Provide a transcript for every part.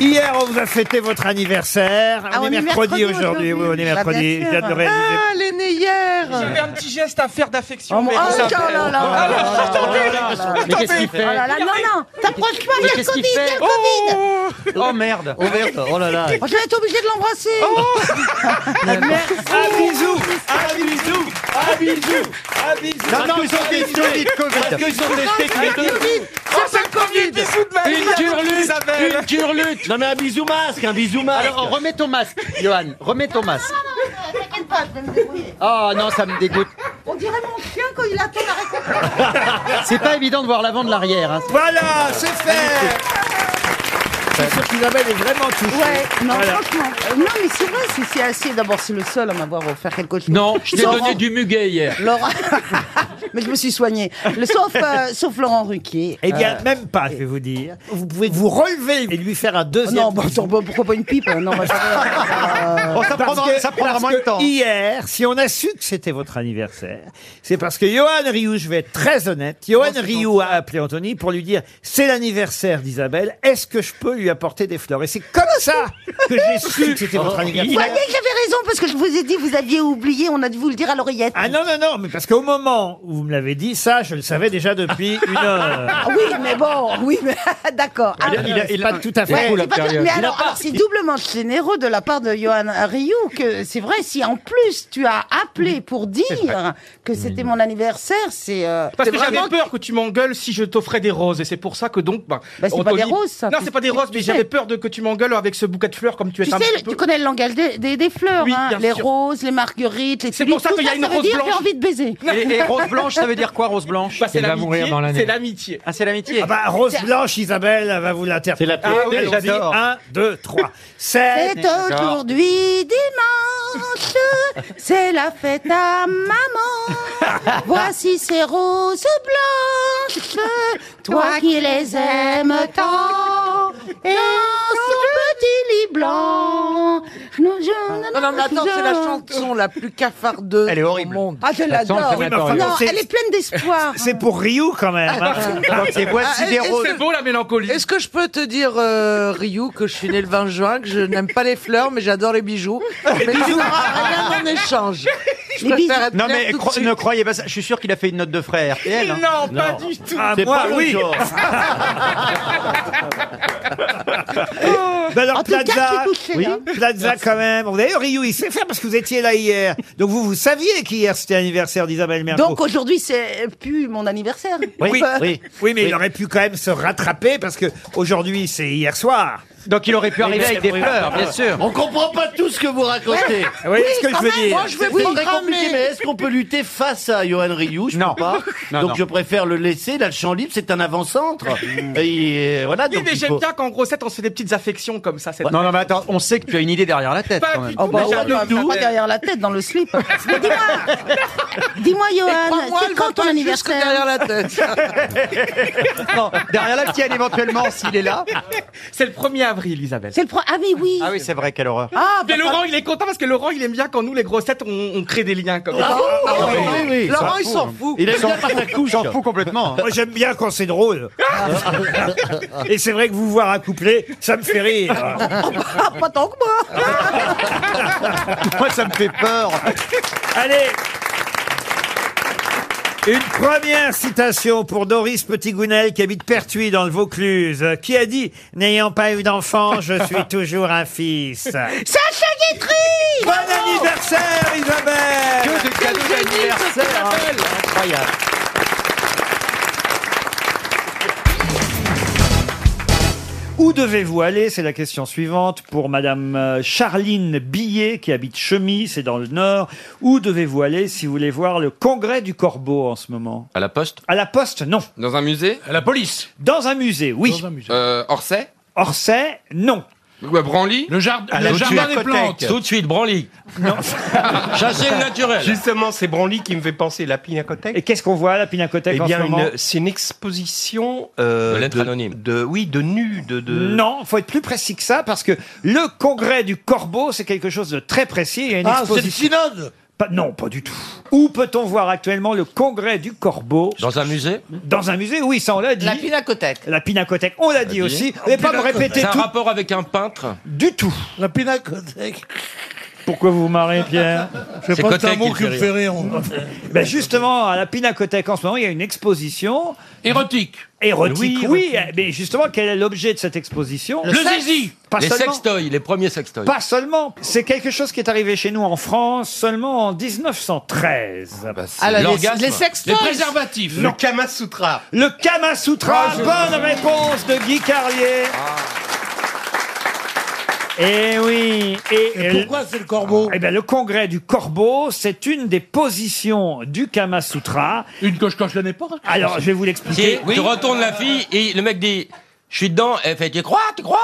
Hier, on vous a fêté votre anniversaire. Ah, on, est mercredi aujourd'hui. Oui, on est Bah, bien mercredi. sûr. J'ai hâte de réaliser. Ah, l'aîné hier J'avais un petit geste à faire d'affection. mais Oh vous savez. là là là là là Attendez, Oh là là. Mais qu'est-ce attendez. qu'il fait là là, non, non T'approches pas, il y a le qu'est-ce Covid, qu'il il y a fait le Covid Oh, Oh merde Oh merde Oh là là Oh, Je vais être obligé de l'embrasser Un bisou un bisou, un bisou, un bisou. Non, non, ils ont des solides Covid Parce qu'ils ont des techniques. Le Covid Oh, c'est le premier bisou de ma vie. Une avec turlute Une Isabelle. turlute Non mais un bisou masque, un bisou masque. Alors, remets ton masque, Johan. Remets ton masque. Oh non, ça me dégoûte. On dirait mon chien quand il attend la récompense C'est pas évident de voir l'avant de l'arrière. hein. Voilà, c'est fait C'est sûr qu'Isabelle est vraiment touchée. Ouais, non, Voilà. franchement. Euh, non, mais c'est vrai, c'est c'est assez. D'abord, c'est le seul à m'avoir offert quelque chose. Non, je t'ai Laurent- donné du muguet hier. Laurent. mais je me suis soignée. Le, sauf, euh, sauf Laurent Ruquier. euh, Eh Euh. bien, même pas, je vais vous dire. Vous pouvez vous relever et lui faire un Euh, deuxième. non, bah, attends, bah, pourquoi pas une pipe hein, Non, bah, Euh, Oh, ça Parce prendra, que- ça prendra parce moins de que temps. Hier, si on a su que c'était votre anniversaire, c'est parce que Johan Rioux, je vais être très honnête, Oh, Johan Rioux a appelé Anthony pour lui dire c'est l'anniversaire d'Isabelle, est-ce que je peux lui apporter des fleurs Et c'est comme ça que j'ai su que Oh, c'était votre Vous anniversaire. voyez que j'avais raison parce que je vous ai dit, vous aviez oublié, on a dû vous le dire à l'oreillette. Ah non, non, non, mais parce qu'au moment où vous me l'avez dit, ça, je le savais déjà depuis une heure. Ah oui, mais bon, oui, mais d'accord. Ah, Il a, pas tout à fait. ouais, c'est pas- mais alors, alors, c'est doublement généreux de la part de Johan Rioux que c'est vrai, si en plus tu as appelé pour dire que c'était mon anniversaire, c'est. euh, Parce que c'est vraiment- j'avais peur que tu m'engueules si je t'offrais des roses. Et c'est pour ça que donc. Bah, Bah, c'est pas Anthony- des roses, ça. Non, Tu- c'est pas des tu- roses, tu mais sais. j'avais peur de que tu m'engueules avec ce bouquet de fleurs comme tu es Tu un sais, petit le- peu. tu connais le langage des, des- des fleurs, Oui, hein, bien les sûr. roses, les marguerites, les C'est tulipes, pour ça tout qu'il y a une ça veut rose dire j'ai blanche. envie de baiser. Et, et rose blanche, ça veut dire quoi, rose blanche Bah, c'est Elle va l'amitié, mourir dans l'année. C'est l'amitié. Ah, c'est l'amitié. Ah bah, Rose Blanche, Isabelle, elle va vous l'interpréter. la Ah oui, Allons-y. j'adore. Un, deux, trois. C'est... C'est aujourd'hui dimanche, c'est la fête à maman. Voici ces roses blanches, toi qui les aimes tant. Et en son petit lit blanc, nous Non, non, mais attends, c'est la chanson la plus cafardeuse Elle est au horrible. monde. Ah, je l'adore. Attends, c'est mais enfin, Non, c'est- elle est pleine d'espoir. C'est pour Ryu quand même. hein. bah, Et voici Ah, des et- et roses. C'est beau la mélancolie. Est-ce que je peux te dire, euh, Ryu, que je suis né le 20 juin, que je n'aime pas les fleurs, mais j'adore les bijoux Mais tu n'auras rien en échange. Je Les préfère être Non claire mais tout de cro- suite. ne croyez pas ça, je suis sûr qu'il a fait une note de frère. RTL, hein. Non, pas du tout. Ah, C'est moi, pas le oui. genre. Ben alors, En tout cas, Plaza, je suis touchée, oui, hein. Plaza quand même. Vous d'ailleurs, Ryu, il sait faire parce que vous étiez là hier. Donc vous, vous saviez qu'hier c'était l'anniversaire d'Isabelle Mergo. Donc euh, aujourd'hui, c'est plus mon anniversaire. Oui, oui. oui, mais il aurait pu quand même se rattraper parce que aujourd'hui, c'est hier soir. Donc il aurait pu arriver avec des fleurs, bien sûr. On comprend pas tout ce que vous racontez. Vous voyez ce que je veux dire Moi, je vais C'est très compliqué, mais programmer. est-ce qu'on peut lutter face à Johan Rioux Je Non. peux pas. Non, donc non. je préfère le laisser. Là, le champ libre, c'est un avant-centre. Et euh, voilà. Oui, donc mais il faut- j'aime bien qu'en grossette, on se fait des petites affections comme ça. C'est Non, non, mais attends, on sait que tu as une idée derrière la tête pas quand même. Oh. du tout. bah, mais ouais, j'adore bah, ça. pas derrière la tête, dans le slip. Mais dis-moi, dis-moi, Johan, Crois-moi, c'est elle va quand ton pas jusque derrière anniversaire la tête. Non, derrière la tienne éventuellement s'il est là. C'est le 1er avril, Isabelle. C'est le pro... Ah mais oui. Ah oui, c'est vrai, quelle horreur. Ah, bah, Mais Laurent, il est content parce que Laurent, il aime bien quand nous, les grossettes, on, on crée des liens comme ça. Ah oui, oui, oui. Laurent, il hein. s'en fout. Il aime bien par sa couche. J'en fous complètement. hein. Moi, j'aime bien quand c'est drôle. Et c'est vrai que vous voir accouplé, ça me fait rire. pas, pas tant que moi. Moi, ça me fait peur. Allez une première citation pour Doris Petitgounel qui habite Pertuis dans le Vaucluse, euh, qui a dit « N'ayant pas eu d'enfant, je suis toujours un fils ». Sacha Guitry Bon anniversaire Que Isabelle de cadeaux d'anniversaire. hein. Incroyable. Où devez-vous aller C'est la question suivante pour Madame euh, Charline Billet qui habite Chemis, c'est dans le Nord. Où devez-vous aller si vous voulez voir le congrès du Corbeau en ce moment À la poste À la Poste, non. Dans un musée La police. Dans un musée, oui. euh, Orsay Orsay, non. Ou à Branly Le, jard- À le la jardin des bibliothèque. plantes. Tout de suite, Branly. Chasser le naturel. Justement, c'est Branly qui me fait penser la Et pinacothèque. qu'est-ce qu'on voit à la Pinacothèque Eh en ce bien, moment une- c'est une exposition euh, De lettres anonymes. de- oui, de nus, de, de- Non, faut être plus précis que ça parce que le congrès du Corbeau, c'est quelque chose de très précis. Il y a une Ah, c'est le exposition. synode. Pas- non, pas du tout. Où peut-on voir actuellement le congrès du corbeau Dans un musée Dans un musée Oui, ça on l'a dit. La pinacothèque. La pinacothèque, on l'a dit aussi. Ah, Vous n'allez pas me répéter C'est un tout rapport avec un peintre du tout. La pinacothèque. Pourquoi vous vous marrez, Pierre Je sais C'est pas, c'est Cotex un mot qui qui me le fait rire. moi. ben Justement, à la pinacothèque, en ce moment, il y a une exposition Érotique. érotique. Oui, mais justement, quel est l'objet de cette exposition Le zizi. Pas les seulement. sextoys, les premiers sextoys. Pas seulement. C'est quelque chose qui est arrivé chez nous en France seulement en 1913. Bah, c'est- Ah, là, les, L'orgasme. les sextoys. Les préservatifs. Ah, Le Kama Sutra. Le Kama Sutra, bonne réponse de Guy Carlier. Eh oui, et, Et et pourquoi c'est le corbeau eh ben, le congrès du corbeau, c'est une des positions du Kama Sutra. Une que je connais pas. Alors, je vais vous l'expliquer. Si, Tu retournes la fille et le mec dit Je suis dedans. Elle fait Tu crois Tu crois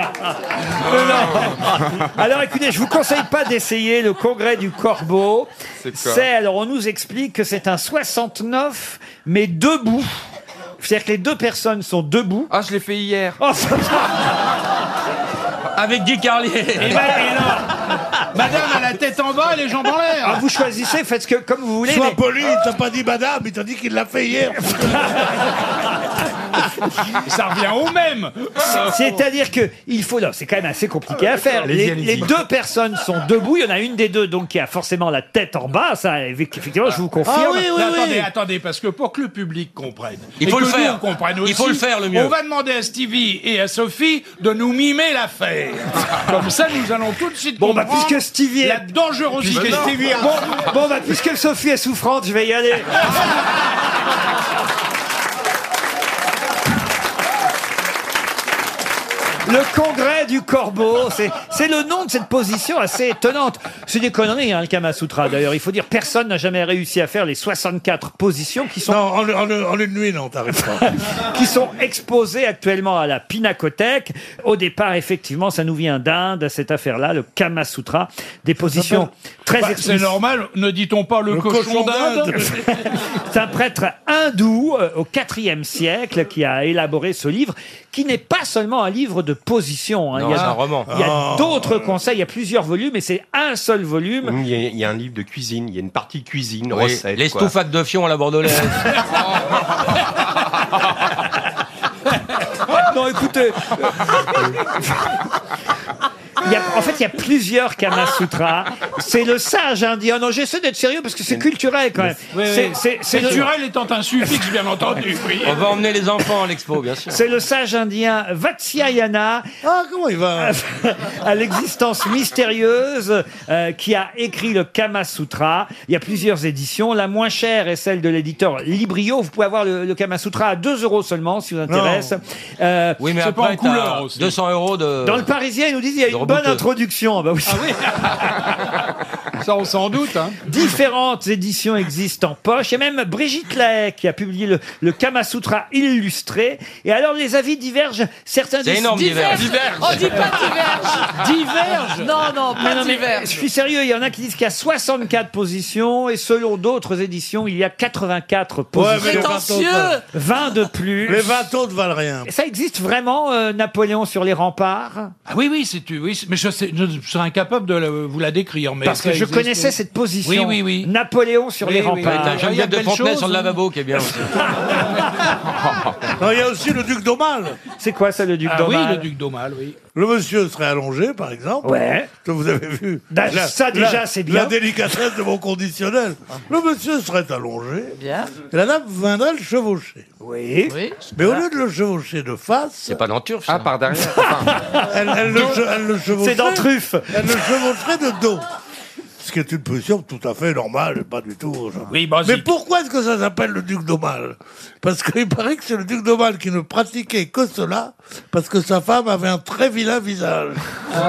Non, non. Ah. Alors écoutez, je vous conseille pas d'essayer le congrès du corbeau. C'est quoi C'est alors on nous explique que c'est un 69 mais debout. C'est-à-dire que les deux personnes sont debout. Ah, je l'ai fait hier. Oh, ça- Avec Guy Carlier. eh ben, eh non. Madame a la tête en bas et les jambes en l'air. Ah, Alors, Ah, vous choisissez, faites ce que comme vous voulez. Sois mais- poli, il t'a pas dit madame, il t'a dit qu'il l'a fait hier. Ça revient au même. C'est-à-dire que il faut, non, c'est quand même assez compliqué à faire. Les, les deux personnes sont debout. Il y en a une des deux donc qui a forcément la tête en bas. Ça, effectivement, je vous confirme. Ah, Ah oui, Attendez, attendez, parce que pour que le public comprenne, Il et faut que le faire. Nous, on comprenne Il aussi, faut le faire, le mieux. On va demander à Stevie et à Sophie de nous mimer l'affaire. Comme ça, nous allons tout de suite Bon, bah, comprendre puisque Stevie est- la dangerosité. Puisque Stevie a- bon, bon, bah, puisque Sophie est souffrante, je vais y aller. Le congrès du corbeau, c'est c'est le nom de cette position assez étonnante. C'est des conneries, hein, le Kama Sutra, d'ailleurs. Il faut dire, personne n'a jamais réussi à faire les 64 positions qui sont, Non, en, en- en une nuit, non, t'arrives pas. qui sont exposées actuellement à la Pinacothèque. Au départ, effectivement, ça nous vient d'Inde, cette affaire-là, le Kama Sutra. Des positions très Bah, c'est explicites. normal, ne dit-on pas le, Le cochon, cochon d'Inde d'Inde. C'est un prêtre hindou euh, au IVe siècle qui a élaboré ce livre, qui n'est pas seulement un livre de position. hein. Non, il y c'est a, un roman. il y a Oh. d'autres conseils, il y a plusieurs volumes, et c'est un seul volume. Il y, a, il y a un livre de cuisine, il y a une partie cuisine, Oui, recette. les quoi. stouffades de fion à la bordelaise. Non, écoutez. euh, il y a- en fait, il y a plusieurs Kama Sutras. C'est le sage indien. Non, j'essaie d'être sérieux parce que c'est culturel quand même. C'est- c'est- c'est le- Culturel étant un suffixe, bien entendu. oui. On va emmener les enfants à l'expo, bien sûr. C'est le sage indien Vatsyayana Ah, comment il va à l'existence mystérieuse euh, qui a écrit le Kama Sutra. Il y a plusieurs éditions. La moins chère est celle de l'éditeur Librio. Vous pouvez avoir le, le Kama Sutra à 2 euros seulement, si vous intéresse. Euh, Oui, mais C'est pas après, en couleur t'as aussi. 200 euros de. dans le Parisien, ils nous disent qu'il y a une bonne rebouteux. introduction. Ah bah oui. Ça, on s'en doute. Hein. Différentes éditions existent en poche. Et même Brigitte Lahaye qui a publié le, le Kama Sutra illustré. Et alors, les avis divergent. Certains C'est disent énorme, divers. On dit pas diverge. diverge. Non, non, pas Mais Ah non, mais je diverge. suis sérieux, il y en a qui disent qu'il y a 64 positions et selon d'autres éditions, il y a 84 positions. mais- Prétentieux. 20 de plus. Les 20 autres valent rien. Ça existe vraiment, euh, Napoléon sur les remparts Ah oui, oui, c'est, oui c'est- mais je, sais, je serais incapable de la- vous la décrire. Mais Parce que ça je existe. connaissais cette position. Oui, oui, oui. Napoléon sur Oui, les oui, remparts. T'as Ah, Jean-Jacques il y a de de belles Fontenay choses, sur le hein. lavabo qui est bien aussi. Non, il y a aussi le duc d'Aumale. C'est quoi ça, le duc Ah oui, d'Aumale le duc d'Aumale, oui. Le monsieur serait allongé, par exemple. Ouais. Que vous avez vu. Da- ça, déjà, c'est bien. La délicatesse de mon conditionnel. Le monsieur serait allongé. Bien. Et la dame viendrait le chevaucher. Oui. Oui. Mais au lieu de le chevaucher de face, C'est pas dans Turf, ça. Ah, par derrière. Enfin, elle, elle le, che- elle le C'est chevaucherait. dans Truffe. Elle le chevaucherait de dos. Ce qui est une position tout à fait normale et pas du tout. genre. Oui, bah, Mais si. pourquoi est-ce que ça s'appelle le duc d'Aumale Parce qu'il paraît que c'est le duc d'Aumale qui ne pratiquait que cela parce que sa femme avait un très vilain visage.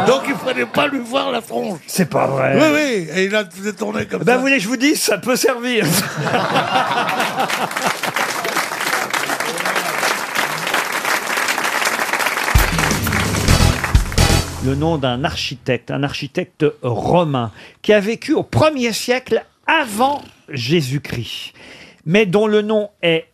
Donc il fallait pas lui voir la tronche. Ah. C'est pas vrai. Oui, oui, et il a détourné comme Ben, ça. vous voulez que je vous dise, ça peut servir. Le nom d'un architecte, un architecte romain, qui a vécu au 1er siècle avant Jésus-Christ, mais dont le nom est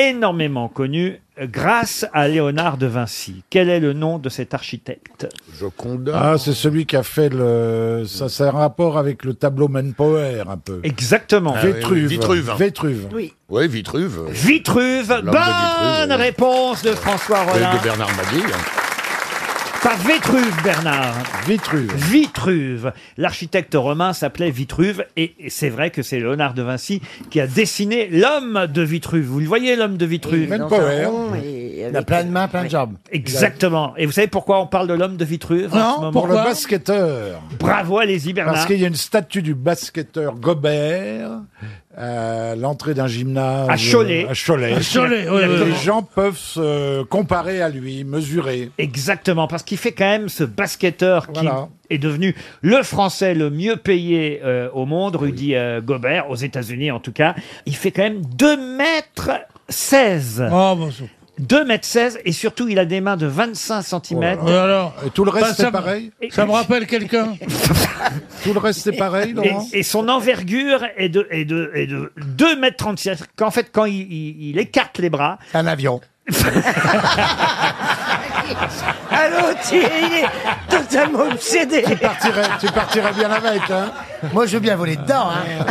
énormément connu euh, grâce à Léonard de Vinci. Quel est le nom de cet architecte Joconda. Ah, c'est celui qui a fait le. Ça, c'est un rapport avec le tableau Manpower, un peu. Exactement. Ah, oui, oui. Vétruve. Vitruve. Vétruve. Oui. Oui, Vitruve. Vitruve. L'homme de Bonne Vitruve, oui. réponse de François Et Rollin. de Bernard Mabille. Pas Vétruve, Bernard. Vitruve. Vitruve. L'architecte romain s'appelait Vitruve et et c'est vrai que c'est Léonard de Vinci qui a dessiné l'homme de Vitruve. Vous le voyez, l'homme de Vitruve Même Power. Il a plein de mains, plein de jambes. Exactement. Et vous savez pourquoi on parle de l'homme de Vitruve en ce moment pour le basketteur. Bravo, allez-y, Bernard. Parce qu'il y a une statue du basketteur Gobert à l'entrée d'un gymnase. euh, À Cholet. À Cholet. À Cholet, oui, oui, Les oui. gens peuvent se comparer à lui, mesurer. Exactement, parce qu'il fait quand même ce basketteur qui Voilà. est devenu le Français le mieux payé euh, au monde, Rudy euh, Gobert, aux États-Unis en tout cas. Il fait quand même 2 mètres 16. Ah, bah, 2 mètres 16 et surtout il a des mains de 25 cm. Oh là là. Et tout le reste, Bah, c'est ça me- pareil ça me rappelle quelqu'un. tout le reste, c'est pareil, Laurent Et, et son envergure est de, est de, est de 2 mètres 36. Qu'en fait, quand il, il- il écarte les bras. Un avion. Allô, tu il est totalement obsédé. Tu partirais, bien avec, hein Moi, je veux bien voler dedans, hein.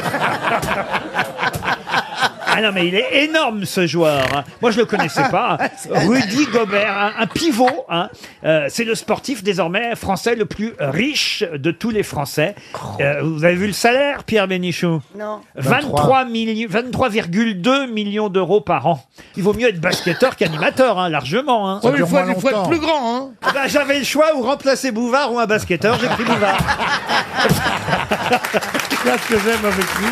Ah non, mais il est énorme ce joueur. hein. Moi, je le connaissais pas. hein. Rudy Gobert, un, un pivot. hein. Euh, c'est le sportif désormais français le plus riche de tous les Français. Euh, vous avez vu le salaire, Pierre Bénichou Non. 23 milli- 23,2 millions d'euros par an. Il vaut mieux être basketteur qu'animateur, hein, largement. Hein. Oh, Ça une dure fois- moins une fois de longtemps. plus grand, hein. Ah bah, J'avais le choix ou remplacer Bouvard ou un basketteur, j'ai pris Bouvard. C'est ce que j'aime avec lui.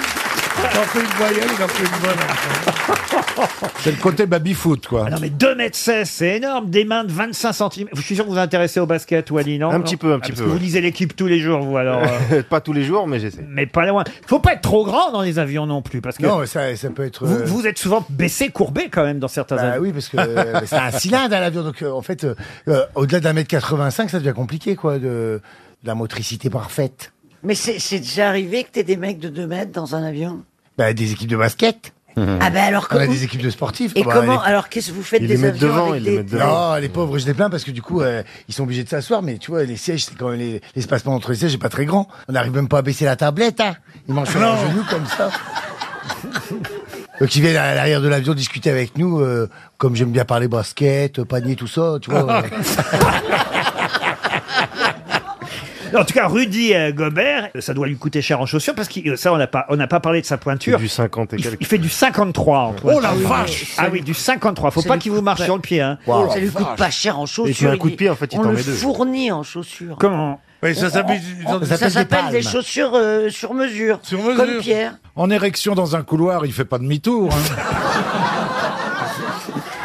Il en fait une moyenne, il en fait une bonne. C'est le côté baby-foot, quoi. Ah Non mais 2 mètres 16, c'est énorme, des mains de 25 cm. Je suis sûr que vous vous intéressez au basket, Wally, non Un petit peu, un Ah, petit parce peu, que vous ouais. lisez l'équipe tous les jours, vous alors. euh, Pas tous les jours, mais j'essaie. mais pas loin. Faut pas être trop grand dans les avions non plus, parce que Non, ça, ça peut être. vous, vous êtes souvent baissé, courbé quand même dans certains euh, Bah avions. oui, parce que euh, c'est un cylindre à l'avion. Donc, euh, en fait, euh, euh, au-delà d'un mètre 85, ça devient compliqué, quoi, de, de la motricité parfaite. Mais c'est c'est déjà arrivé que t'aies des mecs de 2 mètres dans un avion Bah, des équipes de basket. Ah, bah alors On a comment- des équipes de sportifs. Et Ah bah, comment les- Alors, qu'est-ce que vous faites ils des les mettent avions devant, avec ils les des- Oh, mettent devant. Non, les pauvres, je les plains parce que du coup, euh, ils sont obligés de s'asseoir, mais tu vois, les sièges, c'est quand même les- l'espacement entre les sièges est pas très grand. On n'arrive même pas à baisser la tablette, hein. Ils mangent sur leurs genoux comme ça. Donc ils Euh, viennent à l'arrière de l'avion discuter avec nous, euh, comme j'aime bien parler basket, euh, panier, tout ça, tu vois. En tout cas, Rudy euh, Gobert, ça doit lui coûter cher en chaussures parce que ça, on n'a pas, on n'a pas parlé de sa pointure. du 50 et Il, il fait du 53 en Oh pointure. la vache Ah oui, du 53. Faut Ça pas lui qu'il vous coûte marche pas- sur le pied. Hein. Oh, Ça lui coûte pas cher en chaussures. il- on le fournit en chaussures. Comment Oui, ça On- s'appelle- on- ils ont- ça ça s'appelle des s'appelle des palmes. chaussures euh, sur mesure. Comme Pierre. En érection dans un couloir, il fait pas demi-tour. hein.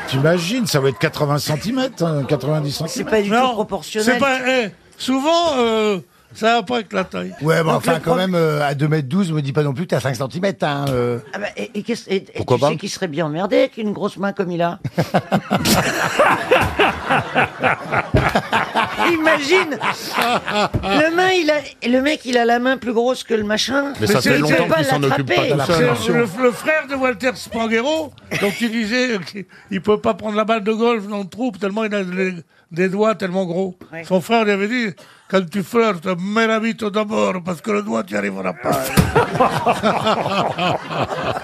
T'imagines, ça va être hein, 80 cm, 90 cm. C'est pas du tout proportionnel. C'est pas, eh, souvent, euh, ça va pas avec la taille. Ouais, bah, Donc, enfin, le quand problème- même, euh, à 2m12, me dis pas non plus que t'as 5 cm. Hein, euh. Ah bah, et, et qu'est-ce- et- et Pourquoi tu pas sais qu'il serait bien emmerdé avec une grosse main comme il a. Imagine Le main, il a, le mec, il a la main plus grosse que le machin. Mais ça Tu fait peux longtemps pas qu'il s'en occupe pas l'attraper. tout seul. C'est le, le frère de Walter Spanghero, donc il disait qu'il peut pas prendre la balle de golf dans le trou tellement il a les- des doigts tellement gros. Ouais. Son frère lui avait dit quand tu flirtes, mets la bite d'abord parce que le doigt tu arriveras Ah pas.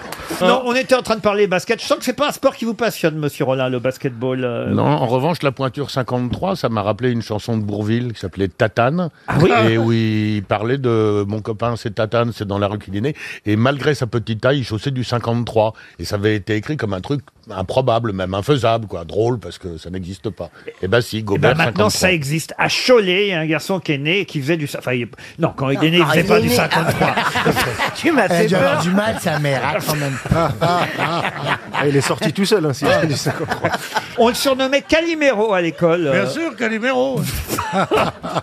Hein Non, on était en train de parler basket. Je sens que c'est pas un sport qui vous passionne, Monsieur Rollin, le basketball. euh. Non, en revanche, la pointure 53, ça m'a rappelé une chanson de Bourville qui s'appelait Tatane. Ah oui et où il parlait de mon copain, c'est Tatane, c'est dans la rue qu'il est né. Et malgré sa petite taille, il chaussait du 53. Et ça avait été écrit comme un truc improbable, même infaisable, quoi. Drôle, parce que ça n'existe pas. Et ben si, Eh ben, Gobert 53. maintenant, ça existe. À Cholet, il y a un garçon qui est né et qui faisait du. sa- Enfin, il est- non, quand il est né, il Ah, faisait il pas est du Eh, né. 53. tu m'as Elle a fait dû peur. avoir du mal, sa mère, hein, quand même. Ah. il est sorti tout seul, hein, ainsi. On le surnommait Calimero à l'école. euh. Bien sûr, Calimero.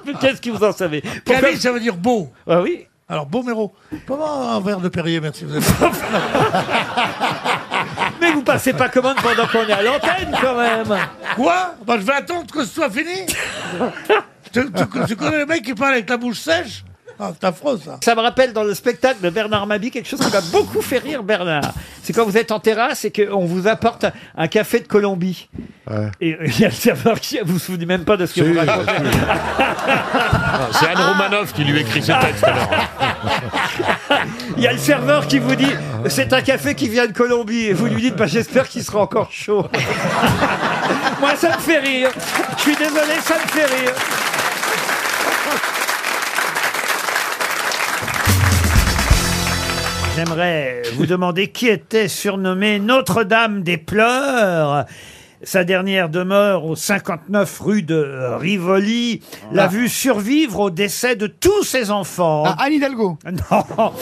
Mais Qu'est-ce que vous en savez Pourquoi- Cali, ça veut dire beau. Ah oui. Alors beau Méro. Comment un verre de Perrier, merci. Vous êtes- Mais vous passez pas commande pendant qu'on est à l'antenne, quand même. Quoi Bah, Je vais attendre que ce soit fini. tu, tu- tu connais le mec qui parle avec la bouche sèche Ah, C'est affreux, ça. Ça me rappelle dans le spectacle de Bernard Mabie quelque chose qui m'a beaucoup fait rire, Bernard. C'est quand vous êtes en terrasse et qu'on vous apporte un- un café de Colombie. Et et il y a le serveur qui vous vous souvenez même pas de ce que vous racontez. C'est Anne Romanoff qui lui écrit ses textes alors. Ah, Il y a le serveur qui vous dit c'est un café qui vient de Colombie et vous lui dites bah, j'espère qu'il sera encore chaud. Moi ça me fait rire. Je suis désolé, ça me fait rire. J'aimerais vous demander qui était surnommé Notre-Dame des pleurs. Sa dernière demeure au 59 rue de Rivoli l'a vu survivre au décès de tous ses enfants. Ah, Anne Hidalgo Non,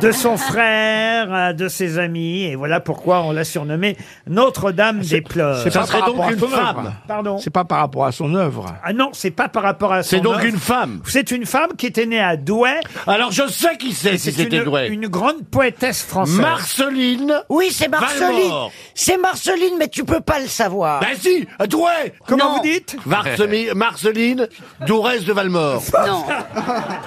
de son frère, euh, de ses amis, et voilà pourquoi on l'a surnommée Notre-Dame des pleurs. C'est pas par rapport à son œuvre. Pardon C'est pas par rapport à son œuvre. Ah non, c'est pas par rapport à son C'est donc œuvre. une femme. C'est une femme qui était née à Douai. Alors, je sais qui c'est, Et si c'est c'était une- Douai. Une grande poétesse française. Marceline. Oui, c'est Marceline. Valmore. C'est Marceline, mais tu peux pas le savoir. Ben si, à Douai Comment vous dites Marcemi- Marceline Dourès de Valmore. Non.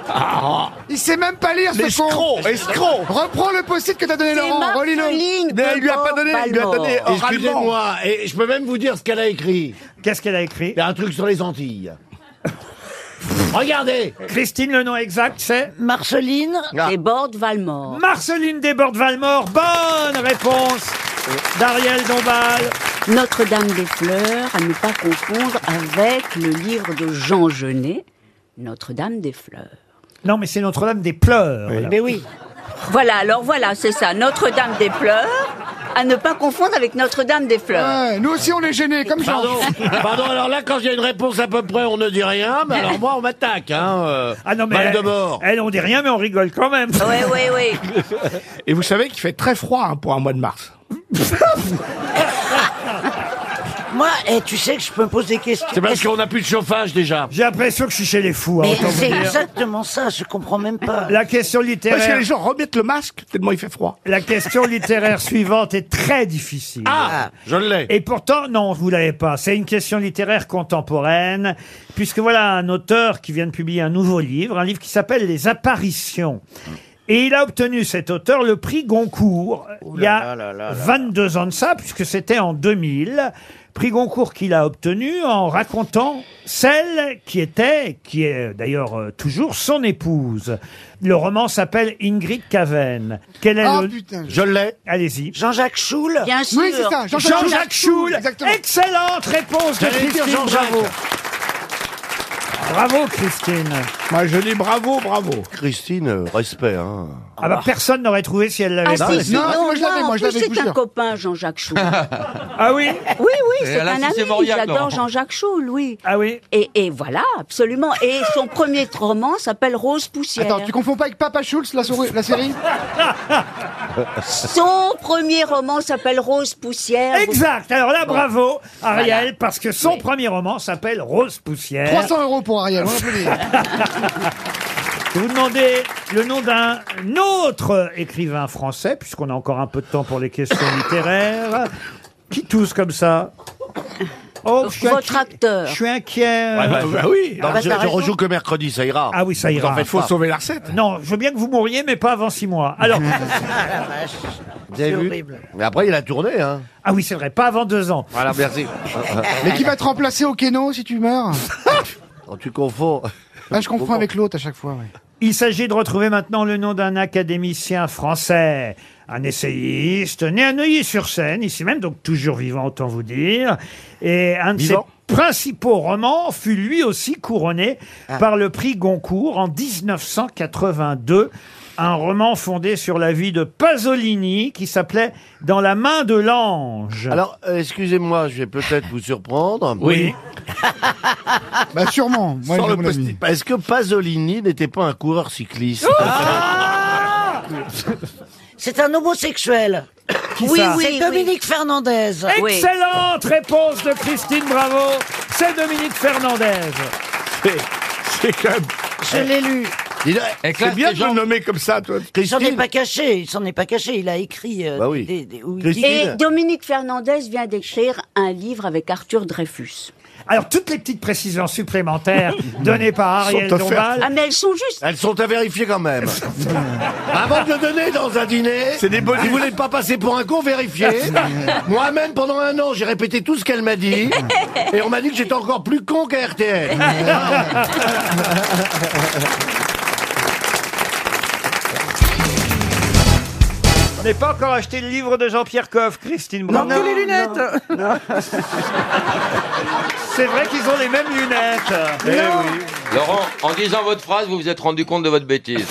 Ah. Il sait même pas lire ce con. escroc. Reprends le post-it que t'as donné C'est Laurent, relis-le. Marceline Mais il lui a pas donné, il lui a donné euh, oralement. Excusez-moi, et je peux même vous dire ce qu'elle a écrit. Qu'est-ce qu'elle a écrit Un truc sur les Antilles. Regardez Christine, le nom exact, c'est Marceline Desbordes-Valmore. Marceline Desbordes-Valmore, bonne réponse d'Ariel Dombal. Notre-Dame des Fleurs, à ne pas confondre avec le livre de Jean Genet, Notre-Dame des Fleurs. Non, mais c'est Notre-Dame des pleurs. alors. oui. Voilà, alors voilà, c'est ça, Notre-Dame des Fleurs, à ne pas confondre avec Notre-Dame des Fleurs. Ouais, nous aussi on est gênés, comme Jean. Pardon, pardon, alors là, quand il y a une réponse à peu près, on ne dit rien, mais alors moi, on m'attaque, hein. euh, Ah non, mais balle elle, de mort. elle, on dit rien, mais on rigole quand même. Ouais, Eh ouais, ouais. Et vous savez qu'il fait très froid hein, pour un mois de mars. Moi, eh, tu sais que je peux me poser des questions. C'est parce qu'on n'a plus de chauffage déjà. J'ai l'impression que je suis chez les fous. hein, Mais autant vous c'est dire. exactement ça, je comprends même pas. La question littéraire. Parce que les gens remettent le masque tellement il fait froid. La question littéraire suivante est très difficile. Ah, je l'ai. Et pourtant, non, vous l'avez pas. C'est une question littéraire contemporaine, puisque voilà un auteur qui vient de publier un nouveau livre, un livre qui s'appelle Les Apparitions. Et il a obtenu, cet auteur, le prix Goncourt, il y a 22 ans de ça, puisque c'était en 2000. Prix Goncourt qu'il a obtenu en racontant celle qui était, qui est d'ailleurs euh, toujours, son épouse. Le roman s'appelle Ingrid Caven. Quel est Ah, le... putain, je- Je l'ai. Allez-y. Jean-Jacques Schoul Bien sûr. Oui, c'est ça, Jean-Jacques Jean-Jacques Schoul. Exactement. Excellente réponse de J'allais dire Christine Jean-Jacques. Bravo. Bravo, Christine. Moi, je dis bravo, bravo. Christine, euh, respect. Hein. Ah bah, personne n'aurait trouvé si elle l'avait Ah, pas. si, si, non, moi, je moi, l'avais, moi, je en plus, l'avais, je vous c'est un jure. copain, Jean-Jacques Choul. Ah oui Oui, oui, Et c'est elle a un insisté ami. Mauriac, Laurent. J'adore Jean-Jacques Choul, oui. Ah oui Et, et voilà, absolument. Et son premier roman s'appelle Rose Poussière. Attends, tu confonds pas avec Papa Schultz, la, souris- la série Son premier roman s'appelle Rose Poussière. Exact. Alors là, bravo, Ariel, Voilà. parce que son premier roman s'appelle Rose Poussière. 300 euros pour Ariel, on peut dire. Je vous demandez le nom d'un autre écrivain français, puisqu'on a encore un peu de temps pour les questions littéraires. Qui tousse comme ça Oh, je suis, Votre inquiet, acteur. je suis inquiet. Ouais, bah, bah Ah, oui. Non, bah, je, t'as je raison. rejoue que mercredi, ça ira. Ah oui, ça Vous en ira. faites Faut pas. sauver la recette. Non, je veux bien que vous mouriez, mais pas avant six mois. Alors, Ah Vous avez vu Mais après, il a tourné, hein. ah oui, c'est vrai, pas avant deux ans. Voilà, merci. Mais qui va te remplacer au Keno si tu meurs Oh, tu confonds. Ah, je confonds avec l'autre à chaque fois, ouais. Il s'agit de retrouver maintenant le nom d'un académicien français, un essayiste, né à Neuilly-sur-Seine, ici même, donc toujours vivant, autant vous dire. Et un de Vivant. ses principaux romans fut lui aussi couronné Ah. par le prix Goncourt en 1982. Un roman fondé sur la vie de Pasolini qui s'appelait Dans la main de l'ange. Alors, euh, excusez-moi, je vais peut-être vous surprendre. oui. Bah sûrement, moi Sans j'ai le mon post-it. avis. Est-ce que Pasolini n'était pas un coureur cycliste Ah C'est un homosexuel. Oui, ça oui, C'est oui. Dominique Fernandez. Oui. Excellente réponse de Christine Bravo. C'est Dominique Fernandez. C'est quand même. Je l'ai lu. Il a- C'est bien de le nommer comme ça, toi. Il s'en est Christine, pas caché. Il s'en est pas caché. Il a écrit. euh, Bah oui. des- des- où il dit- Christine, Et Dominique Fernandez vient d'écrire un livre avec Arthur Dreyfus. Alors, toutes les petites précisions supplémentaires données par Ariel Dombal. Ah, mais elles sont justes. Elles sont à vérifier quand même. Avant de le donner dans un dîner, C'est des bonus. si vous voulez pas passer pour un con, vérifiez. Moi-même, pendant un an, j'ai répété tout ce qu'elle m'a dit. Et on m'a dit que j'étais encore plus con qu'à RTL. Je n'ai pas encore acheté le livre de Jean-Pierre Coff, Christine Non, Bravo. que les lunettes. C'est vrai qu'ils ont les mêmes lunettes. Eh Laurent, en disant votre phrase, vous vous êtes rendu compte de votre bêtise.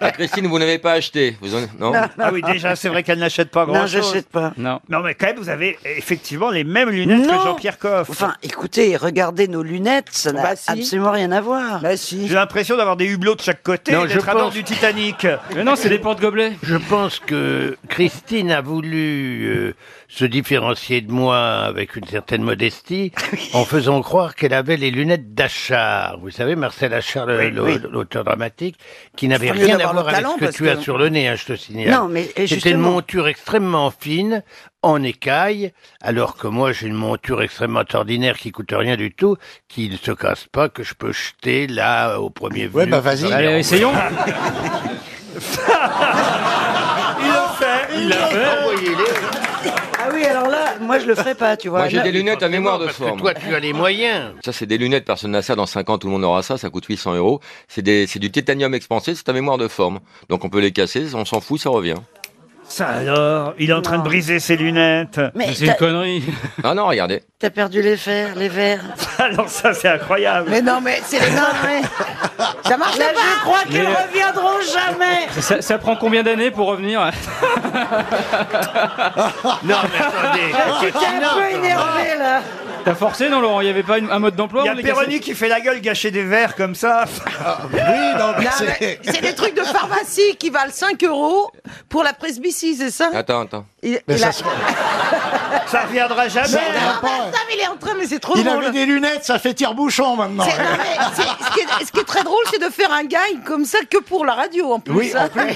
À Christine, vous n'avez pas acheté. Vous en- non Ah oui, déjà, c'est vrai qu'elle n'achète pas Non, grand-chose. j'achète pas. Non. Non, mais quand même, vous avez effectivement les mêmes lunettes que Jean-Pierre Coff. Enfin, écoutez, regardez nos lunettes, ça n'a absolument rien à voir. J'ai l'impression d'avoir des hublots de chaque côté Non, et je d'être à bord pense- du Titanic. Mais Euh, non, c'est des porte-gobelets. Je pense que Christine a voulu euh, se différencier de moi avec une certaine modestie en faisant croire qu'elle avait les lunettes d'Achard. Vous savez, Marcel Achard, le- Oui, le- oui. l'auteur dramatique, qui n'avait Faut mieux rien à d'avoir le voir avec talent, ce que parce tu que- as sur le nez, hein, je te signale. Non, mais, et C'était une justement. monture extrêmement fine, en écaille, alors que moi j'ai une monture extrêmement ordinaire qui coûte rien du tout, qui ne se casse pas, que je peux jeter là au premier Ouais, venu. bah, vas-y. Allez, essayons. Il l'a fait. Il l'a Ah oui, alors là, moi je le ferai pas, tu vois. Moi, j'ai Là- des lunettes à mémoire de forme. tu as les moyens. Ça, c'est des lunettes, personne n'a ça. Dans 5 ans, tout le monde aura ça. Ça coûte 800 euros. C'est des- c'est du titanium expansé. C'est à mémoire de forme. Donc, on peut les casser. On s'en fout, ça revient. Ça alors, il est en train de briser ses lunettes. Mais Mais c'est une t'as- connerie. Non, Ah non, regardez. T'as perdu les fers, les verres. Alors Ah ça, c'est incroyable. Mais non, mais c'est les non, mais... Ça marche là, Je crois Mais- qu'elles reviendront jamais. Ça, ça prend combien d'années pour revenir Non, mais Ah, Ah, Là, tu t'es un peu énervé là. T'as forcé, non, Laurent Il n'y avait pas une- un mode d'emploi Il y a on les cassait Péroni qui fait la gueule gâcher des verres comme ça. Ah, oui, Non, mais C'est des trucs de pharmacie qui valent 5 euros pour la presbytie, c'est ça Attends, attends. Il- Mais il ça a- se- Ça reviendra jamais. Non, mais attends, mais il est en train, mais c'est trop Il drôle. avait C'est- des lunettes, ça fait tire-bouchon non, maintenant. mais c'est- ce, qui est, ce qui est très drôle, c'est de faire un gag comme ça que pour la radio en plus. hein. Oui, en plus.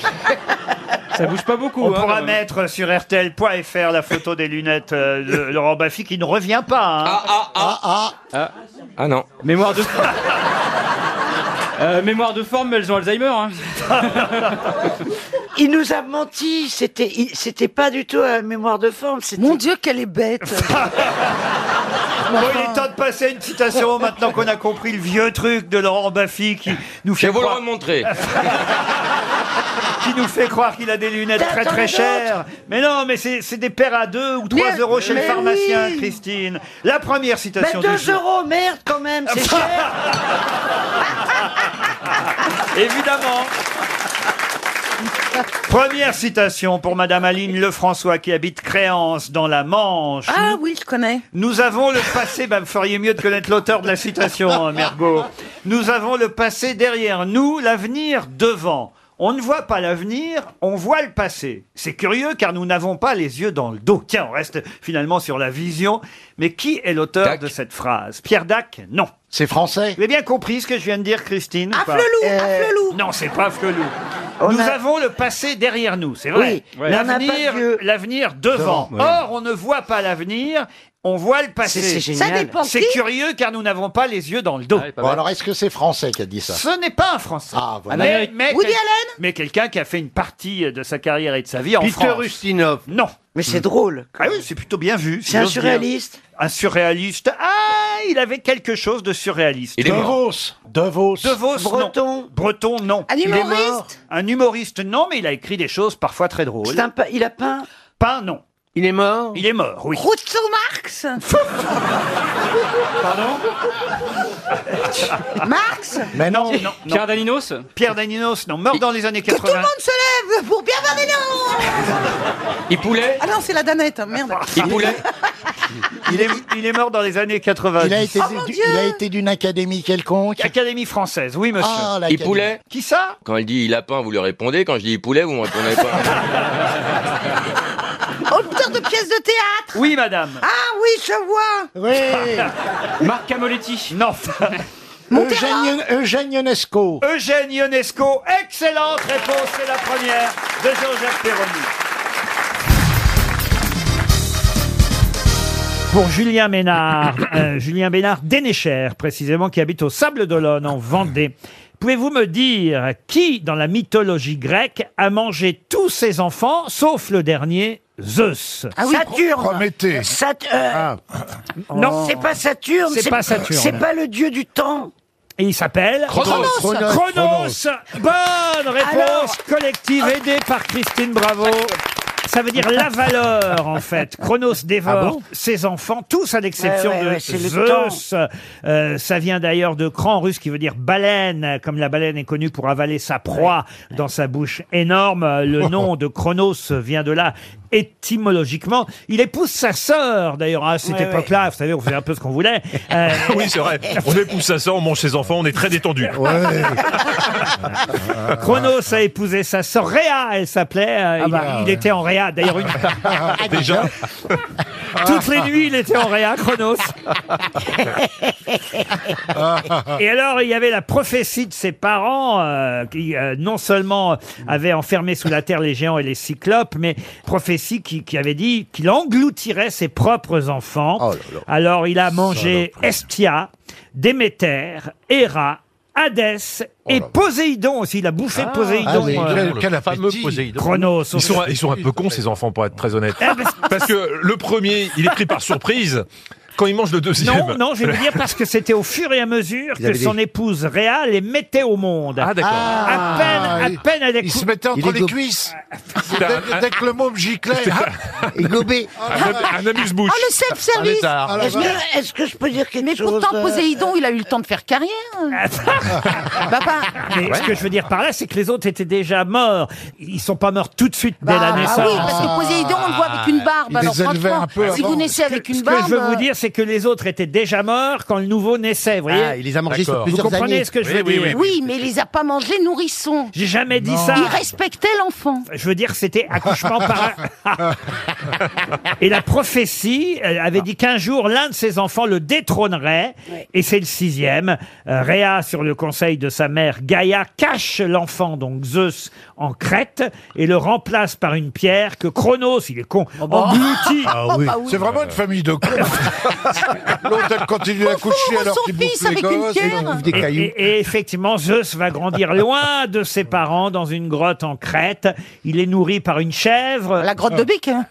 Ça bouge pas beaucoup. On hein, pourra quand même. mettre sur RTL.fr la photo des lunettes euh, de Laurent Baffy qui ne revient pas. Ah, ah, ah, ah. Ah, ah non. Mémoire de forme. Euh, mémoire de forme, mais elles ont Alzheimer. hein. Ah, Il nous a menti, c'était il- c'était pas du tout à mémoire de forme. Mon Dieu, qu'elle est bête. Bon, il est temps de passer à une citation maintenant qu'on a compris le vieux truc de Laurent Baffy qui nous Je fait vais vous le croire, remontrer. qui nous fait croire qu'il a des lunettes T'as très encore très une chères. Mais non, mais c'est c'est des paires à 2 ou 3 euros chez le mais pharmacien, oui. Christine. La première Mais citation du 2 jour. euros, merde quand même, c'est cher. Évidemment. Première citation pour Madame Aline Lefrançois qui habite Créance dans la Manche. Ah oui, je connais. Nous avons le passé, bah, vous feriez mieux de connaître l'auteur de la citation, hein, Mergot. Nous avons le passé derrière nous, l'avenir devant. On ne voit pas l'avenir, on voit le passé. C'est curieux car nous n'avons pas les yeux dans le dos. Tiens, on reste finalement sur la vision. Mais qui est l'auteur de cette phrase Pierre Dac Non. C'est français. Vous avez bien compris ce que je viens de dire, Christine ou pas Eh, Afflelou, Afflelou. Non, c'est pas Afflelou. Nous avons le passé derrière nous, c'est vrai. Oui, mais on n'a pas L'avenir, l'avenir devant. Devant, ouais. Or, on ne voit pas l'avenir, on voit le passé. C'est- c'est Ça génial. Ah, dépend C'est qui. curieux car nous n'avons Ah pas les yeux dans le dos. Bon, alors est-ce que c'est français qui a dit ça Ce n'est pas un Français. ah, voilà. mais, Amérique- mais Woody quel- Allen Mais quelqu'un qui a fait une partie de sa carrière et de sa vie en Peter France. Ustinov. Non. Mais c'est drôle. Ah oui, c'est plutôt bien vu. si C'est un j'ose dire. surréaliste. Un surréaliste. Ah, il avait quelque chose de surréaliste. Il est De mort. De Vos. De Vos, Breton. Breton, non. Un Il est humoriste mort. Un humoriste, non, mais il a écrit des choses parfois très drôles. C'est un pe- il a peint. Peint, non. Il est mort Il est mort, oui. Rousseau Marx Pardon Marx Mais non, non, non. Pierre Daninos Pierre Daninos, non, mort dans les années Que tout 80. le monde se lève pour bien regarder Il poulet Ah non, c'est la danette, merde. Il poulet Il est, il est mort dans les années 80. Il a été Oh mon du- Dieu il a été d'une académie quelconque. Académie française, oui monsieur. Ah, Il poulet Qui ça Quand elle dit il a peint, vous lui répondez. Quand je dis il poulet, vous me répondez pas. Auteur de pièces de théâtre Oui, madame. Ah oui, je vois Marc Camoletti. Non. Eugène, Eugène Ionesco. Eugène Ionesco, excellente réponse, c'est la première de Jean-Jacques Perroni. pour Julien Ménard, euh, Julien Ménard Dénéchère, précisément, qui habite au Sable d'Olonne, en Vendée. Pouvez-vous me dire qui, dans la mythologie grecque, a mangé tous ses enfants, sauf le dernier, Zeus Saturne. Prométhée. Sat- euh, Non, c'est pas Saturne. Oh. C'est pas Saturne. C'est pas le dieu du temps. Et il s'appelle Chronos. Chronos. Chronos. Chronos. Bonne réponse Alors- collective aidée par Christine Bravo. Euh, Ça veut dire la valeur, en fait. Chronos dévore Ah bon ses enfants, tous à l'exception Ouais, ouais, de ouais, c'est le Zeus. Euh, ça vient d'ailleurs de cran russe qui veut dire baleine, comme la baleine est connue pour avaler sa proie dans sa bouche énorme. Le nom de Chronos vient de là étymologiquement. Il épouse sa sœur, d'ailleurs, Ah, à cette Ouais, ouais. époque-là. Vous savez, on faisait un peu ce qu'on voulait. Euh, oui, c'est vrai. On épouse sa sœur, on mange ses enfants, on est très détendu. Chronos a épousé sa sœur Réa, elle s'appelait. euh, il, il était en Réa, d'ailleurs. Une... Déjà Toutes les nuits, il était en Réa, Chronos. Ah, Et alors, il y avait la prophétie de ses parents, euh, qui euh, non seulement avait enfermé sous la terre les géants et les cyclopes, mais prophétie qui, qui avait dit qu'il engloutirait ses propres enfants. Alors, il a mangé Estia, Déméter, Héra, Hadès et Poséidon aussi. Il a bouffé Poséidon. Ah, euh, Chronos. Ah, Ils sont, ils sont un peu cons, ces enfants, pour être très honnête. Parce que le premier, il est pris par surprise. Quand il mange le deuxième. Non, non, je vais vous dire parce que c'était au fur et à mesure Ils que avaient des- son épouse Réa les mettait au monde. Ah, d'accord. à peine, à peine elle est Ah, Il se mettait entre les cuisses. Dès, que- dès que le môme giclait, hop, Ah, il gobait. Un, amuse-bouche. Oh, le self-service Ah, Est-ce que, est-ce que je peux dire quelque Mais chose pourtant, euh, Poséidon, il a eu le temps de faire carrière. Papa. Mais ce que je veux dire par là, c'est que les autres étaient déjà morts. Ils sont pas morts tout de suite dès Bah, la Ah, bah naissance. oui, parce que Poséidon, on le voit avec une barbe. Ils Alors, les élevaient franchement, un peu si avant. vous naissez avec Ce une que barbe. je veux vous dire, c'est que les autres étaient déjà morts quand le nouveau naissait. Vous voyez Ah, il les a mangés sur D'accord. plusieurs Vous comprenez années. ce que je veux Oui, oui, dire oui, Oui, mais il les a pas mangés nourrissons. J'ai jamais dit ça. Il respectait l'enfant. Je veux dire, c'était accouchement par. Ah. et la prophétie elle avait dit qu'un jour, l'un de ses enfants le détrônerait. Et c'est le sixième. Euh, Réa, sur le conseil de sa mère Gaïa, cache l'enfant, donc Zeus, en Crète et le remplace par une pierre que Chronos, il est con, engloutit. Ah oui. C'est vraiment une famille de cons. L'autre, elle continue à coucher alors qu'il bouffe les gosses. et il bouffe des Et- cailloux. Et, et effectivement, Zeus va grandir loin de ses parents dans une grotte en Crète. Il est nourri par une chèvre. Ah. La grotte de Bic. hein.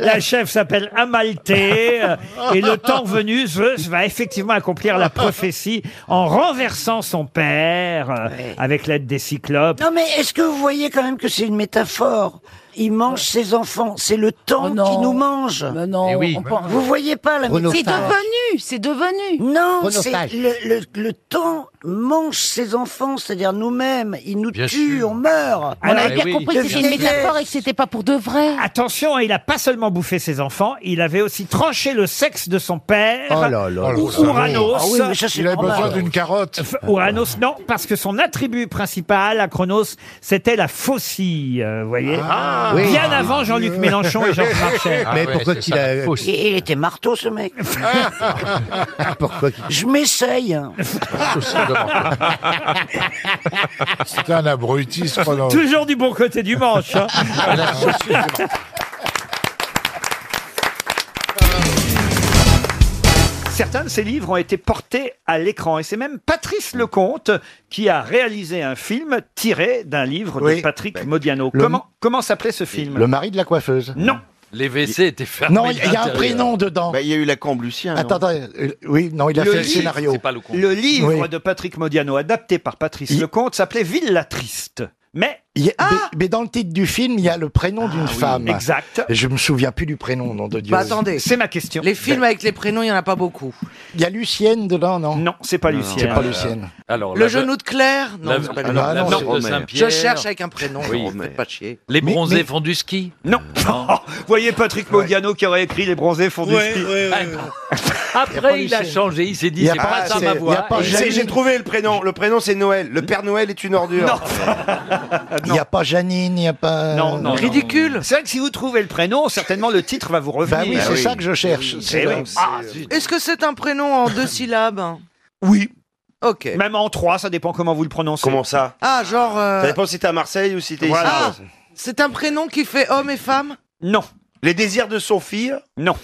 La chèvre s'appelle Amalthée. euh, Et le temps venu, Zeus va effectivement accomplir la prophétie en renversant son père euh, avec l'aide des cyclopes. Non, mais est-ce que vous voyez quand même que c'est une métaphore Il mange ses enfants, c'est le temps qui nous mange. Eh oui. on pense- Vous voyez pas la métaphore C'est devenu, c'est devenu. Non, Chronosphage. c'est le, le- le temps mange ses enfants, c'est-à-dire nous-mêmes. Il nous Bien tue, sûr. on meurt. On avait Ah, bien oui. compris que c'était une métaphore et que c'était pas pour de vrai. Attention, hein, il a pas seulement bouffé ses enfants, il avait aussi tranché le sexe de son père, Oh là là là ou là. Ouranos. Ah oui, mais ça, c'est Il avait normal. besoin d'une carotte. Ouranos, non, parce que son attribut principal à Chronos, c'était la faucille, euh, vous voyez. Ah, Bien oui. avant Jean-Luc Mélenchon et Georges Marchais. Mais Ah pourquoi qu'il a... il, il était marteau, ce mec. pourquoi Je m'essaye. C'est un abruti, ce Chronos. Toujours du bon côté du manche. hein. Certains de ses livres ont été portés à l'écran et c'est même Patrice Lecomte qui a réalisé un film tiré d'un livre de Patrick Modiano. Comment, comment s'appelait ce film Bah, Le mari de la coiffeuse. Non. Les WC étaient Ah fermés. Non, il y a un prénom dedans. Bah, il y a eu la combe Lucien. non Attends, attends, euh, oui, non, il a fait le scénario. Le livre Oui. de Patrick Modiano, adapté par Patrice Lecomte, s'appelait Ville la Triste. Mais Il y a- mais, mais dans le titre du film, il y a le Ah prénom d'une femme. exact. Je me souviens plus du prénom, nom de Dieu. Bah, attendez. C'est ma question. Les films avec les prénoms, il n'y en a pas beaucoup. Il y a Lucienne dedans, non Non, c'est pas Lucienne. C'est pas Lucienne. Alors, Le genou de Claire Ah, Non, la- c'est Ah, pas alors, lui. la Non, Vierge de non. Saint-Pierre. Je cherche avec un prénom. Oui, non, mais- faites pas chier. Les Mais- bronzés mais- font du ski Non. Vous voyez Patrick Modiano qui aurait écrit Les bronzés font du ski. Après, il a changé, il s'est dit, Y a c'est pas- pas ça c'est- ma y a voix. pas- Et j'ai- j'ai- j'ai- J'ai trouvé le prénom. Le prénom, c'est Noël. Le Père Noël est une ordure. Il n'y a pas Janine, il n'y a pas. Non, non, non. Ridicule. C'est vrai que si vous trouvez le prénom, certainement le titre va vous revenir. Bah oui, c'est ça que je cherche. Eh C'est oui. donc- Ah, Est-ce que c'est un prénom en deux syllabes Oui. Ok. Même en trois, ça dépend comment vous le prononcez. Comment ça Ah, genre. euh, Ça dépend si t'es à Marseille ou si t'es Voilà. Ah, ici. C'est un prénom qui fait homme et femme Non. Les désirs de son fille Non.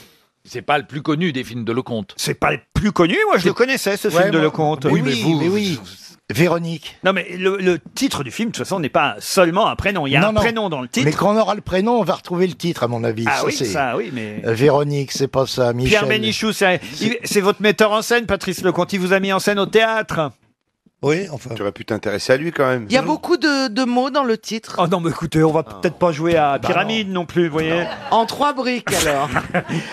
C'est pas le plus connu des films de Lecomte. C'est pas le plus connu, moi je le connaissais ce film de Lecomte. Oui, mais vous. Véronique. Non, mais le, le titre du film, de toute façon, n'est pas seulement un prénom. Il y a Non, un non. prénom dans le titre. Mais quand on aura le prénom, on va retrouver le titre, à mon avis. Ah oui, c'est- ça, oui, mais- Euh, Véronique, c'est pas ça, Michel. Pierre Bénichou, c'est il- c'est votre metteur en scène, Patrice Lecomte. Il vous a mis en scène au théâtre. Oui, enfin. Tu aurais pu t'intéresser à lui quand même. Il y a beaucoup de, de mots dans le titre. Oh non, mais écoutez, on va peut-être pas jouer à Pyramide Bah non. plus, vous voyez. En trois briques, alors.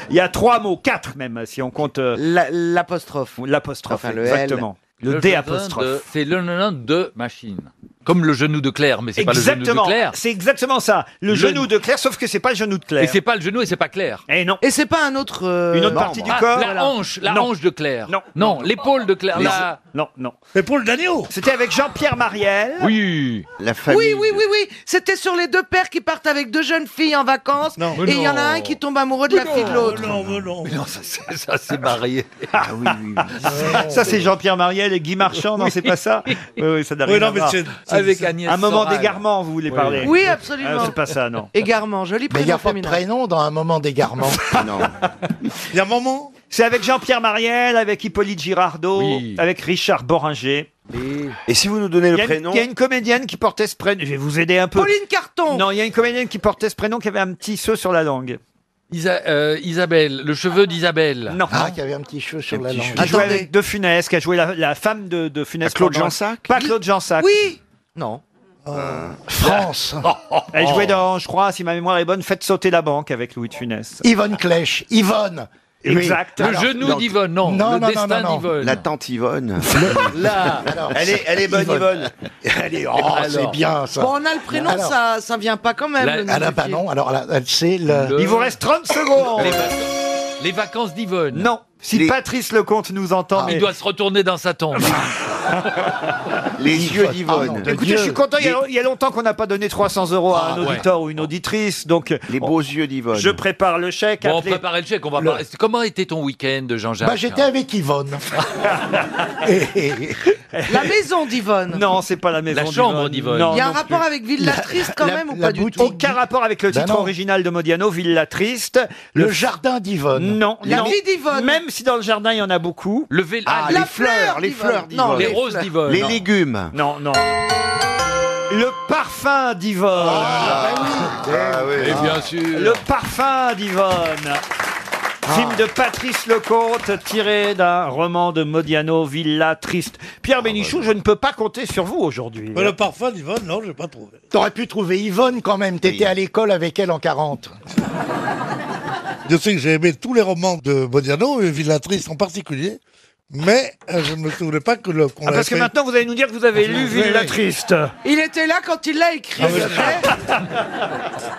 Il y a trois mots, quatre même, si on compte. euh, L'apostrophe. L'apostrophe, exactement. Le D apostrophe. C'est le nom de machine. Comme le genou de Claire, mais c'est pas le genou de Exactement, Claire. c'est exactement ça. Le, Le- genou de Claire, sauf que c'est pas le genou de Claire. Et c'est pas le genou et c'est pas Claire. Eh non. Et c'est pas un autre. euh, Une autre membre. partie du corps. La Voilà. hanche, la Non. hanche de Claire. Non. Non, l'épaule de Claire. Non, la- non, non. L'épaule d'agneau. C'était avec Jean-Pierre Mariel. Oui. La Oui, oui, oui, oui. C'était sur les deux pères qui partent avec deux jeunes filles en vacances. Mais et il y en a non. un qui tombe amoureux de la fille de l'autre. Non, ça, c'est- ça c'est marié. Ah oui, oui, Ça, c'est Jean-Pierre Mariel et Guy Marchand, non, c'est pas ça Oui, oui, ça n'a Oui, rien non, à mais voir. c'est- c'est- Avec c'est- Agnès Un moment Soral. d'égarement, vous voulez Oui. parler Oui, absolument. Ah, c'est pas ça, non. Égarement, joli Mais il n'y prénom a pas de féminin. prénom dans un moment d'égarement. non. Il y a moment C'est avec Jean-Pierre Mariel, avec Hippolyte Girardot, avec Richard Boringer. Et... si vous nous donnez le prénom Il y a une comédienne qui portait ce prénom. Je vais vous aider un peu. Pauline Carton Non, il y a une comédienne qui portait ce prénom qui avait un petit sceau sur la langue. Isa- euh, Isabelle, le cheveu d'Isabelle. Non. Ah, qui avait un petit cheveu sur la langue. Qui jouait avec De Funès, qui a joué la, la femme de, de Funès. Ah, Claude pendant- Jansac Pas Claude Jansac. Euh, Oui Non. France. Elle jouait dans, je crois, si ma mémoire est bonne, Faites sauter la banque avec Louis de Funès. Yvonne Clèche. Yvonne. Oui. Exact. Alors, donc- Non, non, non, non, non. La tante Yvonne. Là. elle, est, elle est bonne, Yvonne. Elle est- oh, c'est bien ça. Bon, on a le prénom, Alors, ça, ça vient pas quand même. la- le nom ah, là, du bah film. non, alors là, elle, c'est le. Le- Il vous reste 30 secondes. Les, vac- les vacances d'Yvonne. Non. Si Patrice Lecomte nous entend, Il mais- doit se retourner dans sa tombe. Les yeux Ah, non, Écoutez, je suis content, il y a, il y a longtemps qu'on n'a pas donné 300 euros à Ah, un ouais. auditeur ou une auditrice, donc... Les beaux yeux d'Yvonne. Je prépare le chèque. Bon, on appelez- préparait le chèque, on va Le- parler. Comment était ton week-end, Jean-Jacques Bah, j'étais avec Yvonne. La maison d'Yvonne. Non, c'est pas la maison La chambre d'Yvonne. Non, Il y a un non rapport plus. avec Villa Triste quand même ou pas du tout Aucun rapport avec le Ben titre non. original de Modiano, Villa Triste. Le jardin d'Yvonne. Non. La non. vie d'Yvonne. Même si dans le jardin, il y en a beaucoup. Le vélo. Ah, La les fleur, fleur les d'Yvonne. fleurs d'Yvonne. Non, les roses d'Yvonne. Les Non. légumes. Non, non. Le parfum d'Yvonne. bah Ah oui. Et bien sûr. Le parfum d'Yvonne. Film de Patrice Lecomte, tiré d'un roman de Modiano, Villa Triste. Pierre Bénichou, je ne peux pas compter sur vous aujourd'hui. Mais Bah, le parfum d'Yvonne, non, je l'ai pas trouvé. T'aurais pu trouver Yvonne quand même. T'étais à l'école avec elle en 40. Je sais que j'ai aimé tous les romans de Modiano, et Villatrice en particulier, mais euh, je ne me souvenais pas que le. qu'on Ah, l'avait parce que fait. maintenant, vous allez nous dire que vous avez lu Oui, oui. Villa Triste. Il était là quand il l'a écrit.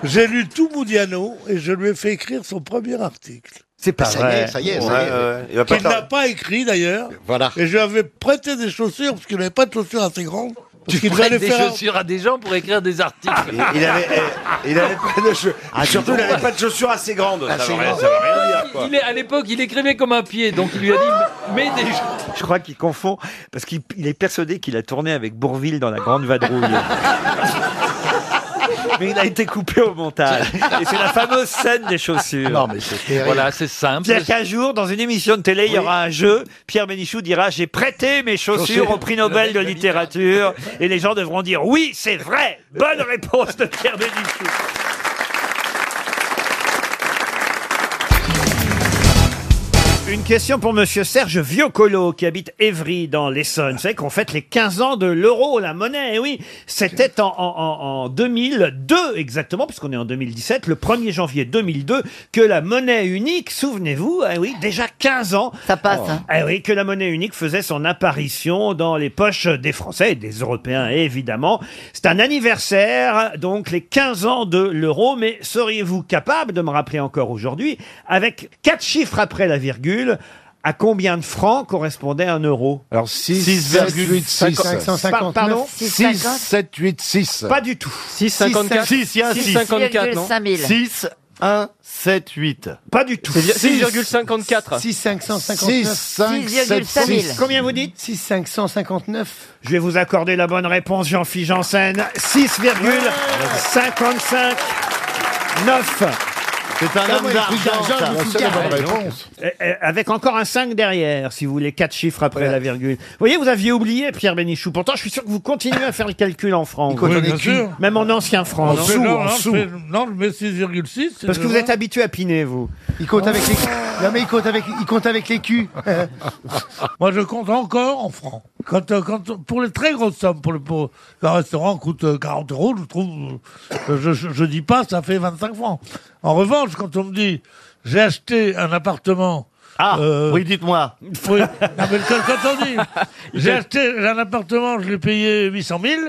J'ai lu tout Modiano et je lui ai fait écrire son premier article. C'est Ah pas Ça y est, ça y est, ça y est. Il va pas Qu'il n'a pas écrit d'ailleurs. Voilà. Et je lui avais prêté des chaussures parce qu'il n'avait pas de chaussures assez grandes. Parce qu'il Prête fallait des faire. chaussures à des gens pour écrire des articles. Il avait, eh, il avait pas de cheveux. Ah, Surtout, il n'avait pas de chaussures assez grandes. ça veut rien, ça veut rien dire, quoi. Il est, à l'époque, il écrivait comme un pied, donc il lui a dit mets des Je crois qu'il confond, parce qu'il il est persuadé qu'il a tourné avec Bourville dans La Grande Vadrouille. Mais il a été coupé au montage. Et c'est la fameuse scène des chaussures. Non, mais c'est terrible. Voilà, c'est simple. C'est-à-dire qu'un jour, dans une émission de télé, il y aura un jeu. Pierre Bénichou dira J'ai prêté mes chaussures Chaussures. au prix Nobel de littérature. Et les gens devront dire Oui, c'est vrai Bonne réponse de Pierre Bénichou. Une question pour Monsieur Serge Viocolo qui habite Évry dans l'Essonne. Vous savez qu'on fête les 15 ans de l'euro, la monnaie. Et oui, c'était en, en- en- en 2002 exactement, puisqu'on est en 2017, le 1er janvier 2002, que la monnaie unique, souvenez-vous, eh oui, déjà 15 ans. Ça passe. Eh oui, que la monnaie unique faisait son apparition dans les poches des Français et des Européens évidemment. C'est un anniversaire, donc les 15 ans de l'euro. Mais seriez-vous capable de me rappeler encore aujourd'hui, avec quatre chiffres après la virgule? À combien de francs correspondait un euro Alors 6,86. 559. Pardon 6, 7, 8, 6. Pas du tout. 6,54. 6, il y a un 6. 6,54, non 6, 1, 7, 8. Pas du tout. C'est bien- 6,54. 6, 559. 6,5000. Combien vous dites 6559. Je vais vous accorder la bonne réponse, Jean-Philippe Janssen. 6,55. 9. C'est un Ah homme ouais, d'argent. plus d'argent, ça. je vous garde. Ouais, donc. Eh, eh, Avec encore un 5 derrière, si vous voulez, 4 chiffres après la virgule. Vous voyez, vous aviez oublié Pierre Bénichou. Pourtant, je suis sûr que vous continuez à faire le calcul en francs. Il compte Oui, en bien écu. sûr. Même en ancien franc. Non, mais non, non, je fais- Non, je mets 6,6. Parce que vous êtes habitué à piner, vous. Il compte avec les... Non, mais il compte avec, il compte avec les culs. Moi, je compte encore en francs. Quand, euh, quand, pour les très grosses sommes, pour le, pour, un restaurant coûte euh, 40 euros, je trouve, euh, je, je, je dis pas, ça fait 25 francs. En revanche, quand on me dit, j'ai acheté un appartement. euh, Ah, oui, dites-moi. Oui, non, mais quand, quand on dit, j'ai acheté un appartement, je l'ai payé 800 000,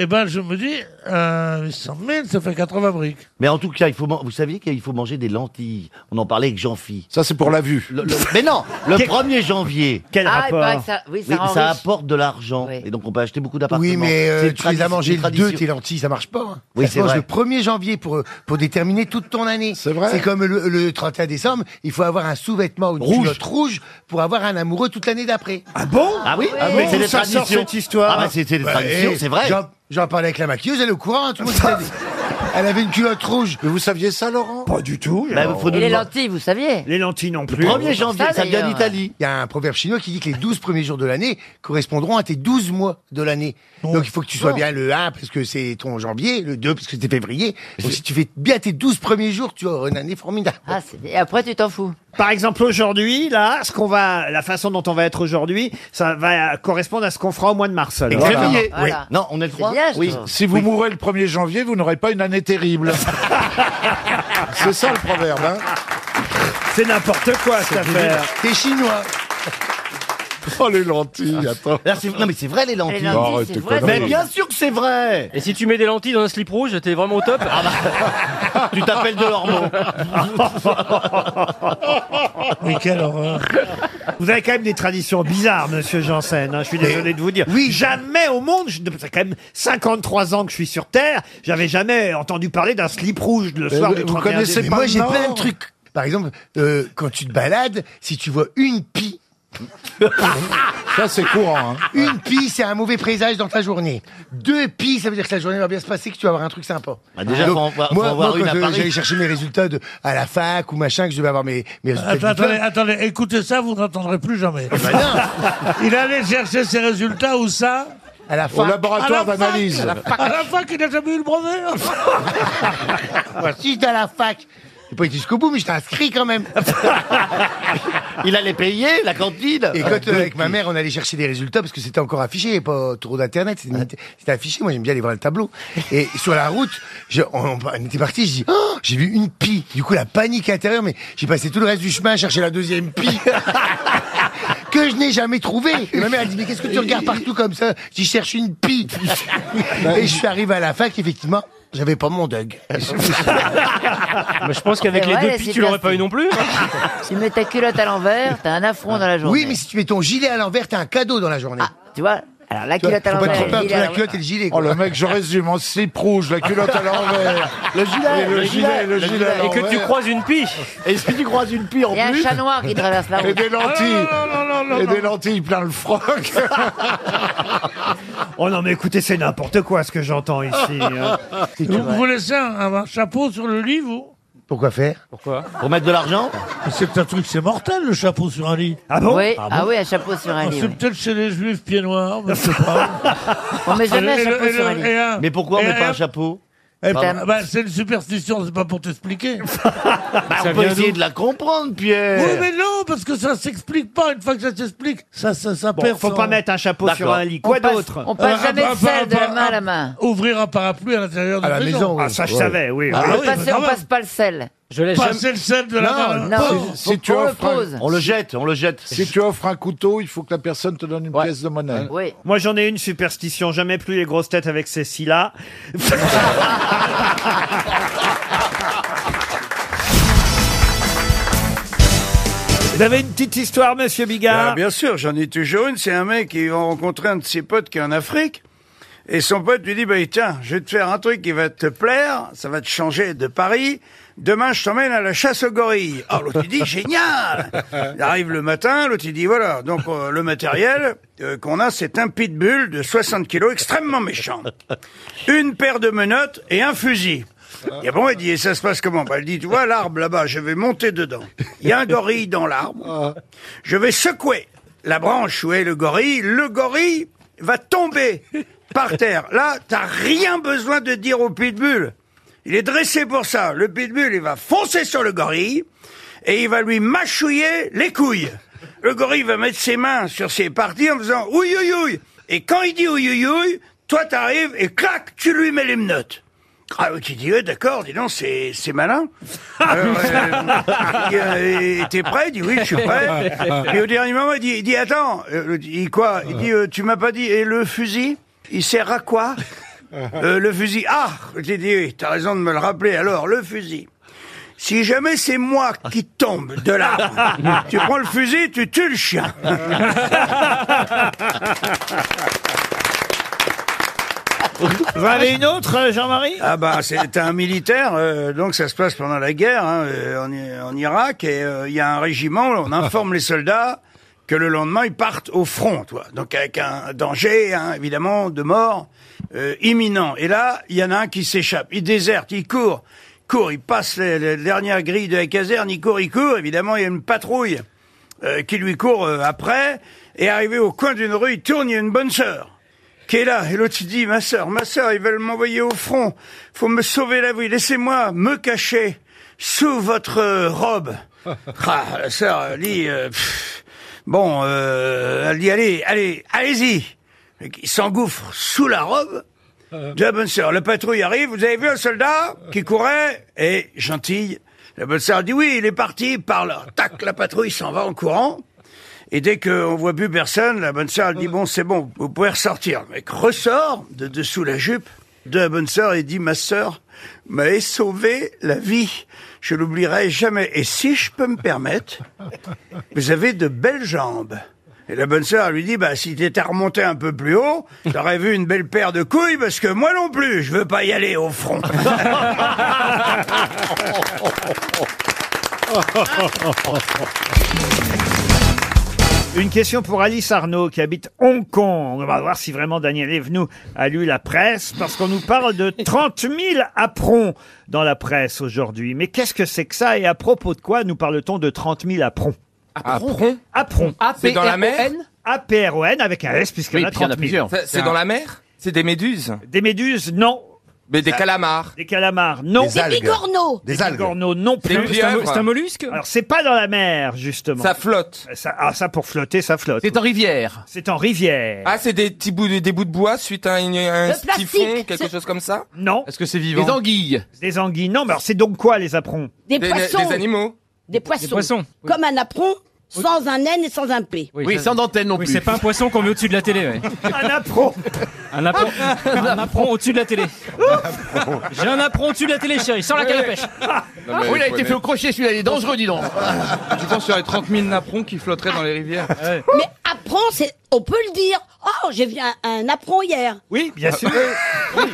eh ben, je me dis, euh, 800 000, ça fait 80 briques. Mais en tout cas, il faut man- vous saviez qu'il faut manger des lentilles. On en parlait avec Jean-Phi. Ça, c'est pour la vue. mais non, le 1er janvier. Quel ah, rapport il paraît que ça- oui, ça rend riche. apporte de l'argent. Et donc, on peut acheter beaucoup d'appartements. Oui, mais euh, C'est une tu les as tradition- mangé une le tradition. 2, tes lentilles, ça marche pas. hein. Oui, Ça se c'est mange vrai. le 1er janvier pour, pour déterminer toute ton année. C'est vrai. C'est comme le, le 31 décembre, il faut avoir un sous-vêtement ou une Rouge. culotte rouge pour avoir un amoureux toute l'année d'après. Ah bon Ah oui Ah bon C'est des ça sort traditions. cette histoire. Ah bah, c'est- c'est des traditions, eh, c'est vrai. J'en, j'en parlais avec la maquilleuse, elle est au courant, hein, tout le monde sait. Elle avait une culotte rouge. Mais vous saviez ça, Laurent Pas du tout. Bah, alors. faut nous Et les demander. lentilles, vous saviez Les lentilles non plus. Le 1er janvier, Ça, ça vient d'ailleurs. d'Italie. Il y a un proverbe chinois qui dit que les 12 premiers jours de l'année correspondront à tes 12 mois de l'année. Donc il faut que tu sois Non. bien le 1 parce que c'est ton janvier, le 2 parce que c'est février. Donc si tu fais bien tes 12 premiers jours, tu auras une année formidable. Ah, c'est- et après, tu t'en fous. Par exemple, aujourd'hui, là, ce qu'on va, la façon dont on va être aujourd'hui, ça va correspondre à ce qu'on fera au mois de mars. alors. Février. Voilà. Non, on est le C'est trois. bien, je Oui. trouve. Si vous mourrez le 1er janvier, vous n'aurez pas une année terrible. C'est ça le proverbe. Hein C'est n'importe quoi cette affaire. T'es chinois. Oh les Ah. lentilles, attends. Là, c'est- non, mais c'est vrai, les lentilles. mais bien sûr que c'est vrai. Et si tu mets des lentilles dans un slip rouge, t'es vraiment au top. tu t'appelles de l'hormone. Mais quelle horreur. Vous avez quand même des traditions bizarres, monsieur Janssen. hein, je suis désolé de vous dire. Oui. Jamais au monde, je- ça fait quand même 53 ans que je suis sur Terre, j'avais jamais entendu parler d'un slip rouge le Euh, soir du 31 Mais décembre. Moi j'ai plein de trucs. Par exemple, euh, quand tu te balades, si tu vois une pie. Ça, c'est courant. hein. Une pie, c'est un mauvais présage dans ta journée. Deux pies, ça veut dire que la journée va bien se passer, que tu vas avoir un truc sympa. Ah, déjà, Donc, faut en voir- faut moi, en voir moi, une quand à je- Paris. j'allais chercher mes résultats de, à la fac ou machin, que je devais avoir mes, mes résultats. Attends, de diplôme. attendez, attendez, écoutez ça, vous n'entendrez plus Eh jamais. ben, il allait chercher ses résultats où ça À la fac. laboratoire À la fac. d'analyse. À la fac. À la fac, il n'a jamais eu le brevet. Moi, si j'étais à la fac, j'ai pas été jusqu'au bout, mais j'étais inscrit quand même. Il allait payer la cantine. Et quand euh, avec ma mère, on allait chercher des résultats parce que c'était encore affiché, il y avait pas trop d'internet, c'était c'était affiché. Moi, j'aime bien aller voir le tableau. Et sur la route, je- on, on était parti, je dis, Oh, j'ai vu une pie. Du coup, la panique intérieure, mais j'ai passé tout le reste du chemin à chercher la deuxième pie. que je n'ai jamais trouvée. Et ma mère, elle dit, mais qu'est-ce que tu regardes partout comme ça J'y cherche une pie. Et je suis arrivé à la fac, effectivement, j'avais pas mon Doug. Mais je pense qu'avec C'est les vrai, deux c'est pieds, tu l'aurais plastique. pas eu non plus. Tu mets ta culotte à l'envers, t'as un affront dans la journée. Oui, mais si tu mets ton gilet à l'envers, t'as un cadeau dans la journée. Ah, Tu vois Alors, la Tu vois, Bah, culotte à faut pas te l'envers. tromper le entre gilet à la l'envers. culotte et le gilet. Oh quoi. le mec, je résume en slip rouge, la culotte à l'envers. Le gilet, Et le, le gilet, gilet, le le gilet. gilet. à Et que tu l'envers. croises une pie. Et si tu croises une pie en Ah, Il y a un plus. chat noir qui traverse la Et route. des lentilles. Ah, Et des lentilles plein le froc. Oh non, mais écoutez, c'est n'importe quoi ce que j'entends ici. hein. Vous, vous laissez un, un chapeau sur le lit, vous Pourquoi faire Pourquoi Pour mettre de l'argent C'est un truc, c'est mortel, le chapeau sur un lit. Ah bon oui. Ah, oui, un chapeau sur un Ah, lit. C'est oui. peut-être chez les juifs pieds noirs, mais c'est pas. On met jamais Et un le- chapeau et sur le- un lit. et un- Mais pourquoi on et met pas un- un chapeau Eh Pardon. ben, bah, c'est une superstition, c'est pas pour t'expliquer. Bah, Ah, On peut essayer de la comprendre, Pierre. Oui, mais non, parce que ça s'explique pas. Une fois que ça s'explique, ça, ça, ça Bon, perd faut son- pas mettre un chapeau sur D'accord. un lit. Quoi passe- d'autre On passe Ah, jamais bah, de sel de bah, la bah, main à ah, la main. Ouvrir un parapluie à l'intérieur de À la maison, oui. Ah, ça, je savais, oui. Ah, oui. oui, On passe- mais quand on même. passe pas le sel. Je l'ai jamais. Passer le sel de la main. Non, Non, non. Si, si tu on le offres un- pose. On le jette, on le jette. si tu offres un couteau, il faut que la personne te donne une pièce de monnaie. Oui. Moi, j'en ai une superstition. Jamais plus les grosses têtes avec ces scies-là. Vous avez une petite histoire, monsieur Bigard Ah, bien sûr, j'en ai toujours une. C'est un mec qui va rencontrer un de ses potes qui est en Afrique. Et son pote lui dit, bah, tiens, je vais te faire un truc qui va te plaire, ça va te changer de Paris. Demain, je t'emmène à la chasse aux gorilles. Alors l'autre il dit, génial Il arrive le matin, l'autre il dit, voilà, donc euh, le matériel euh, qu'on a, c'est un pitbull de 60 kilos extrêmement méchant. Une paire de menottes et un fusil. Et bon, il dit, et ça se passe comment bah, Elle dit, tu vois, l'arbre là-bas, je vais monter dedans. Il y a un gorille dans l'arbre. Je vais secouer la branche où est le gorille. Le gorille va tomber par terre. Là, t'as rien besoin de dire au pitbull. Il est dressé pour ça. Le pitbull, il va foncer sur le gorille et il va lui mâchouiller les couilles. Le gorille va mettre ses mains sur ses parties en faisant ouïe ouïe ouïe. Et quand il dit ouïe ouïe ouïe, toi t'arrives et clac, tu lui mets les menottes. Ah, tu dis, ouais, d'accord, dis donc, c'est, c'est malin. Alors, euh, il dit, euh, t'es prêt Il dit, oui, je suis prêt. Et au dernier moment, il dit, il dit attends, euh, il dit quoi Il dit, euh, tu m'as pas dit, et le fusil Il sert à quoi Euh, le fusil. Ah, j'ai dit, oui, t'as raison de me le rappeler. Alors, le fusil. Si jamais c'est moi qui tombe de là, tu prends le fusil, tu tues le chien. Vous en avez une autre, euh, Jean-Marie Ah bah, c'est un militaire, euh, donc ça se passe pendant la guerre hein, euh, en, I- en Irak, et euh, il y a un régiment, on informe les soldats que le lendemain, ils partent au front, toi. donc avec un danger, hein, évidemment, de mort euh, imminent. Et là, il y en a un qui s'échappe, il déserte, il court, il court, il passe les, les dernières grilles de la caserne, il court, il court, évidemment, il y a une patrouille euh, qui lui court euh, après, et arrivé au coin d'une rue, il tourne, il y a une bonne sœur qui est là. Et l'autre il dit, ma sœur, ma sœur, ils veulent m'envoyer au front. Faut me sauver la vie. Laissez-moi me cacher sous votre euh, robe. Ah, la sœur elle dit, euh, pff, bon, euh, elle dit, allez, allez, allez-y. Il s'engouffre sous la robe Euh, de la bonne sœur. La patrouille arrive. Vous avez vu un soldat qui courait et gentille. La bonne sœur dit, oui, il est parti par là. Tac, la patrouille s'en va en courant. Et dès qu'on voit plus personne, la bonne sœur elle dit bon, c'est bon, vous pouvez ressortir. Le mec ressort de dessous la jupe de la bonne sœur et dit ma sœur m'a sauvé la vie. Je l'oublierai jamais. Et si je peux me permettre, vous avez de belles jambes. Et la bonne sœur elle lui dit bah si t'étais remonté un peu plus haut, t'aurais vu une belle paire de couilles parce que moi non plus, je veux pas y aller au front. Une question pour Alice Arnaud qui habite Hong Kong. On va voir si vraiment Daniel Evenou a lu la presse parce qu'on nous parle de 30 000 aprons dans la presse aujourd'hui. Mais qu'est-ce que c'est que ça et à propos de quoi nous parle-t-on de 30 000 aprons Aprons Aprons. C'est dans la mer A-P-R-O-N avec un S puisqu'il Oui, y en a puis il y en 30 a plusieurs. C'est- 000. c'est dans la mer C'est des méduses Des méduses, non. Mais des calamars. Des calamars, non. Des Des algues. bigorneaux. Des Des algues. bigorneaux, non Des plus. pieuvres. C'est un mollusque Alors, c'est pas dans la mer, justement. Ça flotte. Ça, ah, ça, pour flotter, ça flotte. C'est en rivière. C'est en rivière. Ah, c'est des petits bouts, de- des bouts de bois suite à une- un Le plastique, typhon, quelque c'est- chose comme ça Non. Est-ce que c'est vivant Des anguilles. Des anguilles, non, mais alors c'est donc quoi les aprons Des, poissons. Des poissons. poissons, Comme un apron, sans un N et sans un P. d'antenne non Oui, c'est pas un poisson qu'on met au-dessus de la télé. ouais. Un apron. Un apron, un apron au-dessus de la télé. J'ai un apron au-dessus de la télé, chérie. Sans la canne à pêche. mais oui, il a été poignets. fait au crochet celui-là, il est dangereux, dis donc. Je pense qu'il y aurait 30 000 naprons qui flotteraient dans les rivières. Mais apron, c'est, on peut le dire. Oh, j'ai vu un, un apron hier. Oui, bien sûr. Oui,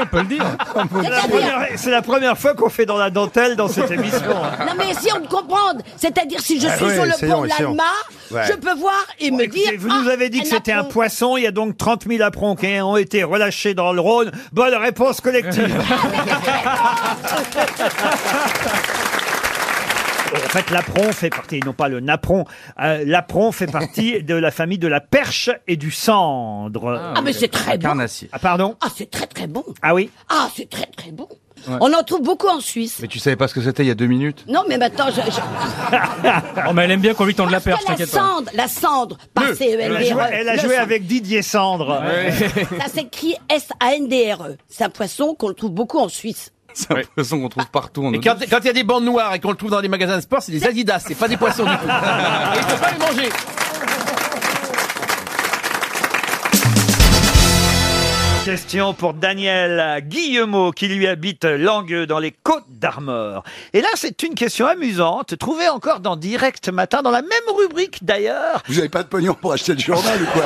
on peut le dire. C'est la première- c'est la première fois qu'on fait dans la dentelle dans cette émission. Non, mais essayons de comprendre. C'est-à-dire, si je Eh suis oui, sur le essayons, pont de essayons. l'Alma, Ouais. je peux voir et me dire. Écoutez, vous nous ah, avez dit que un c'était un apron. poisson. Il y a donc 30 000 aprons qui ont été relâchés dans le Rhône. Bonne réponse collective. En fait, l'apron fait partie, non pas le napron, euh, l'apron fait partie de la famille de la perche et du cendre. Ah, mais c'est très bon. Ah, pardon Ah, c'est très très bon. Ah oui Ah, c'est très très bon. Ouais. On en trouve beaucoup en Suisse. Mais tu savais pas ce que c'était il y a deux minutes Non, mais maintenant, je. je- Oh, mais elle aime bien qu'on lui tende la perche, La t'inquiète pas. cendre, la cendre, par E Elle a joué, C-E-N-D-R-E. elle a Le joué cendre. avec Didier Cendre. Ça s'écrit S-A-N-D-R-E. E. C'est un poisson qu'on le trouve beaucoup en Suisse. C'est un poisson qu'on trouve partout. en Et quand quand il y a des bandes noires et qu'on le trouve dans les magasins de sport, c'est des Adidas, c'est pas des poissons du tout. Et il faut pas les manger. Question pour Daniel Guillemot qui lui habite Langueux dans les Côtes d'Armor. Et là, c'est une question amusante, trouvée encore dans Direct Matin, dans la même rubrique d'ailleurs. Vous n'avez pas de pognon pour acheter le journal ou quoi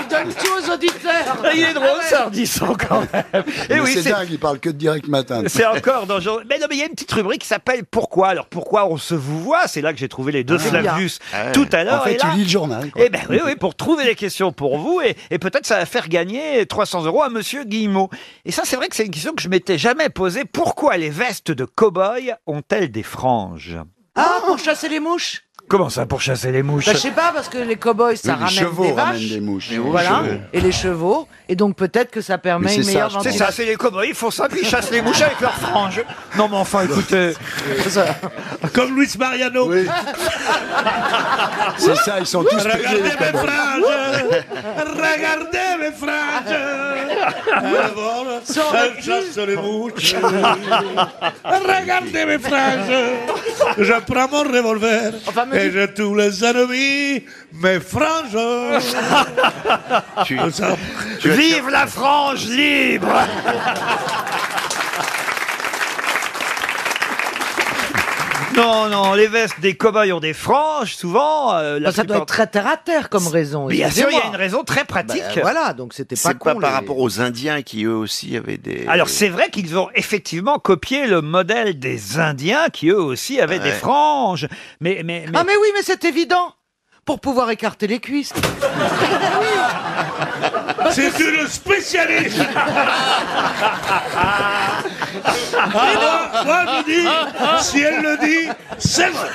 Et donne tout aux auditeurs. Ah Il est drôle, ça, Ardisson, quand même. Et Mais Eh oui, c'est c'est- dingue, il parle que de direct matin. C'est encore dangereux. Mais non, mais il y a une petite rubrique qui s'appelle Pourquoi Alors pourquoi on se vous voit C'est là que j'ai trouvé les deux Ah, Flavius bien. Ouais. tout à l'heure. En fait, et là- tu lis le journal, quoi. Eh ben oui, oui, pour trouver les questions pour vous et, et peut-être ça va faire gagner 300 euros à Monsieur Guillemot. Et ça, c'est vrai que c'est une question que je m'étais jamais posée. Pourquoi les vestes de cow-boy ont-elles des franges Ah, pour chasser les mouches Comment ça pour chasser les mouches Bah, Je sais pas, parce que les cow-boys, ça Oui, les ramène chevaux des vaches. ramènent des mouches. Et Oui, les voilà, chevaux. et les chevaux. Et donc peut-être que ça permet une meilleure c'est ventilation. ça, c'est les cow-boys, ils font ça, puis ils chassent les mouches avec leurs franges. Non mais enfin, écoutez... Comme Luis Mariano Ah, C'est ça, ils sont tous Regardez payés, les mes cow-boys. franges Regardez mes franges Voilà, Ça aurait Elle chasse les mouches Ah, Regardez mes franges Je prends mon revolver et je tue les ennemis, mes franges Ça- Vive la frange libre Non, non, les vestes des cow-boys ont des franges, souvent. euh, la Bah, ça doit plupart- être très terre à terre comme raison. Bien sûr, il y a excusez-moi. une raison très pratique. Bah, voilà, donc c'était pas C'est pas con, par les- rapport aux Indiens qui eux aussi avaient des. euh, Alors c'est vrai qu'ils ont effectivement copié le modèle des Indiens qui eux aussi avaient des franges. Mais, mais, mais- Ah mais oui, mais c'est évident pour pouvoir écarter les cuisses. C'est une spécialiste Ah, moi, moi, je dis, si elle le dit, c'est vrai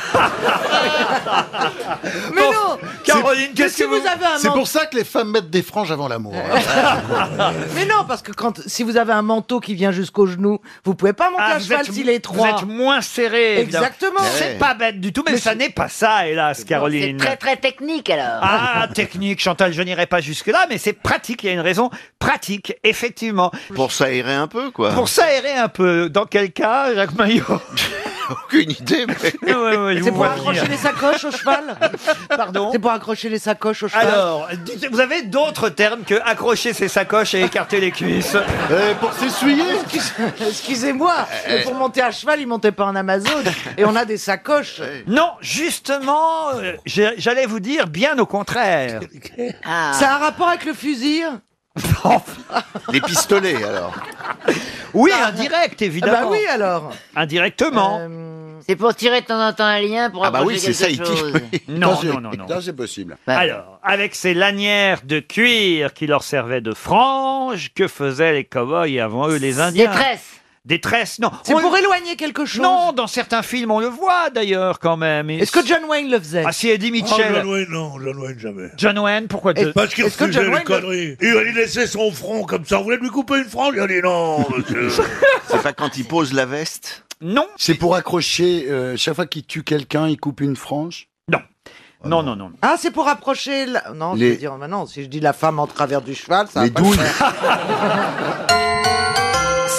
Mais non Caroline, qu'est-ce que vous, avez Euh, un C'est manteau pour ça que les femmes mettent des franges avant l'amour. hein. Ah, Mais non, parce que quand si vous avez un manteau qui vient jusqu'au genou, vous pouvez pas monter Ah, à vous cheval êtes- s'il est Vous étroit. êtes moins serré. évidemment. Exactement. C'est pas bête du tout, mais, ça n'est pas ça, hélas, C'est Caroline. très très technique alors. Ah, technique, Chantal, je n'irai pas jusque-là, mais c'est pratique, il y a une raison pratique, effectivement. Pour s'aérer un peu, quoi. Pour s'aérer un peu, dans quel cas, Jacques Maillot Aucune idée, mais. Ouais, ouais, ouais, je C'est vous pour vois venir. accrocher les sacoches au cheval Pardon C'est pour accrocher les sacoches au cheval Alors, dites- vous avez d'autres termes que accrocher ses sacoches et écarter les cuisses Euh, Pour s'essuyer Excusez-moi, mais pour monter à cheval, il montait pas en Amazon. Et on a des sacoches. Non, justement, euh, j'ai- j'allais vous dire bien au contraire. Ça a un rapport avec le fusil Des pistolets, alors. Oui, indirect, évidemment. Ah bah oui, alors. Euh, Indirectement. C'est pour tirer de temps en temps un lien pour Ah bah approcher oui, c'est ça, il quelque chose. tire. Non, non, non, non. Là, c'est possible. Alors, avec ces lanières de cuir qui leur servaient de franges, que faisaient les cow-boys avant eux, les Indiens tresses. Des tresses, non. C'est On- pour éloigner quelque chose. Non, dans certains films, on le voit d'ailleurs quand même. Est-ce que John Wayne le faisait Ah si, Eddie Oh, Mitchell. John Wayne, non, John Wayne, jamais. John Wayne, pourquoi Et- de- Parce qu'il Est-ce que refusait John les Wayne- conneries. Il, il laissait son front comme ça. On voulait lui couper une frange. Il a dit non, monsieur. C'est pas quand ils posent la veste Non. C'est pour accrocher, euh, chaque fois qu'il tue quelqu'un, il coupe une frange Non. Non, non, non. Ah, c'est pour rapprocher. La... Non, je Les- vais dire maintenant, si je dis la femme en travers du cheval, ça. va Les pas douilles. le faire.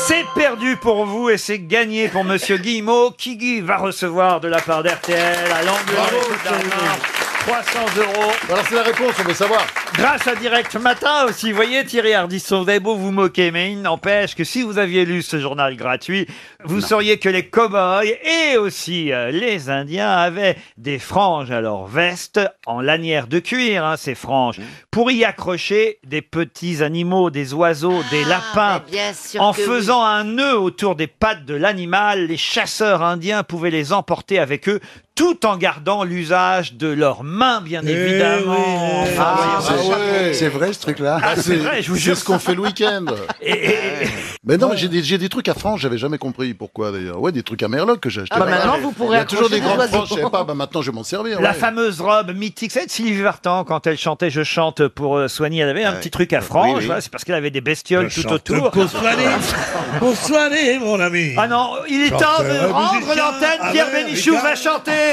C'est perdu pour vous et c'est gagné pour Monsieur Guillemot, qui Guy, va recevoir de la part d'RTL à l'angle 300 euros. Voilà, c'est la réponse, on veut savoir. Grâce à Direct Matin aussi, vous voyez Thierry Ardisson, vous avez beau vous moquer, mais il n'empêche que si vous aviez lu ce journal gratuit, vous sauriez que les cow-boys et aussi euh, les Indiens avaient des franges à leurs vestes en lanière de cuir, hein, ces Mmh. franges, pour y accrocher des petits animaux, des oiseaux, des Ah, lapins. mais bien sûr en que oui. faisant un nœud autour des pattes de l'animal, les chasseurs indiens pouvaient les emporter avec eux tout en gardant l'usage de leurs mains, bien Eh évidemment. Eh oui. Enfin, Ah, voyons. bah ouais. C'est vrai ce truc-là Ah, c'est vrai, je vous jure. ce qu'on fait le week-end. Mais non, mais j'ai des, j'ai des trucs à franges, j'avais jamais compris pourquoi d'ailleurs. Ouais, des trucs à Merloc que j'ai acheté. Ah, bah maintenant, vous pourrez Il y a toujours accrocher des des grandes oiseaux. franges, je savais pas, bah maintenant je vais m'en servir. La ouais. fameuse robe mythique, c'est Sylvie Vartan quand elle chantait Je chante pour euh, soigner, elle avait un petit truc à franges, oui. voilà, c'est parce qu'elle avait des bestioles Je tout chante autour. Pour soigner, pour soigner, mon ami. Ah non, il est temps de Chanteur, rendre musicien, l'antenne, Pierre Américain. Bénichou va chanter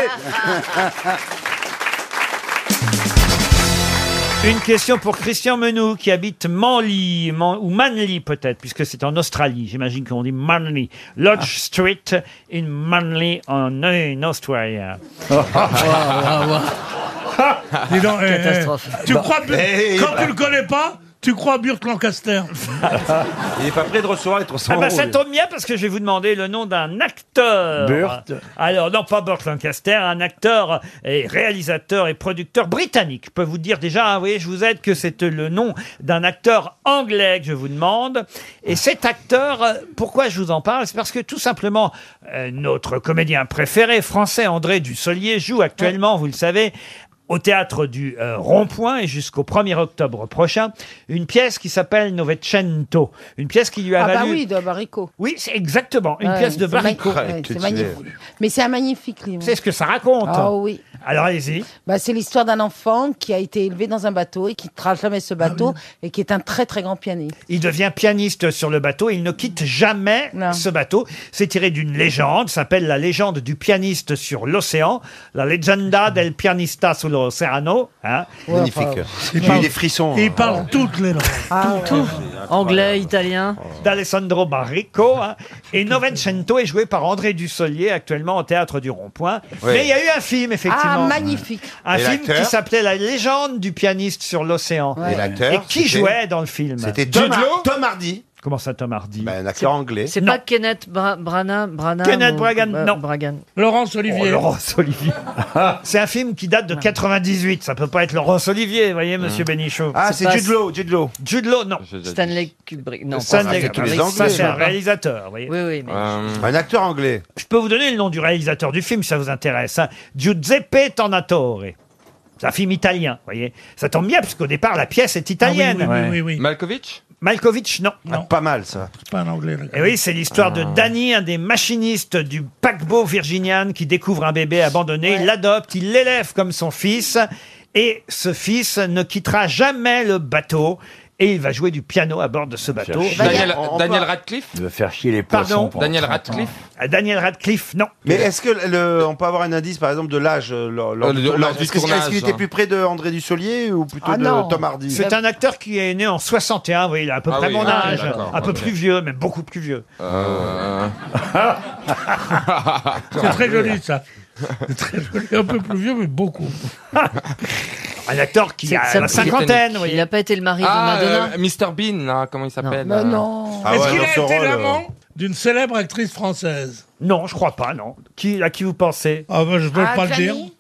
Une question pour Christian Menou qui habite Manly, Man- ou Manly peut-être, puisque c'est en Australie. J'imagine qu'on dit Manly. Lodge Street in Manly en in Australia. Dis donc, eh, eh, Catastrophe. tu Ah, Bah, crois que eh, quand bah. tu le connais pas, Tu crois Burt-Lancaster Il n'est pas prêt de recevoir les 300 Ah bah euros. ça lui. tombe bien parce que je vais vous demander le nom d'un acteur. Burt. Alors non pas Burt Lancaster, un acteur et réalisateur et producteur britannique. Je peux vous dire déjà, hein, vous voyez, je vous aide que c'est le nom d'un acteur anglais que je vous demande. Et cet acteur, euh, pourquoi je vous en parle C'est parce que tout simplement euh, notre comédien préféré français André Dussolier joue actuellement, vous le savez, au théâtre du euh, Rond-Point et jusqu'au 1er octobre prochain, une pièce qui s'appelle Novecento, une pièce qui lui a Ah bah valu oui, de Baricot. oui, c'est exactement. Une Ouais, pièce de c'est mag- Baricot. ouais, c'est magnifique. Mais c'est un magnifique livre. C'est ce que ça raconte. Ah oui. Alors allez-y. Bah, c'est l'histoire d'un enfant qui a été élevé dans un bateau et qui ne quittera jamais ce Ah bateau et qui est un très très grand pianiste. Il devient pianiste sur le bateau. Il ne quitte jamais ce bateau. C'est tiré d'une légende. ça S'appelle la légende du pianiste sur l'océan. La leyenda del pianista sull'oceano. Hein. Ouais, Magnifique. enfin, Il il parle- a eu des frissons, il hein. parle toutes les langues. Tout, ouais. tout. Anglais, italien. D'Alessandro Barrico. hein. Et Novecento est joué par André Dussolier actuellement au théâtre du Rond-Point. Ouais. Mais il y a eu un film, effectivement. Ah, magnifique. Un Et film qui l'acteur s'appelait La légende du pianiste sur l'océan. Ouais. Et l'acteur, qui c'était- jouait dans le film c'était Tom Jude Har- Law Hardy. Comment ça, Tom Hardy Un acteur anglais. C'est Non. pas Kenneth Bra Branagh Branagh Kenneth ou- Bragan, euh, non. Bragan. Laurence Olivier. Laurence Olivier. c'est un film qui date de 98. Ça peut pas être Laurence Olivier, vous voyez, monsieur Bénichot. Ah, c'est C'est pas- Jude Law, Jude Law. Jude Law, non. Stanley Kubrick. Non, Stanley pas- Ah Kubrick. Ça, c'est un réalisateur, vous voyez. Oui, oui, mais... Euh, Un acteur anglais. Je peux vous donner le nom du réalisateur du film si ça vous intéresse. hein. Giuseppe Tornatore. C'est un film italien, vous voyez. Ça tombe bien, parce qu'au départ, la pièce est italienne. Ah Malkovich Malkovich, non. Ah, pas mal, ça. C'est pas un anglais. le Ah. gars. Et Eh oui, c'est l'histoire de Danny, un des machinistes du paquebot Virginian qui découvre un bébé abandonné. Il l'adopte, il l'élève comme son fils. Et ce fils ne quittera jamais le bateau. Et il va jouer du piano à bord de ce bateau. Daniel, Daniel Radcliffe Il veut faire chier les Pardon Daniel Radcliffe Ah, Daniel Radcliffe, non. Mais est-ce que le, on peut avoir un indice, par exemple, de l'âge euh, lors, lors Euh, du de- tournage lors du Est-ce que- est-ce tournage, qu'il était hein. plus près de André Dussolier ou plutôt de Tom Hardy C'est un acteur qui est né en 61, vous voyez, il a à peu Ah près oui, mon ah oui, âge. d'accord, un peu ok. plus vieux, même beaucoup plus vieux. Ah, C'est très joli ça. C'est très joli. Un peu plus vieux, mais beaucoup. Ah Un acteur qui C'est- a ça- la cinquantaine, oui. Il n'a pas été le mari Ah, de Madonna euh, Mr Bean, là, comment il s'appelle Non. euh, Mais non. Ah Est-ce ouais, qu'il dans a ce été rôle, l'amant euh. d'une célèbre actrice française Non, je crois pas, non. Qui, à qui vous pensez Ah, bah, je peux Ah, pas le dire. Gianni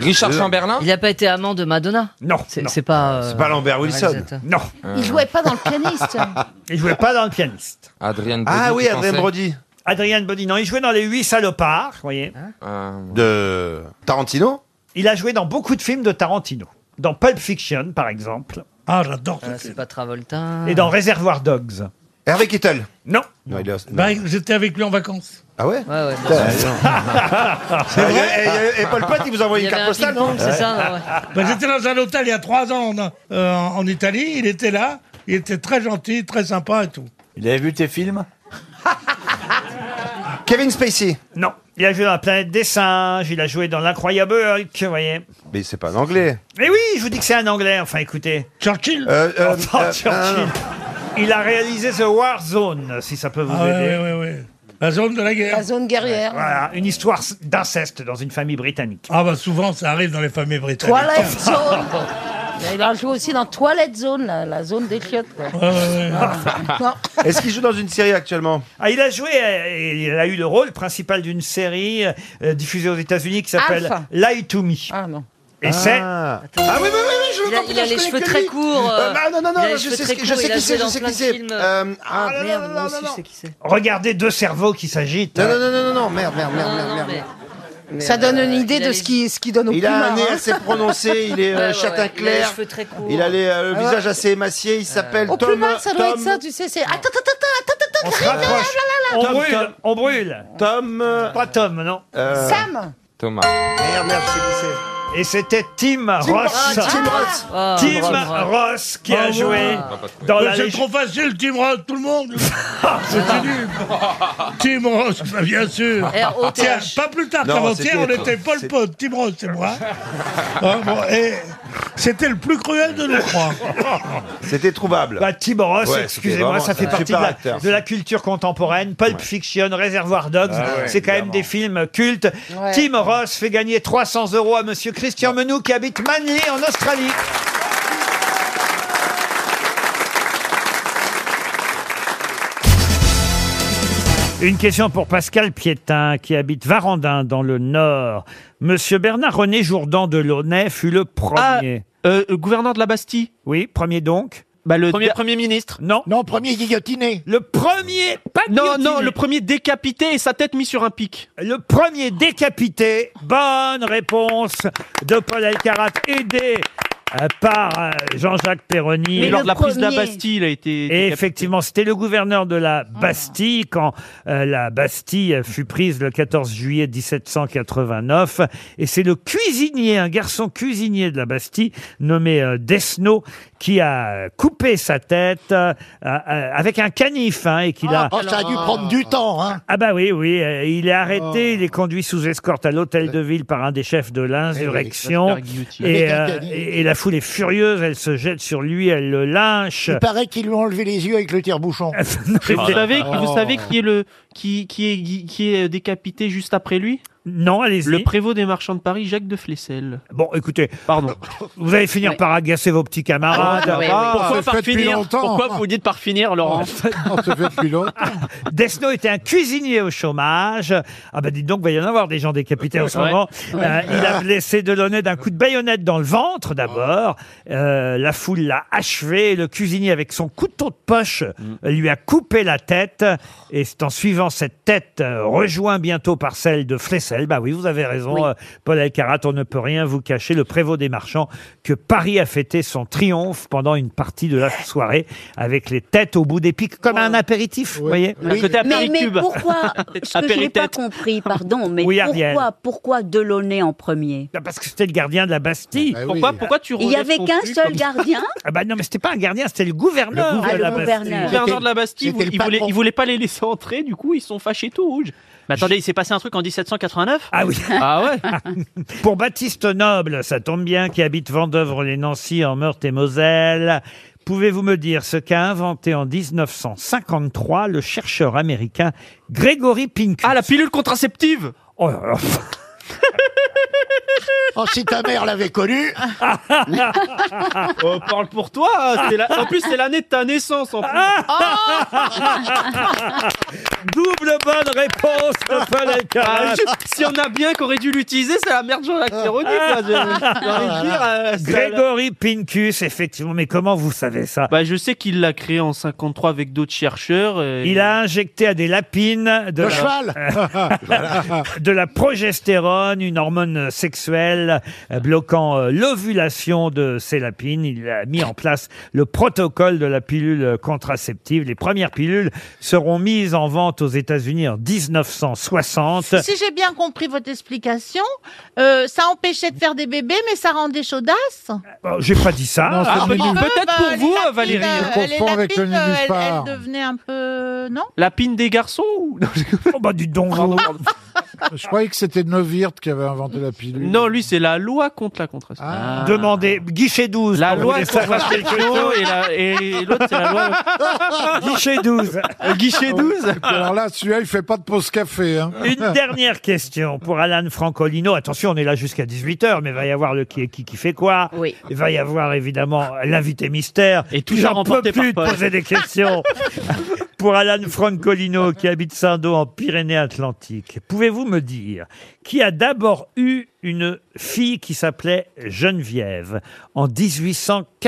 Richard Chamberlain Il n'a pas été amant de Madonna Non. C'est Euh, c'est pas. euh, C'est pas Lambert Wilson. réalisateur. Non. Il jouait pas dans le pianiste. Il jouait pas dans le pianiste. Adrien Brody. Ah oui, tu Adrien pensais Brody. Adrien Body, non, il jouait dans Les Huit Salopards, vous voyez. Ah. De Tarantino Il a joué dans beaucoup de films de Tarantino. Dans Pulp Fiction, par exemple. Ah, j'adore. Euh, Ah, C'est pas Travolta. Et dans Réservoir Dogs. Hervé Kittel Non. Non, il est- Bah, J'étais avec lui en vacances. Ah ouais Ouais, ouais. C'est vrai Et, et- et Paul Pot, il vous a envoyé Il y une carte avait un postale, non ping-pong, c'est ça, non, Bah, J'étais dans un hôtel il y a trois ans en, euh, en Italie. Il était là. Il était très gentil, très sympa et tout. Il avait vu tes films Kevin Spacey Non. Il a joué dans La planète des singes, il a joué dans L'incroyable Hulk, vous voyez. Mais c'est pas un anglais. Mais oui, je vous dis que c'est un anglais, enfin écoutez. Churchill Euh, euh, Enfin, euh, Churchill. Il a réalisé The War Zone, si ça peut vous Ah, aider. ouais, ouais, ouais, ouais. La zone de la guerre. La zone guerrière. Voilà, une histoire d'inceste dans une famille britannique. Ah, bah, souvent, ça arrive dans les familles britanniques. Toilette zone. Il a joué aussi dans Toilette zone, la, la zone des chiottes. quoi. Non. Est-ce qu'il joue dans une série actuellement Ah, il a joué, euh, et il a eu le rôle principal d'une série euh, diffusée aux États-Unis qui s'appelle Alpha. Lie to Me. Ah non. Et c'est. Ah oui, oui, oui, oui, je le Il a- vois, il a je les connais cheveux que très lui. courts, Euh, bah, non, non, non, il a les je cheveux sais, très qui- je sais courts, qui il a joué c'est, je dans sais plein qui de c'est. films. Euh, ah, non, merde, non, moi non, aussi, non, je sais non. qui c'est. Regardez deux cerveaux qui s'agitent. Non, non, non, non, non, non, merde, merde, merde, Non, merde, non, merde. mais- mais, Ça donne une euh, idée il de a ce les- qui, ce qui donne au Il a un climat, nez hein. assez prononcé, il est euh, Ouais, ouais, châtain ouais, il a les clair. cheveux très courts. Il a les, euh, le Ah ouais. visage assez émacié, il s'appelle Au Tom. plumard, ça doit Tom- être ça, tu sais. C'est. Attends, attends, attends, On se attends, attends, rapproche. On Tom, brûle, Tom. on brûle. Tom. euh, Pas Tom, non. euh, Sam Thomas. Merde, merde, je sais qui c'est. Et c'était Tim Ross. Ah, Tim Roth. Ah, Tim Tim Roth. Ross qui a Ah, joué ouais. dans Mais la c'est lég- Ah. trop facile, Tim Roth, tout le monde. C'était nul. Tim Roth, bah, bien sûr. R.O.T.H.. Tiens, pas plus tard Non, qu'avant-hier, on c'était- était Paul Pot, Tim Roth, c'est moi. Ah, bon, et c'était le plus cruel de nous trois. C'était trouvable. Bah, Tim Ross, Ouais, excusez-moi, c'était ça fait vraiment partie de un super la, acteur. de la culture contemporaine. Pulp Fiction, Reservoir Dogs, Ah ouais, c'est quand même évidemment. des films cultes. Tim Ross fait gagner 300 euros à monsieur Christian Menou qui habite Manly en Australie. Une question pour Pascal Piétin, qui habite Varandin, dans le Nord. Monsieur Bernard-René Jourdan de Launay fut le premier. Ah, euh, gouverneur de la Bastille Oui, premier donc. le Premier Premier ministre Non. Non, premier guillotiné. Le premier, pas Non, non, le premier décapité et sa tête mise sur un pic. Le premier décapité. Bonne réponse de Paul Alcarat, aidé euh, par euh, Jean-Jacques Perroni. Mais lors de la prise de la Bastille, il a été. Et effectivement, c'était le gouverneur de la Bastille quand euh, la Bastille fut prise le 14 juillet 1789. Et c'est le cuisinier, un garçon cuisinier de la Bastille, nommé euh, Desnos, qui a coupé sa tête euh, euh, avec un canif hein, et qu'il a. Oh, ça a dû prendre du temps, hein. Oh. Ah bah oui, oui, euh, il est arrêté, il est conduit sous escorte à l'hôtel de ville par un des chefs de Eh oui, l'insurrection. ça, c'est la guillotine. Et, Avec un euh, canif. et- et la foule est furieuse, elle se jette sur lui, elle le lynche. Il paraît qu'ils lui ont enlevé les yeux avec le tire-bouchon. Et vous savez, Oh. vous savez qui est le qui qui est gui- qui est décapité juste après lui Non, allez-y. Le prévôt des marchands de Paris, Jacques de Flessel. Bon, écoutez, pardon. Vous allez finir par agacer vos petits camarades. Ah, Ah, pourquoi par finir Pourquoi vous dites par finir, Laurent On se fait depuis longtemps. Desno était un cuisinier au chômage. Ah ben dites donc, il va y en avoir des gens décapités en ce Ouais. moment. Ouais. Euh, il a blessé Delaunay d'un coup de baïonnette dans le ventre d'abord. Euh, la foule l'a achevé. Le cuisinier avec son couteau de poche lui a coupé la tête. Et c'est en suivant cette tête euh, rejointe bientôt par celle de Flessel. Bah oui, vous avez raison, euh, Paul Alcarat, on ne peut rien vous cacher. Le prévôt des marchands que Paris a fêté son triomphe pendant une partie de la soirée avec les têtes au bout des pics comme un apéritif, vous voyez. mais, mais pourquoi Ce que je n'ai pas compris, pardon, mais Oui, Ariel. pourquoi, pourquoi Delaunay en premier Ah, Parce que c'était le gardien de la Bastille. Pourquoi- pourquoi tu Il y relèves avait son qu'un cul seul comme- gardien Ah, Ah bah non, mais c'était pas un gardien, c'était le gouverneur. Le de la gouverneur. Bastille. Le gouverneur de la Bastille, il, C'était le voulait, patron. il voulait pas les laisser entrer, du coup ils sont fâchés tout rouge. Mais attendez, il s'est passé un truc en 1789 Ah oui. Ah ouais Pour Baptiste Noble, ça tombe bien, qui habite Vendœuvre-les-Nancy en Meurthe-et-Moselle. Pouvez-vous me dire ce qu'a inventé en 1953 le chercheur américain Gregory Pincus Ah, la pilule contraceptive Oh là là. Oh, si ta mère l'avait connu. Oh, parle pour toi hein, c'est la- En plus, c'est l'année de ta naissance en plus Double bonne réponse de Paul Alcarat. Si on a bien qu'aurait dû l'utiliser, c'est la merde Jean-Jacques Ah. Perroni, quoi. J'ai- j'ai envie de dire, euh, ça- Gregory Pincus, effectivement. Mais comment vous savez ça Bah, je sais qu'il l'a créé en 53 avec d'autres chercheurs. et- Il a injecté à des lapines de Le la- cheval. Voilà. de la progestérone, une hormone sexuelle euh, bloquant euh, l'ovulation de ces lapines. Il a mis en place le protocole de la pilule contraceptive. Les premières pilules seront mises en vente aux États-Unis en 1960. Si j'ai bien compris votre explication, euh, ça empêchait de faire des bébés, mais ça rendait chaudasses. Bon, Oh, J'ai pas dit ça. Non, c'est Ah, le peut- nidus. peut-être pour vous, hein, euh, Valérie. Euh, Je confonds les avec le lapines, euh, elle, nénuphar. elle devenait un peu... Non La pine des garçons ou- Oh bah du donc Je croyais que c'était Neuwirth qui avait inventé la pilule. Non, lui, c'est la loi contre la contraception. Ah. Ah. Demandez, guichet 12. La quand vous loi voulez contre la savoir quelque contraception chose. et la- et l'autre, c'est la loi. Guichet 12. Ah guichet 12. Alors là, celui-là, il fait pas de pause café. Hein. Une dernière question pour Alan Francolino. Attention, on est là jusqu'à 18h, mais il va y avoir le qui est qui qui fait quoi. Il va y avoir évidemment l'invité mystère. Et tout ça J'en peux remporté par plus de Paul. poser des questions. pour Alan Francolino, qui habite Saint-Dô en Pyrénées-Atlantiques, pouvez-vous me dire qui a d'abord eu une fille qui s'appelait Geneviève en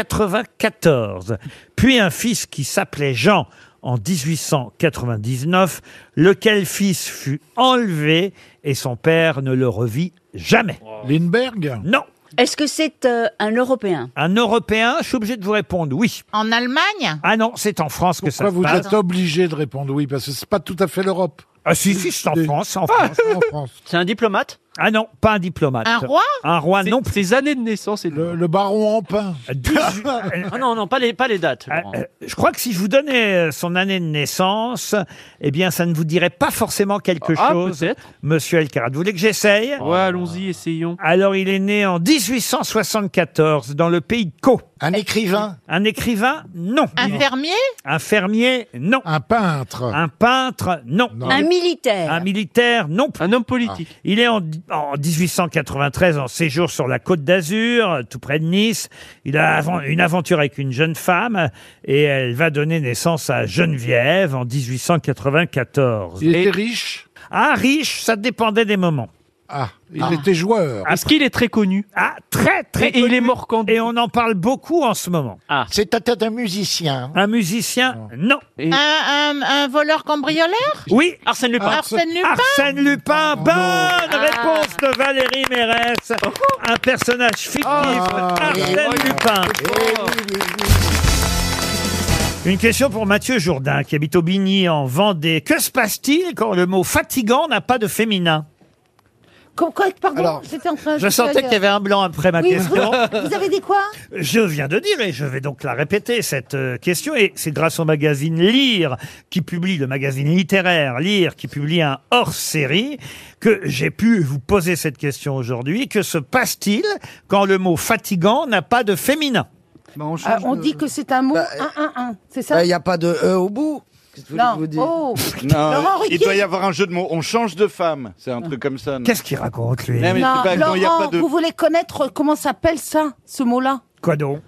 1894, puis un fils qui s'appelait Jean en 1899, lequel fils fut enlevé et son père ne le revit jamais. Lindbergh Non. Est-ce que c'est euh, un Européen Un Européen, je suis obligé de vous répondre oui. En Allemagne Ah non, c'est en France que ça Pourquoi se vous passe. êtes obligé de répondre oui Parce que c'est pas tout à fait l'Europe. Ah, Ah si, si, c'est en France, en France. C'est un diplomate Ah non, pas un diplomate. Un roi Un roi, non. Ses années de naissance et le, baron en pain. Ah non, non, pas les, pas les dates. Ah, Laurent. Je crois que si je vous donnais euh, son année de naissance, eh bien, ça ne vous dirait pas forcément quelque Ah, chose, monsieur Elkarat. Vous voulez que j'essaye Ouais, allons-y, essayons. Alors, il est né en 1874 dans le pays de Caux. Un écrivain Un écrivain, non. Un fermier Un fermier, non. Un peintre. Un peintre, non. Un militaire Un militaire, non. Ah. Un homme politique. Il est en- en 1893 en séjour sur la Côte d'Azur, tout près de Nice. Il a avant- une aventure avec une jeune femme et elle va donner naissance à Geneviève en 1894. Il était riche Ah, riche, ça dépendait des moments. Ah, il était joueur. Est-ce qu'il est très connu Ah, très, très connu. il est mort quand Et on en parle beaucoup en ce moment. Ah. C'est peut-être un musicien. Un musicien Non. Un, un- un voleur cambrioleur Oui. Arsène Ah. Lupin. Arsène Lupin Arsène Lupin. Bonne réponse de Valérie Mérès. Un personnage fictif. Ah, Ah, Arsène Lupin. Une question pour Mathieu Jourdain, qui habite Aubigny en Vendée. Que se passe-t-il quand le mot fatigant n'a pas de féminin Pourquoi Pardon, c'était en train de- Je sentais qu'il y avait un blanc après ma Oui, question. vous, vous avez dit quoi Je viens de dire, et je vais donc la répéter, cette euh, question, et c'est grâce au magazine Lire, qui publie, le magazine littéraire Lire, qui publie un hors-série, que j'ai pu vous poser cette question aujourd'hui. Que se passe-t-il quand le mot fatigant n'a pas de féminin Ah, On dit que c'est un mot 1 1 1, c'est Il ça n'y Bah, a pas de E au bout. Qu'est-ce que vous voulez que Non. je vous dise Oh. Non, Laurent Ruquier. il doit y avoir un jeu de mots. On change de femme. C'est un truc comme ça. non Qu'est-ce qu'il raconte, lui Non, mais Non, c'est pas- quand il y a Laurent, pas de- vous voulez connaître comment s'appelle ça, ce mot-là Quoi donc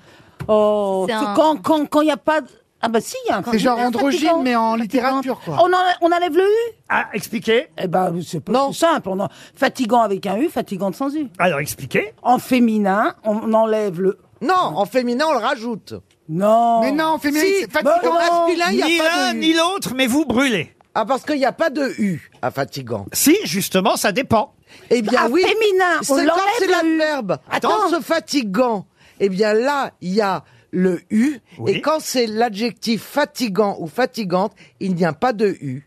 Oh, C'est c'est un- quand quand quand il y a pas de- Ah bah si, il y a un C'est genre candidat androgyne, fatigant. mais en littérature, quoi. On, enlève- on enlève le U Ah, expliquez. Eh ben, c'est pas non. simple. On en- Fatigant avec un U, fatigante sans U. Alors, expliquez. En féminin, on enlève le... E. Non, en féminin, on le rajoute. Non. Bah Mais non, en féminin, c'est fatigant. En masculin, il Ni n'y a pas l'un de U. ni l'autre, mais vous brûlez. Ah, parce qu'il n'y a pas de U à fatigant. Si, justement, ça dépend. Eh bien Ah, oui. féminin, on c'est quand l'enlève, c'est l'adverbe. Attends. Quand ce fatigant, eh bien là, il y a le U. Et quand c'est l'adjectif fatigant ou fatigante, il n'y a pas de U.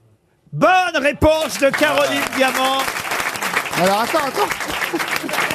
Bonne réponse de Caroline Diamant. Alors attends, attends.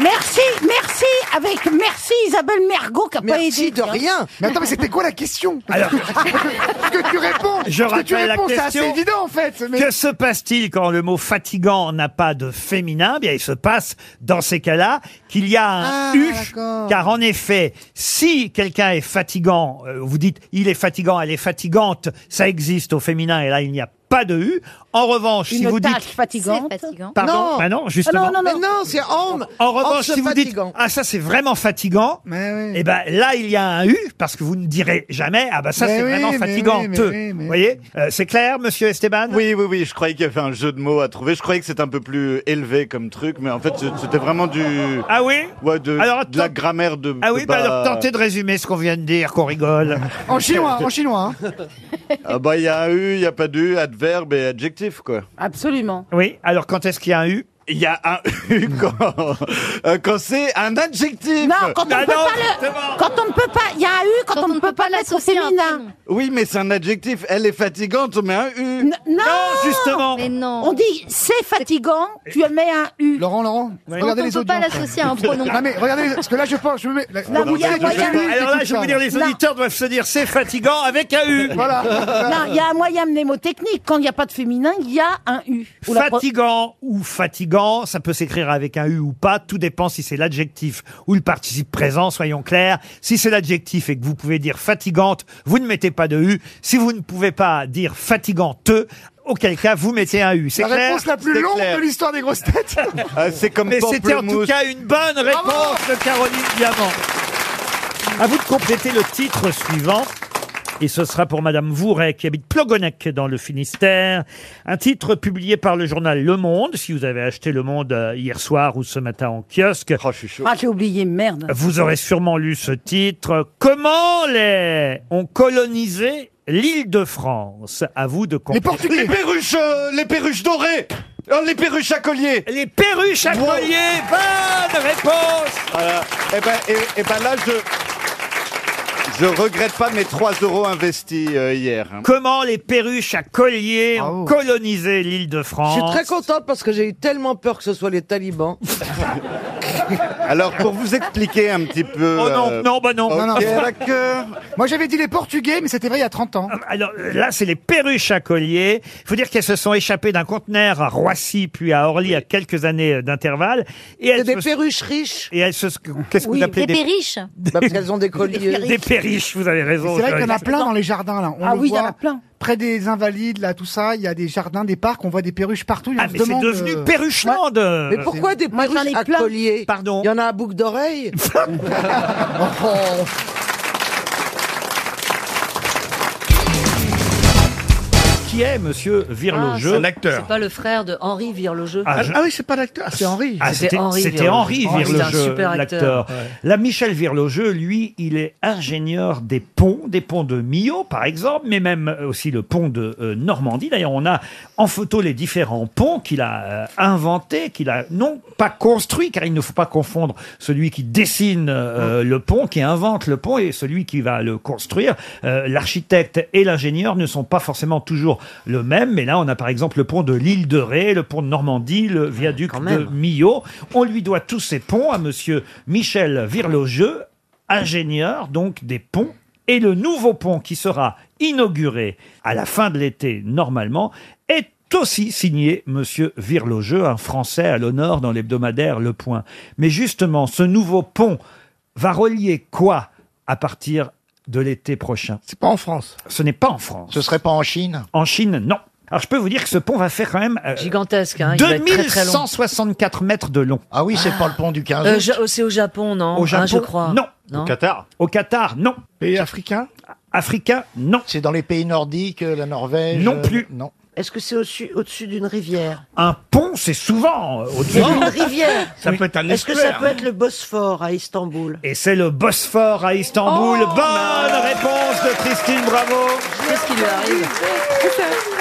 Merci, merci, avec merci Isabelle Mergot qui a pas Merci aidé. hein. de tiens. rien. Mais attends, mais c'était quoi la question Alors- Parce que tu réponds. Je parce que tu rappelle la réponds, c'est question. assez évident en fait. Mais... Que se passe-t-il quand le mot fatigant n'a pas de féminin Eh Bien, il se passe dans ces cas-là qu'il y a un Ah, U, Oh. d'accord. car en effet, si quelqu'un est fatigant, euh, vous dites il est fatigant, elle est fatigante, ça existe au féminin et là il n'y a pas de U. En revanche, si Une vous tâche dites fatigante. Pardon Non. Ah non, justement. Ah non, non, non. Mais non, c'est homme. En revanche, se si vous dites fatigant. ah ça c'est vraiment fatigant, Mais oui. eh ben là il y a un u parce que vous ne direz jamais ah bah ça Mais c'est oui, vraiment mais fatigant. oui, mais oui, mais Vous voyez, Euh, c'est clair, Monsieur Esteban Oui, oui, oui, je croyais qu'il y avait un jeu de mots à trouver. Je croyais que c'était un peu plus élevé comme truc, mais en fait, c'était vraiment du. Ah oui Ouais, de, Alors, de la attends. grammaire de. Ah oui, de bah alors bas. tentez de résumer ce qu'on vient de dire, qu'on rigole. En chinois, en chinois. hein. Ah bah, il y a un U, il n'y a pas d'U, adverbe et adjectif, quoi. Absolument. Oui, alors quand est-ce qu'il y a un U Il y a un U quand, Ah, euh, quand c'est un adjectif. Non, quand on Ah peut non, pas justement. le... Quand on ne peut pas... Il y a un U quand, on ne peut pas mettre au féminin. Oui, mais c'est un adjectif. Elle est fatigante, on met un U. N- non, Non, justement. Mais non On dit c'est fatigant, tu mets un U. Laurent, Laurent, regardez on les peut autres. pas gens. l'associer à un pronom. Non mais regardez, les- parce que là je pense, je me mets. là- Non, mais il y a un moyen. Alors là, je vais vous dire, les Non. auditeurs doivent se dire c'est fatigant avec un U. Voilà. Non, il y a un moyen mnémotechnique. Quand il n'y a pas de féminin, il y a un U. Ou la pro- Fatigant ou fatigant, ça peut s'écrire avec un U ou pas, tout dépend si c'est l'adjectif ou le participe présent, soyons clairs. Si c'est l'adjectif et que vous pouvez dire fatigante, vous ne mettez pas de U. Si vous ne pouvez pas dire fatigante, auquel cas vous mettez un U. C'est La clair réponse la plus C'est longue clair. de l'histoire des grosses têtes. Ah, c'est comme Mais c'était en tout pamplemousse. cas une bonne réponse de Caroline Diamant. À vous de compléter le titre suivant. Et ce sera pour Madame Vouret, qui habite Plogonec dans le Finistère. Un titre publié par le journal Le Monde. Si vous avez acheté Le Monde euh, hier soir ou ce matin en kiosque, Oh, je suis chaud. Ah, j'ai oublié, merde. vous aurez sûrement lu ce titre. Comment les ont colonisé l'île de France? À vous de Les compléter. Portugais. Les perruches, euh, les perruches dorées. Oh, les perruches à collier. Les perruches à Wow. collier. Bonne réponse! Voilà. Eh ben, et, ben là, je. Je regrette pas mes 3 euros investis euh, hier. hein. Comment les perruches à collier ont Bravo. colonisé l'île de Je France suis très contente parce que j'ai eu tellement peur que ce soit les talibans. Alors, pour vous expliquer un petit peu. Oh non, euh, non, bah non. ok, non. d'accord. Moi j'avais dit les Portugais, mais c'était vrai il y a 30 ans. Alors là, c'est les perruches à collier. Il faut dire qu'elles se sont échappées d'un conteneur à Roissy, puis à Orly, à quelques années euh, d'intervalle. Et C'est elles des se- perruches riches. Et elles se... Qu'est-ce que Oui, vous appelez Des des... Bah, riches Bah, parce qu'elles ont des colliers. des perruches, vous avez C'est raison. vrai qu'il y en a Joël. plein dans les jardins là. On Ah le oui, il y en voit. a plein. près des Invalides, là, tout ça, il y a des jardins, des parcs, on voit des perruches partout. Ah, mais c'est devenu Perruchland euh, Mais pourquoi des Moi, j'en perruches ai à plein. collier Pardon Il y en a à boucle d'oreille Oh. Qui est Monsieur Virlogeux c'est- C'est pas le frère de Henri Virlogeux. Ah, je- Ah oui, c'est pas l'acteur. c'est Henri. Oh, Ah, c'était c'était Henri C'est un Virlogeux, super l'acteur. acteur. Là, Michel Virlogeux, lui, il est ingénieur des ponts, des ponts de Millau, par exemple, mais même aussi le pont de euh, Normandie. D'ailleurs, on a en photo les différents ponts qu'il a euh, inventés, qu'il a non pas construits, car il ne faut pas confondre celui qui dessine Ah. euh, le pont, qui invente le pont, et celui qui va le construire. Euh, L'architecte et l'ingénieur ne sont pas forcément toujours le même, mais là, on a par exemple le pont de l'île de Ré, le pont de Normandie, le viaduc de même. Millau. On lui doit tous ces ponts à monsieur Michel Virlogeux, ingénieur donc des ponts. Et le nouveau pont qui sera inauguré à la fin de l'été normalement est aussi signé monsieur Virlogeux, un Français à l'honneur dans l'hebdomadaire Le Point. Mais justement, ce nouveau pont va relier quoi à partir de l'été prochain C'est pas en France. Ce n'est pas en France. Ce serait pas en Chine En Chine, non. Alors je peux vous dire que ce pont va faire quand même euh, Gigantesque, hein. il va être très, très long. 2164 mètres de long. Ah oui, c'est pas le pont du 15 Euh, ja- c'est au Japon, non Au Japon, Hein, je crois. non. Non. Qatar Au Qatar, non. Pays africain Africain, non. C'est dans les pays nordiques, euh, la Norvège Non euh, plus. Non. Est-ce que c'est au-dessus au-dessus d'une rivière Un pont, c'est souvent euh, C'est au-dessus. une rivière. Ça peut être un Est-ce que ça estuaire. peut être le Bosphore à Istanbul Et c'est le Bosphore à Oh Istanbul. Bonne réponse de Christine Bravo. Qu'est-ce qui lui arrive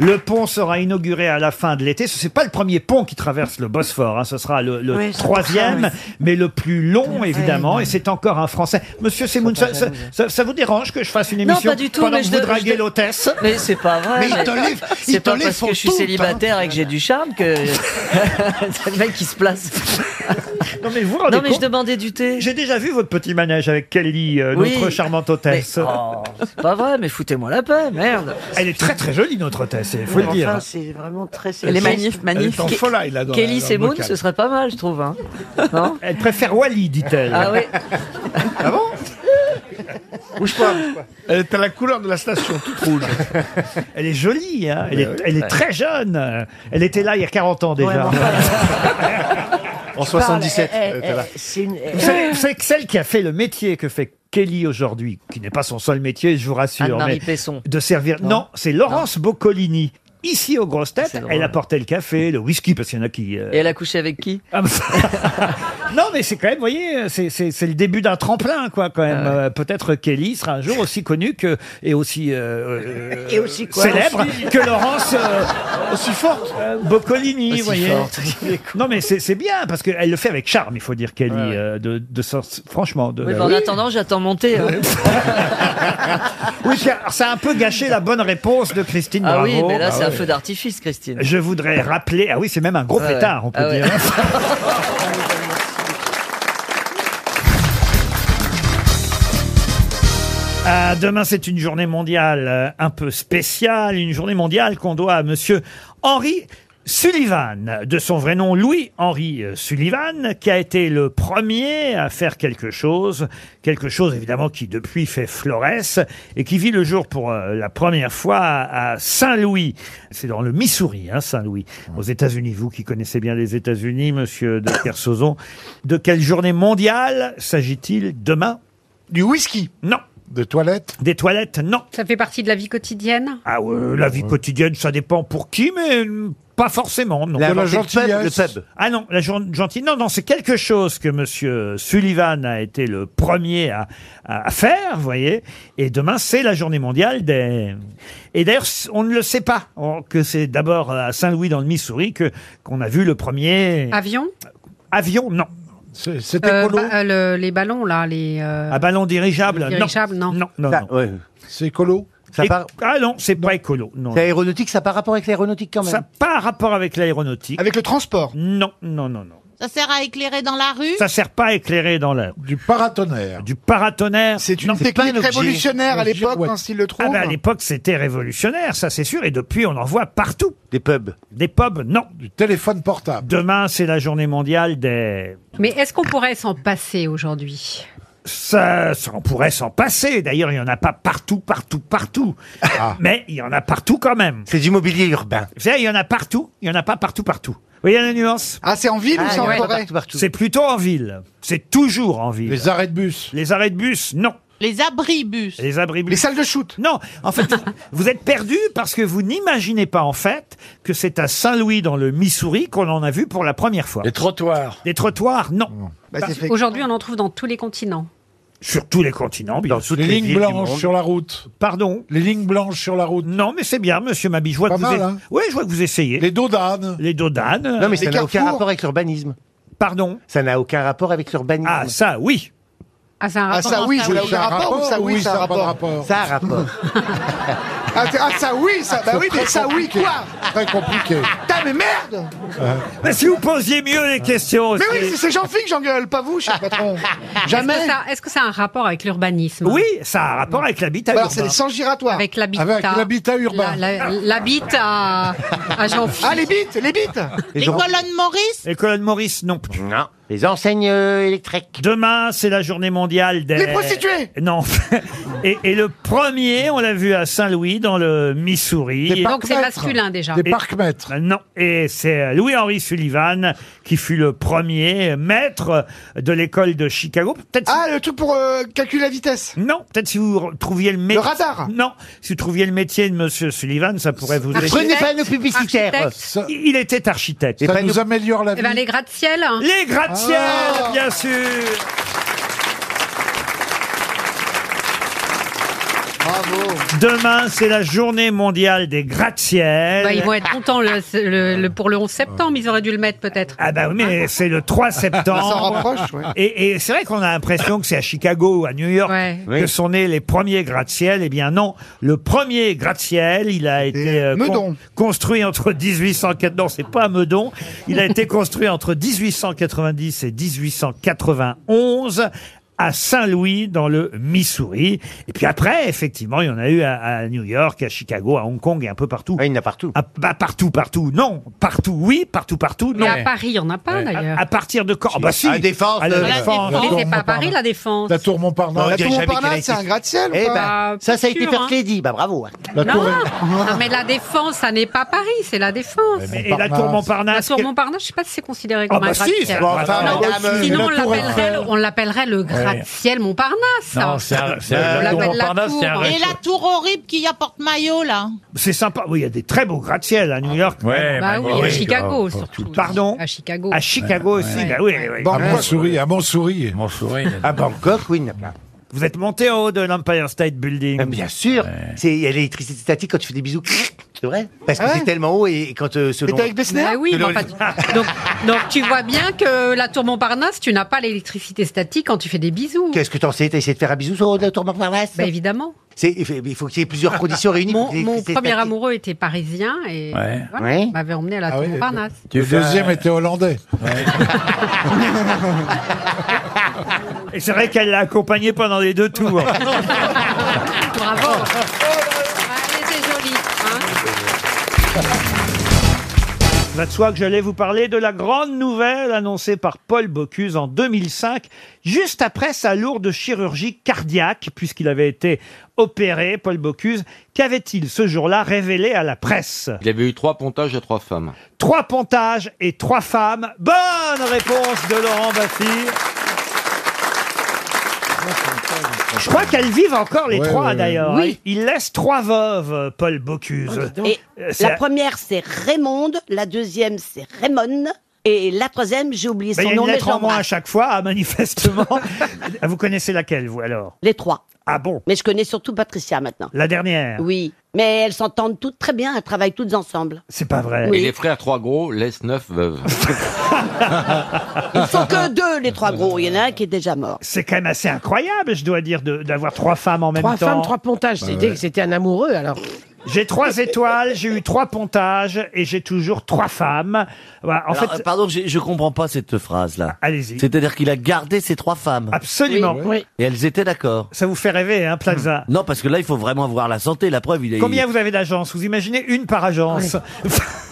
Le pont sera inauguré à la fin de l'été. Ce n'est pas le premier pont qui traverse le Bosphore. hein. Ce sera le, le Oui, c'est pour ça, troisième, oui. mais le plus long, évidemment. Et c'est encore un Français. Monsieur Semoun, ça, ça- ça- ça vous dérange que je fasse une Non, émission pas du tout. pendant mais que je vous de- draguez je de- l'hôtesse Ah, Mais c'est pas vrai. Mais il te lève- il C'est te pas lève parce en que je suis tout, hein. célibataire et que j'ai du charme que c'est le mec qui se place. Non mais vous Non mais je demandais du thé. J'ai déjà vu votre petit manège avec Kelly, euh, Oui. notre charmante hôtesse. Mais- oh, c'est pas vrai, mais foutez-moi la paix, merde. Elle est très très jolie notre hôtesse, il faut le Enfin, dire. c'est vraiment très Elle est magnifique, Elle est magnifique. en folie, là, dans la- Kelly dans le Semoun, bocal. ce serait pas mal, je trouve. hein. Non Elle préfère Wally, dit-elle. Ah Ah oui. Bouge pas. Elle Euh, est à la couleur de la station, toute rouge. Elle est jolie, hein. elle, est, Ouais, ouais. elle est Ouais. très jeune. Elle était là il y a 40 ans déjà. En 77, euh, elle était là. C'est une... Vous savez, vous savez que celle qui a fait le métier que fait Kelly aujourd'hui, qui n'est pas son seul métier, je vous rassure, Anne-Marie mais Pesson. de servir. Non, c'est Laurence Boccolini. Ici aux grosses têtes, drôle. elle apportait le café, le whisky, parce qu'il y en a qui. euh, Et elle a couché avec qui Ah, bah, Non, mais c'est quand même, vous voyez, c'est- c'est c'est le début d'un tremplin, quoi, quand Ah même. Euh, Peut-être Kelly sera un jour aussi connue que et aussi euh, euh, Et aussi quoi célèbre Aussi- que Laurence euh, aussi forte Euh, Boccolini, Aussi vous voyez. forte. non, mais c'est c'est bien parce qu'elle le fait avec charme, il faut dire Kelly, euh, de, de sorte- franchement. De, Oui, bah, En attendant, j'attends mon thé. hein. Oui, puis, alors, ça a un peu gâché la bonne réponse de Christine Ah Bravo. oui, mais là, c'est Ah un ouais. feu d'artifice, Christine. Je voudrais rappeler, ah oui, c'est même un gros Ah ouais. pétard, on peut Ah ouais. dire. Ah, demain, c'est une journée mondiale euh, un peu spéciale, une journée mondiale qu'on doit à monsieur Henry Sullivan, de son vrai nom Louis-Henry euh, Sullivan, qui a été le premier à faire quelque chose, quelque chose évidemment qui depuis fait florès et qui vit le jour pour euh, la première fois à à Saint-Louis. C'est dans le Missouri, hein, Saint-Louis, aux États-Unis. Vous qui connaissez bien les États-Unis, monsieur de Kersozon, de quelle journée mondiale s'agit-il demain du whisky Non. Des toilettes Des toilettes, non. Ça fait partie de la vie quotidienne Ah ouais, la vie quotidienne, ça dépend pour qui, mais euh, pas forcément. Non. La- De la le pub, gentillesse. le pub. Ah non, la jour- gentille. Non, non, c'est quelque chose que Monsieur Sullivan a été le premier à, à- à faire, vous voyez. Et demain, c'est la journée mondiale des. Et d'ailleurs, c- on ne le sait pas on- que c'est d'abord à Saint-Louis dans le Missouri que qu'on a vu le premier Avion avion. Non. C'était Euh, ba- euh, le- Les ballons, là, les... euh, à Ah, ballon dirigeable. non. dirigeables, non. Non, non. C'est écolo Ah non, c'est pas écolo. Non. C'est aéronautique, ça n'a pas rapport avec l'aéronautique quand même. Ça n'a pas rapport avec l'aéronautique. Avec le transport Non, non, non, non. Ça sert à éclairer dans la rue Ça sert pas à éclairer dans l'air. Du paratonnerre. Du paratonnerre. C'est une technique révolutionnaire à l'époque, quand ils le trouvent. Ah ben, à l'époque, c'était révolutionnaire, ça c'est sûr. Et depuis, on en voit partout. Des pubs. Des pubs, non. Du téléphone portable. Demain, c'est la journée mondiale des... Ah, Mais est-ce qu'on pourrait s'en passer aujourd'hui ça, ça, on pourrait s'en passer. D'ailleurs, il n'y en a pas partout, partout, partout. Mais il y en a partout quand même. Ah. C'est du mobilier urbain. Vous savez, il y en a partout, il n'y en a pas partout, partout. Vous voyez la nuance Ah, c'est en ville ou Ah, c'est en ouais. forêt C'est plutôt en ville. C'est toujours en ville. Les arrêts de bus Les arrêts de bus, non. Les abribus. Les abribus. Les salles de shoot. Non, en fait, vous- vous êtes perdu parce que vous n'imaginez pas en fait que c'est à Saint-Louis dans le Missouri qu'on en a vu pour la première fois. Des trottoirs. Des trottoirs, non. Parce- Aujourd'hui, on en trouve dans tous les continents. Sur tous les continents, bien sûr. les lignes villes du blanches monde. sur la route. Pardon Les lignes blanches sur la route. Non, mais c'est bien, monsieur Mabi. Je vois Pas que vous mal, ess- hein. Ouais, je vois que vous essayez. Ah, Les dos d'âne. Les dos d'âne. Non, mais Les ça n'a aucun carrefours. rapport avec l'urbanisme. Pardon Ça n'a aucun rapport avec l'urbanisme. Ah, ça, oui. Ah, ça a un Ah, rapport ça, dans oui, Saint-Louis. oui, ça a un rapport ou ça, oui, ça a un rapport. Ça a un rapport. Ah, t- ah, ça oui, ça, bah C'est oui, mais très ça oui compliqué. quoi Très compliqué. Putain, mais merde Mais si vous posiez mieux Euh. les Oh, questions. Mais oui, c'est- c'est c'est Jean-Philippe que j'engueule, pas vous, cher patron. Jamais. Ah, Est-ce que, ça, est-ce que ça a un rapport avec l'urbanisme Oui, ça a un rapport avec l'habitat Alors, Bah, c'est urbain. les sans giratoires. Avec l'habitat. La- la- L'habit à, à Jean-Philippe. Ah, les bites, les bites Les colonnes Maurice Les colonnes Maurice, non plus. Non. Les enseignes euh, électriques. Demain, c'est la journée mondiale des... Euh, Les prostituées Non. et, et le premier, on l'a vu à Saint-Louis, dans le Missouri. Des Donc c'est parcs-mètres. masculin, déjà. Des Et- Euh, Non. Et c'est euh, Louis-Henri Sullivan qui fut le premier maître de l'école de Chicago. Peut-être Ah, le truc pour euh, calculer la vitesse Non, peut-être si vous trouviez le métier... radar Non, si vous trouviez le métier de Monsieur Sullivan, ça pourrait vous aider. Prenez pas nos publicitaires. Il- Il était architecte. Et Ça pas nous nous- améliore la Eh ben, les gratte-ciel. hein. Les gratte-ciel, Ah. bien sûr Demain, c'est la journée mondiale des gratte-ciel. Bah, ils vont être contents le- le- le- pour le 11 septembre. Ils auraient dû le mettre peut-être. Ah bah oui, mais c'est le 3 septembre. Ça s'en rapproche, ouais. Et, et c'est vrai qu'on a l'impression que c'est à Chicago ou à New York Ouais. que sont nés les premiers gratte-ciel. Eh bien non, le premier gratte-ciel, il a été euh, con- Meudon. construit entre 1804. Non, c'est pas à Meudon. Il a été construit entre 1890 et 1891 à Saint-Louis, dans le Missouri. Et puis après, effectivement, il y en a eu à, à New York, à Chicago, à Hong Kong et un peu partout. il y en a partout. bah, partout, partout, non. Partout, oui. Partout, partout, non. Mais à Paris, il n'y en a pas d'ailleurs. À partir de quand Ah bah si. À Défense, À la euh, Défense. Mais c'est pas à Paris la défense. La tour Montparnasse. La tour Montparnasse, c'est un gratte-ciel ou Eh pas ben, Bah, ça, ça a été sûr, hein. Fertlédi. Bah bravo. hein. non, non, mais la défense, ça n'est pas Paris, c'est la défense. Et la tour Montparnasse. La tour Montparnasse, je ne sais pas si c'est considéré Ah comme un bah si, gratte-ciel. c'est pas grave. Non, Madame, euh, sinon, on la tour l'appellerait, Eiffel. on l'appellerait le gratte-ciel Montparnasse. Non, hein. c'est un- c'est- On la tour l'appelle Montparnasse, c'est un Et la tour horrible qui apporte maillot, là. C'est sympa. Oui, il y a des très beaux gratte-ciel à New York. Ouais, Bah oui, à Chicago surtout. Pardon À Chicago. À Chicago aussi. bah oui, oui. À Montsouris, à Montsouris. À Bangkok, oui, il n'y en a pas. Vous êtes monté en haut de l'Empire State Euh, Building. Bien sûr, c'est il y a l'électricité statique quand tu fais des bisous, c'est vrai, parce que Ah ouais c'est tellement haut et, et quand euh, selon. t'es avec Besnard Selon- Bah oui, mais enfin, tu- donc, donc tu vois bien que la tour Montparnasse, tu n'as pas l'électricité statique quand tu fais des bisous. Qu'est-ce que t'en sais T'as essayé de faire un bisou sur le tour Montparnasse Bah évidemment. C'est il faut- il faut qu'il y ait plusieurs conditions réunies. Mon, mon premier amoureux était parisien et Ouais. Ah voilà, Ouais. il m'avait emmené à la tour Montparnasse. Le deuxième était hollandais. Et c'est vrai qu'elle l'a accompagné pendant les deux tours. Bravo. Elle était jolie. hein. Va de soi que j'allais vous parler de la grande nouvelle annoncée par Paul Bocuse en 2005, juste après sa lourde chirurgie cardiaque, puisqu'il avait été opéré, Paul Bocuse. Qu'avait-il ce jour-là révélé à la presse Il avait eu trois pontages et trois femmes. Trois pontages et trois femmes. Bonne réponse de Laurent Baffy. Je crois qu'elles vivent encore les Ouais, trois ouais, ouais. d'ailleurs. Oui. Il laisse trois veuves, Paul Bocuse. Ah, Et Euh, c'est- la première, c'est Raymonde. La deuxième, c'est Raymond. Et la troisième, j'ai oublié Ben, son il y a nom, une mais lettre en moins à j'embrasse. chaque fois, ah, manifestement. Ah, vous connaissez laquelle, vous, alors Les trois. Ah bon Mais je connais surtout Patricia maintenant. La dernière Oui. Mais elles s'entendent toutes très bien, elles travaillent toutes ensemble. C'est pas vrai. Et les frères trois gros laissent neuf veuves. Ils sont que deux, les trois gros. Il y en a un qui est déjà mort. C'est quand même assez incroyable, je dois dire, de- d'avoir trois femmes en même Trois temps. femmes, trois pontages. Bah C'était que c'était un amoureux, alors. J'ai trois étoiles, j'ai eu trois pontages et j'ai toujours trois femmes. Voilà, en Alors, fait, euh, pardon, je, je comprends pas cette phrase là. Allez-y. C'est-à-dire qu'il a gardé ces trois femmes. Absolument. Oui, oui. Et elles étaient d'accord. Hmm. Ça vous fait rêver, hein, Plaza Non, parce que là, il faut vraiment voir la santé. La preuve, il est. combien vous avez d'agences Vous imaginez une par agence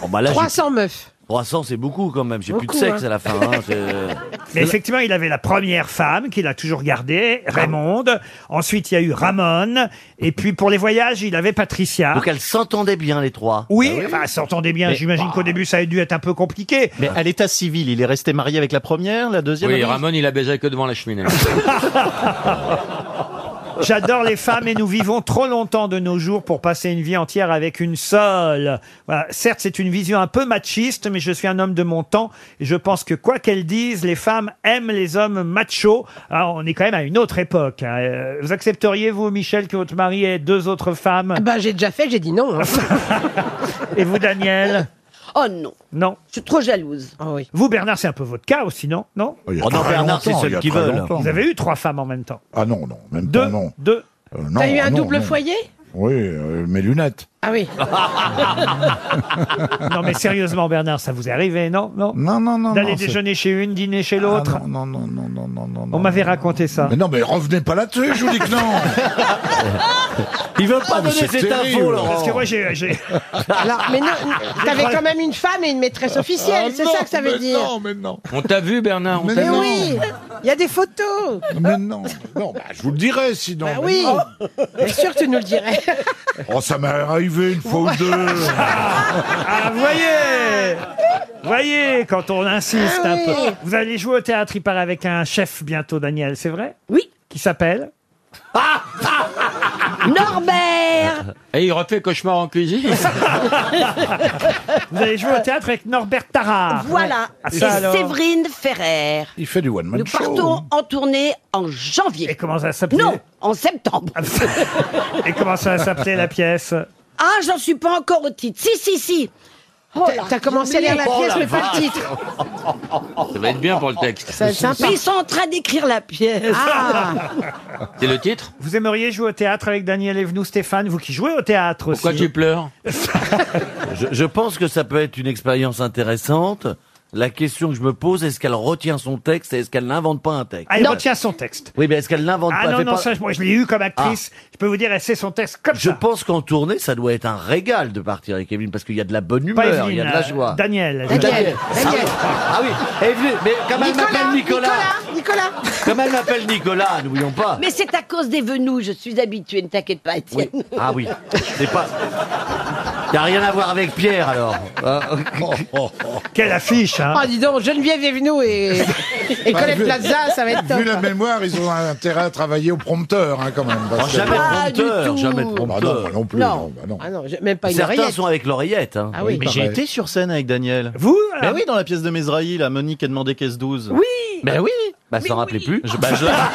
Oh, bah là, j'ai- 300 meufs. 300, c'est beaucoup quand même. J'ai plus de Beaucoup, sexe hein. à la fin. hein. C'est- Mais effectivement, il avait la première femme qu'il a toujours gardée, Raymonde. Ensuite, il y a eu Ramon. Et puis, pour les voyages, il avait Patricia. Donc, elles s'entendaient bien, les trois. Ah Oui, enfin, elles s'entendaient bien. Mais- J'imagine bah. qu'au début, ça a dû être un peu compliqué. Mais à l'état civil, il est resté marié avec la première, la deuxième. Oui, elle- Ramon, il a baisé que devant la cheminée. J'adore les femmes et nous vivons trop longtemps de nos jours pour passer une vie entière avec une seule. Voilà. Certes, c'est une vision un peu machiste, mais je suis un homme de mon temps et je pense que quoi qu'elles disent, les femmes aiment les hommes machos. Alors, on est quand même à une autre époque. hein. Euh, Vous accepteriez, vous, Michel, que votre mari ait deux autres femmes Bah, j'ai déjà fait, j'ai dit non. hein. Et vous, Daniel Oh non. Non. Je suis trop jalouse. Ah Vous, Bernard, c'est un peu votre cas aussi, non Non il y a Oh non, très Bernard, longtemps, c'est celle il y a qui très veut, là. longtemps. Vous avez eu trois femmes en même temps. Ah non, non, même Deux, pas non. Deux Euh, non, T'as eu ah un non, double non. foyer Oui, euh, mes lunettes. Ah oui. non, mais sérieusement, Bernard, ça vous est arrivé, non Non, non, non. D'aller non, c'est- Ah, déjeuner chez une, dîner chez l'autre non, non, non, non, non, non. On m'avait raconté ça. Mais non, mais revenez pas là-dessus, je vous dis que non. Ah, Il veut pas donner cette info, Laurent. Parce que moi, j'ai. j'ai- Alors, mais non, t'avais quand même une femme et une maîtresse officielle, Ah c'est non, ça que ça veut mais dire. Non, mais non. On t'a vu, Bernard on Mais t'a Mais vu. oui, il y a des photos. Mais non, non, bah, je Oh. vous le dirai sinon. Bah mais oui, non. bien sûr que tu nous le dirais. Oh, ça m'est arrivé une fois ou deux. Ah, voyez Voyez, quand on insiste Ah un oui. peu. Vous allez jouer au théâtre, il paraît, avec un chef bientôt, Daniel, c'est vrai Oui. Qui s'appelle Ah, Norbert Et il refait cauchemar en cuisine. Vous allez jouer au théâtre avec Norbert Tarard. Voilà. Ah, Et ça alors. Séverine Ferrer. Il fait du one man Nous partons en tournée en janvier. Et comment ça s'appelait Non, en septembre. Et comment ça va s'appeler la pièce ah, j'en suis pas encore au titre. Si, si, si. Oh là, T'as commencé à j'ai lire la oublié. pièce, mais pas le titre. Ça va être bien pour le texte. Ça va être sympa. Ils sont en train d'écrire la pièce. Ah. C'est le titre Vous aimeriez jouer au théâtre avec Daniel Evenou, Stéphane, vous qui jouez au théâtre aussi Euh, Pourquoi tu pleures Je, je pense que ça peut être une expérience intéressante. La question que je me pose, est-ce qu'elle retient son texte et est-ce qu'elle n'invente pas un texte Ah, elle retient son texte. Oui, mais est-ce qu'elle n'invente Ah pas non, fait non, pas- Ah. ça, moi je l'ai eu comme actrice. Je peux vous dire, elle sait son texte comme Je ça. pense qu'en tournée, ça doit être un régal de partir avec Evelyne parce qu'il y a de la bonne humeur, Pas il y a Evelyne, de la euh, joie. Daniel. Et Daniel. Daniel. Ah oui, Evelyne, mais comme elle m'appelle Nicolas, Nicolas, comme elle m'appelle Nicolas, n'oublions pas. Ah. Mais c'est à cause des venous, je suis habituée, ne t'inquiète pas, Étienne. Oui. Ah oui, c'est pas. Il n'y a rien à voir avec Pierre alors. Hein Quelle affiche, hein Ah, dis donc, Geneviève Evenou et, et Bah, Colette vu- Plaza, ça va être top. Vu la mémoire, ils ont intérêt à travailler au prompteur, hein, quand même. parce Oh, que- jamais de Pas du prompteur, tout. jamais de Bah non, prompteur. moi non plus. Non. Non. bah non. Ah non, j'ai même pas une Certains oreillette. sont avec l'oreillette. hein. Ah oui. Mais j'ai pareil. été sur scène avec Daniel. Vous Ben oui, dans la pièce de Mesrahi, la Monique a demandé caisse 12. Oui Ben oui Bah, s'en rappelait plus. Je- bah, je la-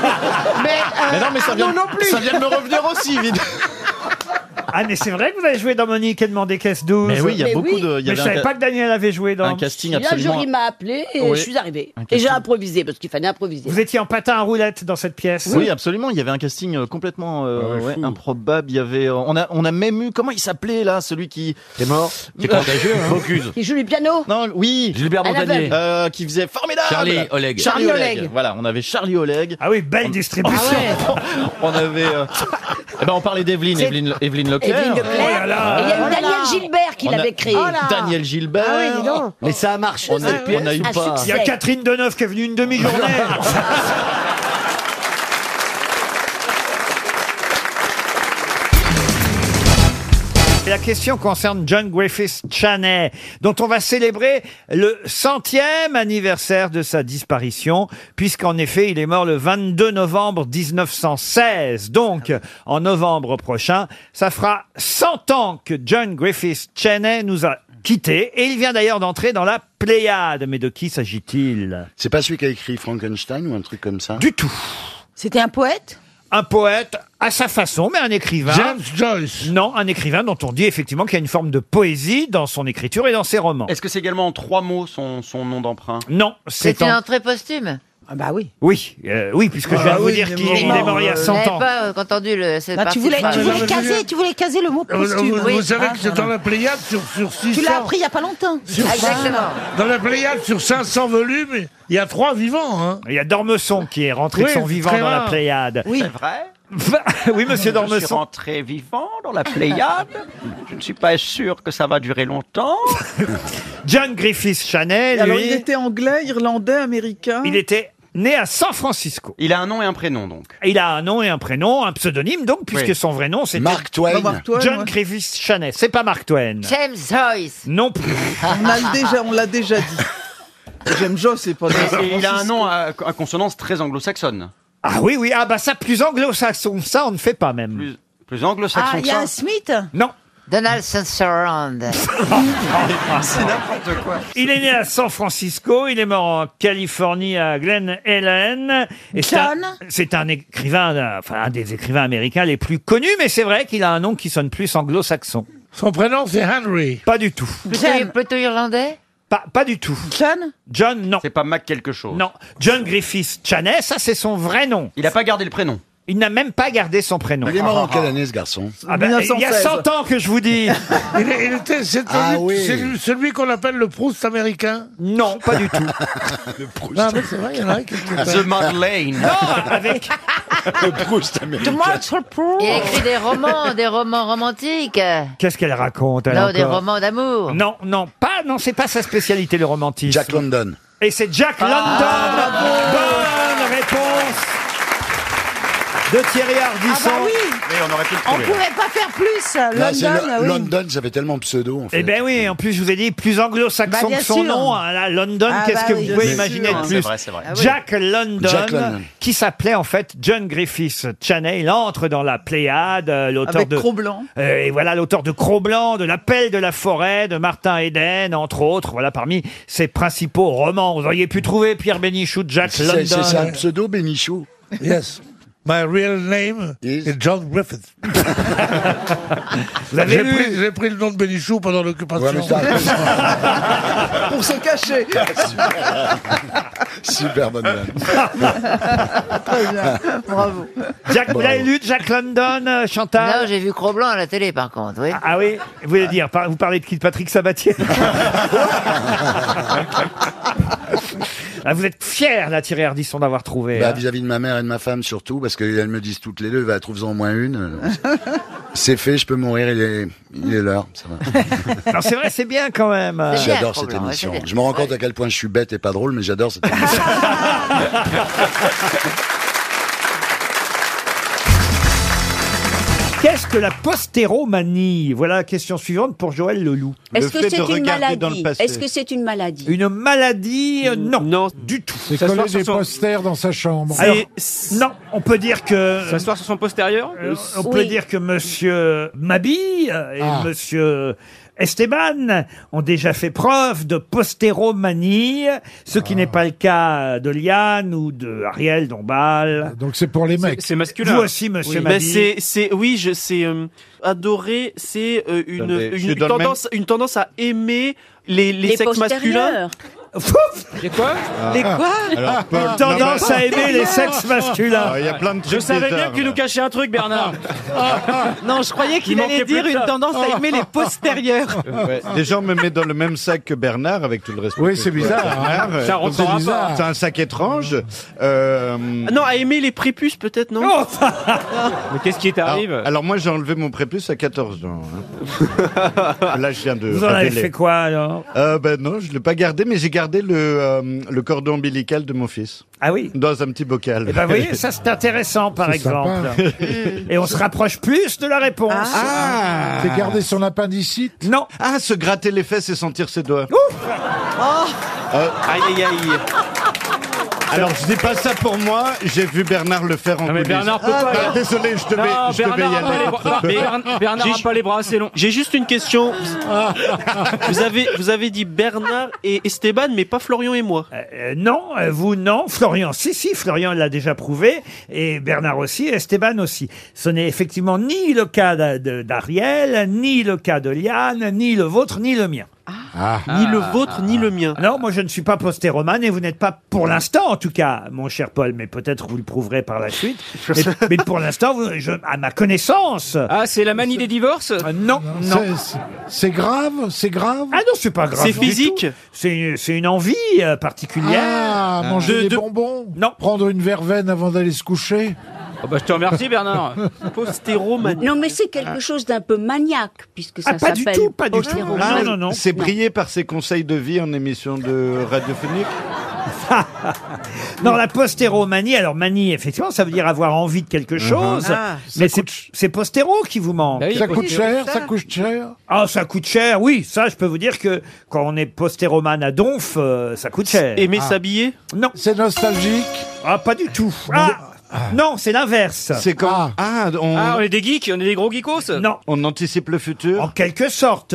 Mais, euh, Mais non, mais ça vient, Arnaud non plus. ça vient de me revenir aussi, vite. Ah, mais c'est vrai que vous avez joué dans Monique et demandé caisse 12. Mais oui, il y a Mais beaucoup oui. de. il y Mais avait je un savais ca- pas que Daniel avait joué dans. un casting Et un jour, absolument. il m'a appelé et Oui. je suis arrivée. Un Et j'ai casting. improvisé, parce qu'il fallait improviser. Vous étiez en patin à roulette dans cette pièce. Oui, absolument. Il y avait un casting euh, complètement euh, ouais, improbable. Il y avait, euh, on a, on a même eu, comment il s'appelait là, celui qui, C'est mort. C'est contagieux, hein. Focus. Il joue du piano non, oui, Gilbert À l'aveugle. Montagnier. euh, qui faisait formidable. Charlie Oleg. Charlie Charlie Oleg. Oleg. Voilà, on avait Charlie Oleg. Ah Ah oui, belle distribution. on avait, euh, eh ben, on parlait d'Evelyne, C'est- Evelyne, Evelyne Leclerc. Evelyne Leclerc. Oh là là. Et il y a eu Oh là Daniel là. Gilbert qui On a- l'avait créé. Oh là. Daniel Gilbert. Ah oui, dis donc. Mais ça a marché On a- Ah cette pièce on a eu ou un pas Il y a C'est- Catherine Deneuve qui est venue une demi-journée. Et La question concerne John Griffith Chaney, dont on va célébrer le centième anniversaire de sa disparition, puisqu'en effet, il est mort le 22 novembre 1916. Donc, en novembre prochain, ça fera 100 ans que John Griffith Chaney nous a quittés, et il vient d'ailleurs d'entrer dans la Pléiade. Mais de qui s'agit-il C'est pas celui qui a écrit Frankenstein ou un truc comme ça Du tout. C'était un poète Un poète à sa façon, mais un écrivain. James Joyce. Non, un écrivain dont on dit effectivement qu'il y a une forme de poésie dans son écriture et dans ses romans. Est-ce que c'est également en trois mots son, son nom d'emprunt Non, c'est en... entrée posthume. Ah bah oui. Oui, euh, oui, puisque je viens Ah de vous oui, dire il est qu'il est, il mort, est mort il y a euh, 100 ans. pas entendu le. cette Bah, tu partie voulais, de- Ah, tu Ah, voulais mais caser, tu voulais caser le mot Vous, Euh, vous- posthume. vous savez que c'est dans la Pléiade sur, sur 600. Ah. Tu l'as appris il y a pas longtemps. Ah, Sur Exactement. Dans la Pléiade sur 500 volumes, il y a trois vivants. Hein. Il y a Dormeson qui est rentré Oui, de son vivant très dans la rare. Pléiade. Oui. vrai oui, monsieur Je suis Dormesson. rentré vivant dans la Pléiade. Je ne suis pas sûr que ça va durer longtemps. John Griffith Chanel, Alors, lui, il il, était anglais, irlandais, américain. était né à San Francisco. Il a un nom et un prénom, donc. Il a un nom et un prénom, un pseudonyme donc, puisque Oui. son vrai nom c'est Mark Twain. Non, Mark Twain, John ouais. Griffith Chanel. C'est pas Mark Twain. James Joyce. Non plus. On a le déjà, on l'a déjà dit. James Joyce, c'est pas. Et il a un nom à, à consonance très anglo-saxonne. Ah oui, oui, ah bah ça, plus anglo-saxon, ça on ne fait pas même. Plus, plus anglo-saxon que ça. Smith Non. Donaldson Surround. C'est n'importe quoi. Il est né à San Francisco, il est mort en Californie à Glen Helen. Et c'est un- John C'est un écrivain, euh, enfin un des écrivains américains les plus connus, mais c'est vrai qu'il a un nom qui sonne plus anglo-saxon. Son prénom, c'est Henry. Pas du tout. Plutôt, plutôt irlandais Pas, pas du tout. John John, non. C'est pas Mac quelque chose. Non. John Griffith Chanet, ça c'est son vrai nom. Il n'a pas gardé le prénom. Il n'a même pas gardé son prénom. Il est mort en quelle année, ce garçon Ah ben, il y a 100 ans que je vous dis. Il, est- il était, c'est Ah celui, oui. c'est celui qu'on appelle le Proust américain Non, pas du tout. le Proust. Non, mais c'est vrai, il y en a un qui The Madeleine. avec. le Proust Il écrit des romans, des romans romantiques. Qu'est-ce qu'elle raconte elle, Non, des encore romans Oh. d'amour. Non, non, pas, non, c'est pas sa spécialité, le romantisme. Jack London. Et c'est Ah, Jack London. Bonne réponse de Thierry Ardisson. Ah bah oui. Mais on aurait pu le On trouver. pouvait pas faire plus. Là, London, c'est le- oui. London, ça fait tellement pseudo, en Eh ben oui, en plus je vous ai dit plus anglo-saxon Bah, bien que son sûr. nom. hein, là, London, Ah, qu'est-ce bah que oui, vous bien pouvez sûr. imaginer de C'est plus vrai, c'est vrai. Ah oui. Jack, London, Jack London. qui s'appelait en fait John Griffith Chaney. Il entre dans la Pléiade, euh, l'auteur Avec de Cro-Blanc. Euh, et voilà l'auteur de Cro-Blanc, de L'Appel de la forêt, de Martin Eden, entre autres. Voilà parmi ses principaux romans. Vous auriez pu trouver Pierre Bénichou, Jack London. pseudo, Bénichou Yes. My real name is, John Griffith. Vous avez J'ai lu pris, j'ai pris le nom de Bénichou pendant l'occupation. Pour se cacher. Super bonne blague. Oh. Très bien. Bravo. Jack, vous l'avez lu, Jack London, euh, Chantal Non, j'ai vu Cro-Blanc à la télé, par contre, oui. Ah oui Vous voulez dire, par- vous parlez de qui de Patrick Sabatier Ah, Vous êtes fier, là, Thierry Ardisson, d'avoir trouvé. Bah, hein. vis-à-vis de ma mère et de ma femme surtout, parce qu'elles me disent toutes les deux, va, trouve-en au moins une. euh, C'est fait, je peux mourir, il est, il est l'heure, ça va. Non, c'est vrai, c'est bien quand même. J'adore cette émission. Je me rends compte à quel point je suis bête et pas drôle, mais j'adore cette émission. Qu'est-ce que la postéromanie Voilà la question suivante pour Joël Leloup. Est-ce que c'est une maladie Est-ce que c'est une maladie Une maladie euh, Non. Non, du tout. C'est coller des posters dans sa chambre. Alors, non, on peut dire que. S'asseoir sur son postérieur Euh, on peut dire que Monsieur Mabille euh, et Ah. Monsieur Esteban ont déjà fait preuve de postéromanie, ce Ah. qui n'est pas le cas de Liane ou de Ariel Dombal. Donc c'est pour les mecs. C'est masculin. Vous aussi, monsieur Oui. Mabille. Ben, c'est, c'est, oui, je, c'est euh, adoré. C'est euh, une, Attendez, je suis une, dans le tendance, une tendance à aimer les, les, Les sexes masculins. postérieurs. Les quoi Ah. Les quoi alors, Ah, Une tendance à aimer les sexes masculins. Ah, il y a plein de Je savais bien que tu nous cachais un truc, Bernard. Non, je croyais qu'il Il allait manquait plus dire que une ça. tendance à aimer les postérieurs. Ouais. Déjà, on me met dans le même sac que Bernard, avec tout le respect. Oui, c'est bizarre, hein. Ça rentre en rapport. C'est un sac étrange. Euh, Non, à aimer les prépuces, peut-être, non Mais qu'est-ce qui t'arrive alors, alors moi j'ai enlevé mon prépuce à 14 ans. hein. Là je viens de Vous en avez révéler. fait quoi alors euh, Ben non, je l'ai pas gardé, mais j'ai gardé le, euh, le cordon ombilical de mon fils. Ah oui Dans un petit bocal. Eh ben, vous voyez, ça c'est intéressant par C'est sympa. exemple. Et on se rapproche plus de la réponse. Ah. C'est garder son appendicite Non. Ah, se gratter les fesses et sentir ses doigts. Oh, Euh, Aïe, aïe, aïe. alors je dis pas ça pour moi, j'ai vu Bernard le faire en Ah, mais coulisses. Bernard peut pas. hein. Ah, Désolé, je devais, Non, je devais y Bernard a pas les aller. bras- mais Bern- Bernard a pas les bras Ah. assez longs. J'ai juste une question. Vous avez, vous avez dit Bernard et Esteban, mais pas Florian et moi. Euh, non, euh, vous non, Florian, si, si, Florian l'a déjà prouvé, et Bernard aussi, et Esteban aussi. Ce n'est effectivement ni le cas d'a- de- d'Ariel, ni le cas de Liane, ni le vôtre, ni le mien. Ah. Ah. Ni le vôtre, ni le mien. Non, moi je ne suis pas postéromane et vous n'êtes pas, pour l'instant en tout cas, mon cher Paul, mais peut-être vous le prouverez par la suite. mais, mais pour l'instant, vous- je- à ma connaissance. Euh, Ah, c'est la manie des divorces Non, non. C'est- c'est- C'est grave, c'est grave. Ah non, c'est pas grave. C'est du physique tout. C'est c'est une envie euh, particulière. Ah, manger De- des de- bonbons Non. Prendre une verveine avant d'aller se coucher Oh bah, je te remercie, Bernard. Ah, Postéromanie. Non, mais c'est quelque chose d'un peu maniaque, puisque ça Ah, pas du s'appelle. tout, pas du tout. Ah, postéromanie. Non, non, non. C'est brillé par ses conseils de vie en émission de radiophonique. Non, la postéromanie, alors manie, effectivement, ça veut dire avoir envie de quelque chose. Mhm. Ah, mais c'est c'est postéro qui vous manque. ça coûte cher, ça coûte cher. Ah, ça coûte cher, oui. Ça, je peux vous dire que quand on est postéromane à Donf, euh, ça coûte cher. Aimer s'habiller Non. Ah. C'est nostalgique Ah, pas du tout. Ah, non, c'est l'inverse. C'est quand ah. on... Ah, on est des geeks, on est des gros geekos Non. on anticipe le futur. En quelque sorte.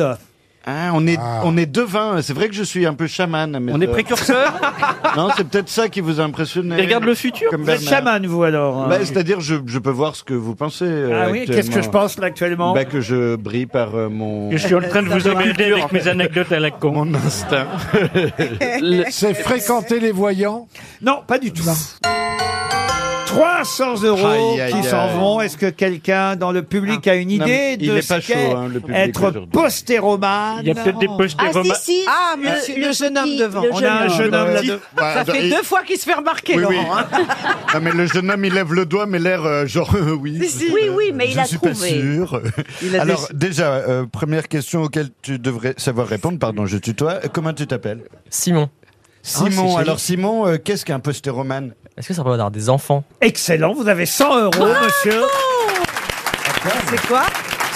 Ah, on est, on est devin. C'est vrai que je suis un peu chaman. mais, On est euh, précurseurs Non, c'est peut-être ça qui vous a impressionné. Et regarde le futur. Comme Vous êtes Bernard. chaman, vous, alors. hein. Bah, C'est-à-dire, je, je peux voir ce que vous pensez. euh, ah oui, qu'est-ce que je actuellement. pense, là, actuellement bah, Que je brille par euh, mon. Que je suis en train de vous embêter avec mes anecdotes à la con. Mon instinct. C'est fréquenter les voyants. Non, pas du tout. 300 euros Aïe, aïe, qui s'en aïe. Ah. vont. Est-ce que quelqu'un dans le public a une Non, idée il de est ce pas chaud, qu'est hein, le public être aujourd'hui. postéromane Il y a peut-être des postéromans. Ah, si, si. Ah, le- le jeune homme devant. On a un jeune homme là-dedans. Ça fait deux fois qu'il se fait remarquer, Oui, oui. Laurent. hein. Non, Ah, mais le jeune homme, il lève le doigt, mais l'air euh, genre euh, oui. Si, si. Oui, oui, mais je il a suis pas trouvé. sûr. Il a Alors, déjà, euh, première question auquelle tu devrais savoir répondre, pardon, je tutoie. Euh, Comment tu t'appelles Simon, Ah, c'est Simon, joli. alors Simon, euh, qu'est-ce qu'un postéromane est-ce que ça peut avoir des enfants Excellent, vous avez 100 euros, monsieur. C'est quoi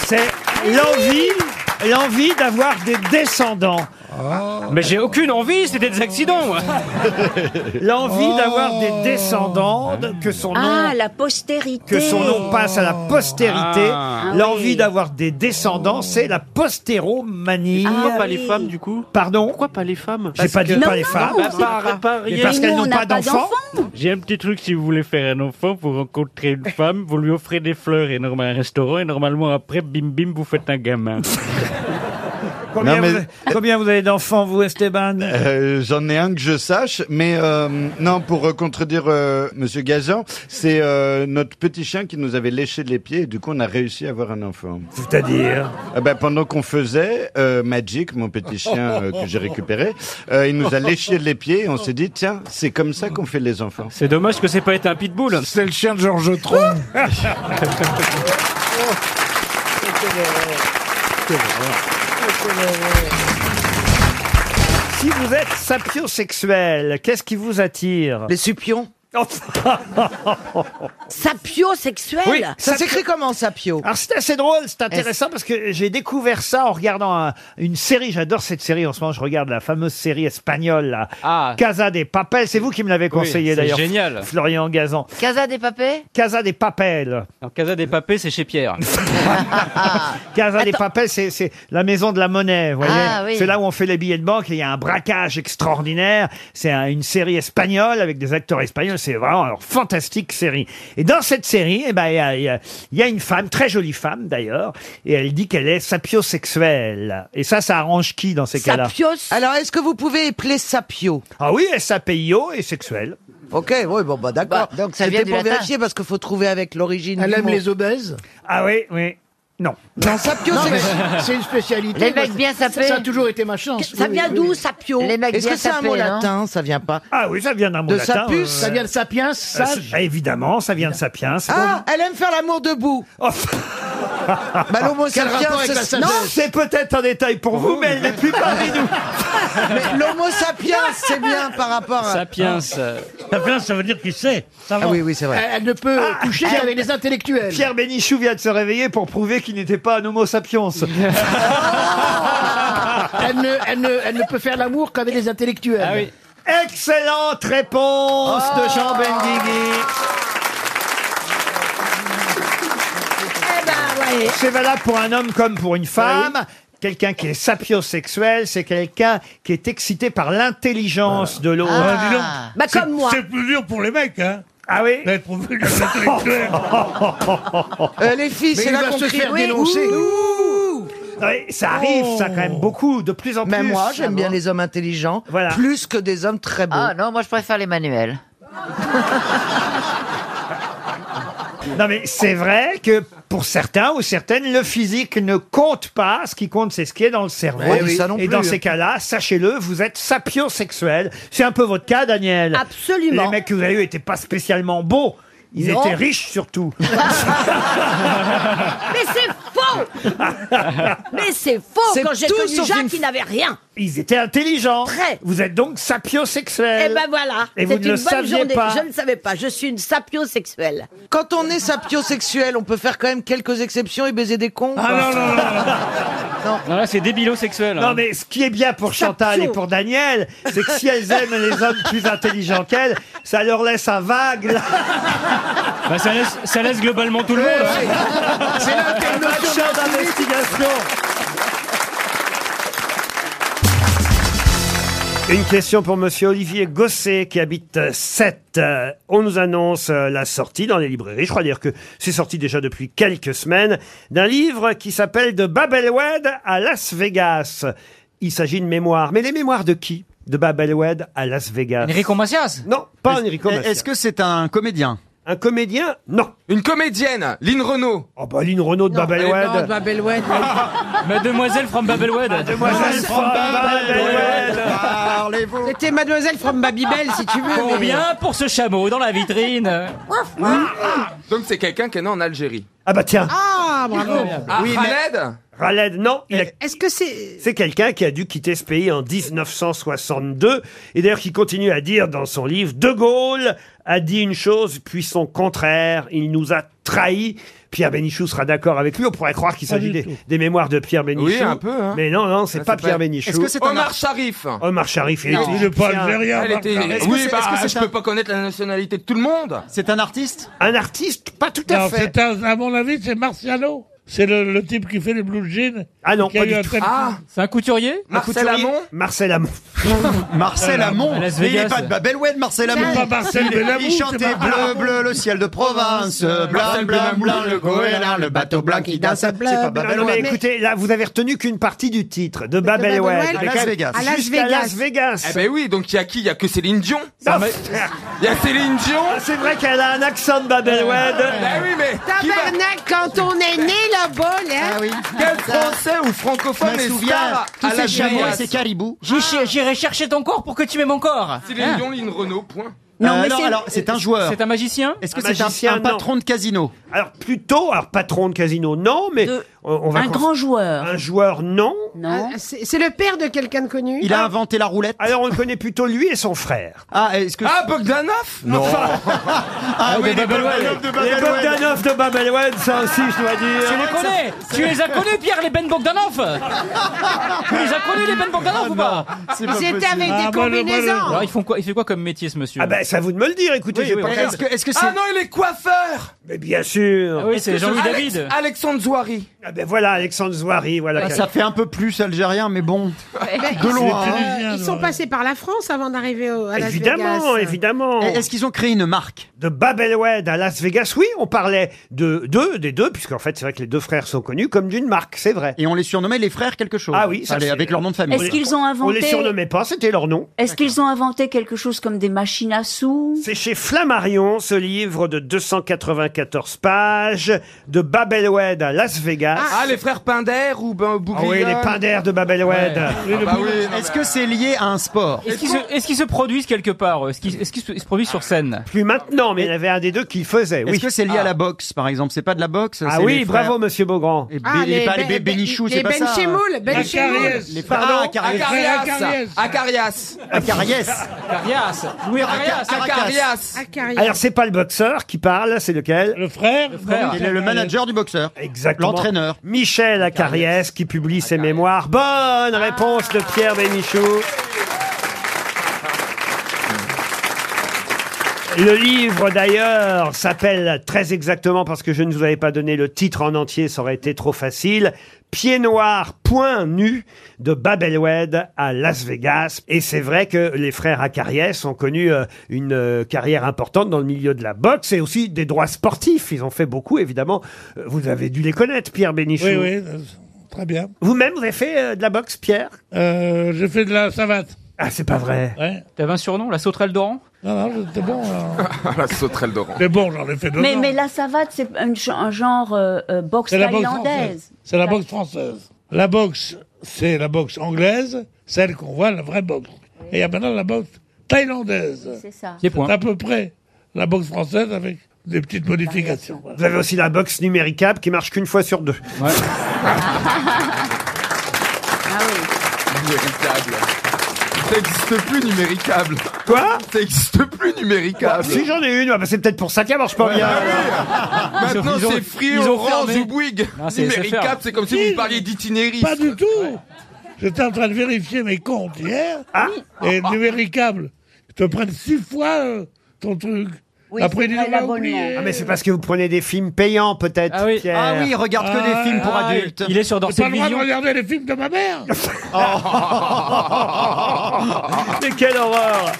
C'est l'envie, l'envie d'avoir des descendants. Ah. Mais j'ai aucune envie, c'était des accidents. moi. L'envie Oh. d'avoir des descendants, de- que son nom, Ah, la postérité. que son nom passe à la postérité. Ah. L'envie d'avoir des descendants, c'est la postéromanie. Ah, Pourquoi pas oui. les femmes, du coup Pardon Pourquoi pas les femmes J'ai pas dit Non, pas les non, femmes. on Bah, sait par- pas. par- Mais rien. parce Nous, qu'elles on n'ont n'a pas d'enfants. J'ai un petit truc, si vous voulez faire un enfant, vous rencontrez une femme, vous lui offrez des fleurs et normal, un restaurant, et normalement après, bim bim, vous faites un gamin. Combien, Non, mais- vous, combien vous avez d'enfants, vous, Esteban Euh, J'en ai un que je sache, mais euh, non, pour euh, contredire euh, Monsieur Gazan, c'est euh, notre petit chien qui nous avait léché les pieds, et du coup, on a réussi à avoir un enfant. C'est-à-dire Ah ben, pendant qu'on faisait euh, Magic, mon petit chien euh, que j'ai récupéré, euh, il nous a léché les pieds et on s'est dit tiens, c'est comme ça qu'on fait les enfants. C'est dommage que c'est pas été un pitbull. C'est le chien de Georges Tron. Si vous êtes sapiosexuel, qu'est-ce qui vous attire Les supions. Sapiosexuel Oui. Ça Sapio- s'écrit comment, sapio Alors c'est assez drôle, c'est intéressant parce que j'ai découvert ça en regardant un- une série. J'adore cette série en ce moment. Je regarde la fameuse série espagnole, la Ah. Casa des Papel. C'est vous qui me l'avez conseillé c'est d'ailleurs. génial. Florian Gazan. Casa des Papés Casa des Papel. Alors, Casa des Papés, c'est chez Pierre. Casa des Papel, c'est c'est la maison de la monnaie, vous voyez. Ah, oui. C'est là où on fait les billets de banque. et Il y a un braquage extraordinaire. C'est un- une série espagnole avec des acteurs espagnols. C'est vraiment alors, fantastique série. Et dans cette série, eh ben, il y a- il y, a- il y a une femme, très jolie femme d'ailleurs, et elle dit qu'elle est sapiosexuelle. Et ça, ça arrange qui dans ces cas-là Sapios Alors, est-ce que vous pouvez épeler sapio Ah oui, S-A-P-I-O et sexuelle. Ok, oui, bon, bah d'accord. Bah, donc, ça C'était vient du pour latin. vérifier parce qu'il faut trouver avec l'origine. Elle du aime mot. les obèses Ah oui, oui. Non. Non, sapio, Non, mais c'est. c'est une spécialité. Les mecs Moi, bien ça- sapés. Ça a toujours été ma chance. Ça Oui, vient oui, d'où, oui. sapio Les mecs Est-ce bien que c'est un sapés, mot non latin Ça vient pas. Ah oui, ça vient d'un mot De latin. sa puce, euh, Ça vient de sapiens, euh, sage. ça- évidemment, ça vient de sapiens. Ah, elle aime faire l'amour debout. Oh. Bah, l'homo Quel sapiens, rapport avec la c'est- sagesse Non, c'est peut-être un détail pour vous, mais elle n'est plus parmi nous. mais l'homo sapiens, c'est bien par rapport à. Hein Sapiens. Sapiens, ça veut dire qu'il sait. Ça Ah va. oui, oui, c'est vrai. Ah. Elle ne peut coucher avec les intellectuels. Ah, Pierre Bénichou vient de se réveiller pour prouver qu'il n'était pas un homo sapiens. Elle ne, elle ne- elle ne peut faire l'amour qu'avec les intellectuels. Ah oui. Excellente réponse de Jean Benguigui. C'est valable pour un homme comme pour une femme. Quelqu'un qui est sapiosexuel, c'est quelqu'un qui est excité par l'intelligence de l'autre. Ah, dis donc. Bah, C'est- comme moi. C'est plus dur pour les mecs, hein. Ah oui D'être trouvé une intellectuelle. Euh, les filles, Mais c'est il là va qu'on se crie. faire oui, dénoncer. ouh. Oh. Non, mais Ça arrive, ça quand même beaucoup, de plus en plus. Mais moi, j'aime bien les hommes intelligents, Voilà. plus que des hommes très beaux. Ah non, moi je préfère les manuels. Non mais c'est vrai que pour certains ou certaines, le physique ne compte pas. Ce qui compte, c'est ce qui est dans le cerveau. Ouais, oui, ça non Et plus, dans hein. ces cas-là, sachez-le, vous êtes sapiosexuel. C'est un peu votre cas, Daniel. Absolument. Les mecs que vous avez eu n'étaient pas spécialement beaux. Ils Non. étaient riches surtout. Mais c'est faux Mais c'est faux C'est Quand j'ai tout connu sauf Jacques, une- il n'avait rien. Ils étaient intelligents. Très. Vous êtes donc sapiosexuel. Eh ben voilà, Et c'est vous ne une le bonne saviez journée. pas. Je ne savais pas, je suis une sapiosexuelle. Quand on est sapiosexuel, on peut faire quand même quelques exceptions et baiser des cons. Ah, non, non, non, non. Non, là, c'est débilosexuel. hein. Non, mais ce qui est bien pour Chantal et pour Daniel, c'est que si elles aiment les hommes plus intelligents qu'elles, ça leur laisse un vague. Bah, ça, laisse, ça laisse globalement tout le monde. hein. C'est notion d'investigation. Une question pour Monsieur Olivier Gosset qui habite 7. On nous annonce euh, la sortie dans les librairies. Je crois dire que c'est sorti déjà depuis quelques semaines d'un livre qui s'appelle De Babelwed à Las Vegas. Il s'agit de mémoires. Mais les mémoires de qui De Babelwed à Las Vegas. Enrico Macias Non, pas Enrico Macias. Est-ce que c'est un comédien Un comédien Non. Une comédienne Lynn Renault Oh bah Lynn Renault de Babelwed. non, de Babelwed. Mademoiselle from Babelwed. Mademoiselle from Babelwed. C'était Mademoiselle from Babybel, si tu veux. mais- Combien pour ce chameau dans la vitrine Hein Ah. Donc c'est quelqu'un qui est né en Algérie. Ah bah tiens. Ah, bravo. oui, Khaled Raled, non. il a- Euh, Est-ce que c'est... C'est quelqu'un qui a dû quitter ce pays en 1962 et d'ailleurs qui continue à dire dans son livre De Gaulle a dit une chose puis son contraire, il nous a trahis. Pierre Bénichou sera d'accord avec lui, on pourrait croire qu'il s'agit des, des mémoires de Pierre Bénichou. Oui, un peu, hein. Mais non, non, c'est Ah, pas c'est Pierre pas- Bénichou. Est-ce que c'est un Omar Ar- Sharif Omar Sharif, il Non. était Il est pas égyptien. algérien, Elle Omar était- Sharif. Est-ce que Oui, c'est- bah, est-ce que c'est je un- peux pas connaître la nationalité de tout le monde. C'est un artiste Un artiste Pas tout à Non, fait. c'est un- à mon avis, c'est Marciano. C'est le, le type qui fait les blue jeans. Ah non, qui a pas eu du un tout. tel- Ah, C'est un couturier Un couturier Marcel Amont. Marcel Amont, À Las mais il n'est Vegas. pas de Babelwed, Marcel Amont. pas Marcel Il- Bellamont, Il c'est chantait Marcel bleu, Amont. bleu, le ciel de province, blanc, blanc, blanc, le goéland, le bateau blanc qui danse, Ah, c'est pas Non, Ah, non, mais Babelwed. écoutez, là, vous avez retenu qu'une partie du titre de Babelwed. À Las Vegas. ben, Jusqu'à Las Vegas. Eh ben oui, donc il y a qui Il y a que Céline Dion. Ah, Il y a Céline Dion. C'est vrai qu'elle a un accent de Babelwed. Ben oui, mais qui va- Tabarnak, quand on est né là-bas, là. Ah oui. quel français ou francophone est star à la Vegas caribous. J'irai chercher ton corps pour que tu mets mon corps. Hein Céline Dion, Lynn Renault, point. Euh, Non, mais c'est- c'est- c'est un magicien Est-ce que c'est un- un patron de casino Alors plutôt, alors patron de casino, non, mais on, on va un grand joueur. Un joueur, non. Non. Ah, C'est c'est le père de quelqu'un de connu. Ah. inventé la roulette. Ah. Alors on le connaît plutôt lui et son frère. Ah, est-ce que. Ah, Bogdanov Non. Ah oui, les Bogdanov de Les Babelwed. Bogdanov de Babelwed, ça aussi je dois dire. Tu les connais Tu les as connus, Pierre, les Ben Bogdanov Tu les Ah, as connus, les Ben Bogdanov ou pas Ils étaient avec bah, des combinaisons. Alors, ils font quoi, il fait quoi comme métier, ce monsieur Ah ben ça vous de me le dire, écoutez, Oui, j'ai oui, pas oui. quand même- Est-ce que- est-ce que Ah non, il est coiffeur. Mais bien sûr. Ah oui, c'est Jean-Louis Alex- David. Alexandre Zouari. Ah ben voilà, Alexandre Zouari, voilà. Ah, Ça fait un peu plus algérien, mais bon. De loin. hein. Ben, Ils sont passés par la France avant d'arriver au- à Las Ah, Évidemment, Vegas. évidemment. Et Est-ce qu'ils ont créé une marque de Babelwed à Las Vegas. Oui, on parlait de deux, des deux, puisqu'en fait, c'est vrai que les deux frères sont connus comme d'une marque, c'est vrai. Et on les surnommait les frères quelque chose. Ah oui, ça, Allez, c'est- avec leur nom de famille. On On les- les- qu'ils ont On les inventé- surnommait pas, c'était leur nom. Est-ce qu'ils ont inventé quelque chose comme des machines à sous C'est chez Flammarion, ce livre de 294 pages, de Babelwed à Las Vegas. Ah, les frères Pinder ou ben, Ah oui, les pains d'air de Babelwed. Ah bah oui, non, Est-ce mais- que c'est lié à un sport Est-ce qu'ils se, est-ce qu'ils se produisent quelque part eux Est-ce qu'ils est-ce qu'ils se, ils se produisent sur scène Plus maintenant, mais il y en avait un des deux qui le faisait, Est-ce oui. que c'est lié à la boxe, par exemple C'est pas de la boxe Ah c'est oui, les frères- bravo, monsieur Beaugrand. Et, Ah, et les pas Ben- les Benichou, les c'est pas ça. hein. Benchemoul, Les Benchemoul. Acariès. Les frères Pardon ah, Acariès. Acarias. Acarias. Acariès. Carias Louis Acarias. Acarias. Acarias. Alors, c'est pas le boxeur qui parle, c'est lequel Le frère Frère. Il est le manager du boxeur. Exactement. L'entraîneur. Michel Acariès qui publie ses mémoires. Bonne réponse de Pierre Bénichou. Le livre d'ailleurs s'appelle très exactement parce que je ne vous avais pas donné le titre en entier, ça aurait été trop facile. Pieds noirs, point nu de Babelwed à Las Vegas. Et c'est vrai que les frères Acariès ont connu euh, une euh, carrière importante dans le milieu de la boxe et aussi des droits sportifs. Ils ont fait beaucoup, évidemment. Euh, Vous avez dû les connaître, Pierre Bénichou. Oui, oui, euh, très bien. Vous-même, vous avez fait euh, de la boxe, Pierre Euh, J'ai fait de la savate. Ah, c'est pas vrai. Ouais. T'avais un surnom, la sauterelle d'Oran Non, non, j'étais bon. hein. Ah, la sauterelle d'Oran. Mais bon, j'en ai fait deux. mais, ans. mais la savate, c'est un, ch- un genre euh, euh, boxe C'est la boxe thaïlandaise. française. C'est la boxe française. La boxe, c'est la boxe anglaise, celle qu'on voit, la vraie boxe. Et il y a maintenant la boxe thaïlandaise. C'est ça. Pieds points. à peu près la boxe française avec des petites modifications. Vous avez aussi la box numéricable qui marche qu'une fois sur deux. Numéricable. Ça n'existe plus, numéricable. Quoi Ça n'existe plus, numéricable. Si j'en ai une, bah, c'est peut-être pour ça qu'elle marche pas Ouais, bien. bah Ah oui. Maintenant, Ils ont- c'est Free, ils ont Orange fermé. ou Bouygues. Non, c'est SFR. Numéricable, c'est comme si vous parliez d'itinéris. Pas du tout J'étais en train de vérifier mes comptes hier, Ah. et numéricable, ils te prennent six fois euh, ton truc. Oui, c'est Après, ils disent, vrai, on a l'abonnement. oublié. Ah, mais c'est parce que vous prenez des films payants, peut-être. Ah oui, Ah, Ah oui, il regarde que des films pour adultes. Il est sur J'ai pas le droit de regarder les films de ma mère Mais quelle horreur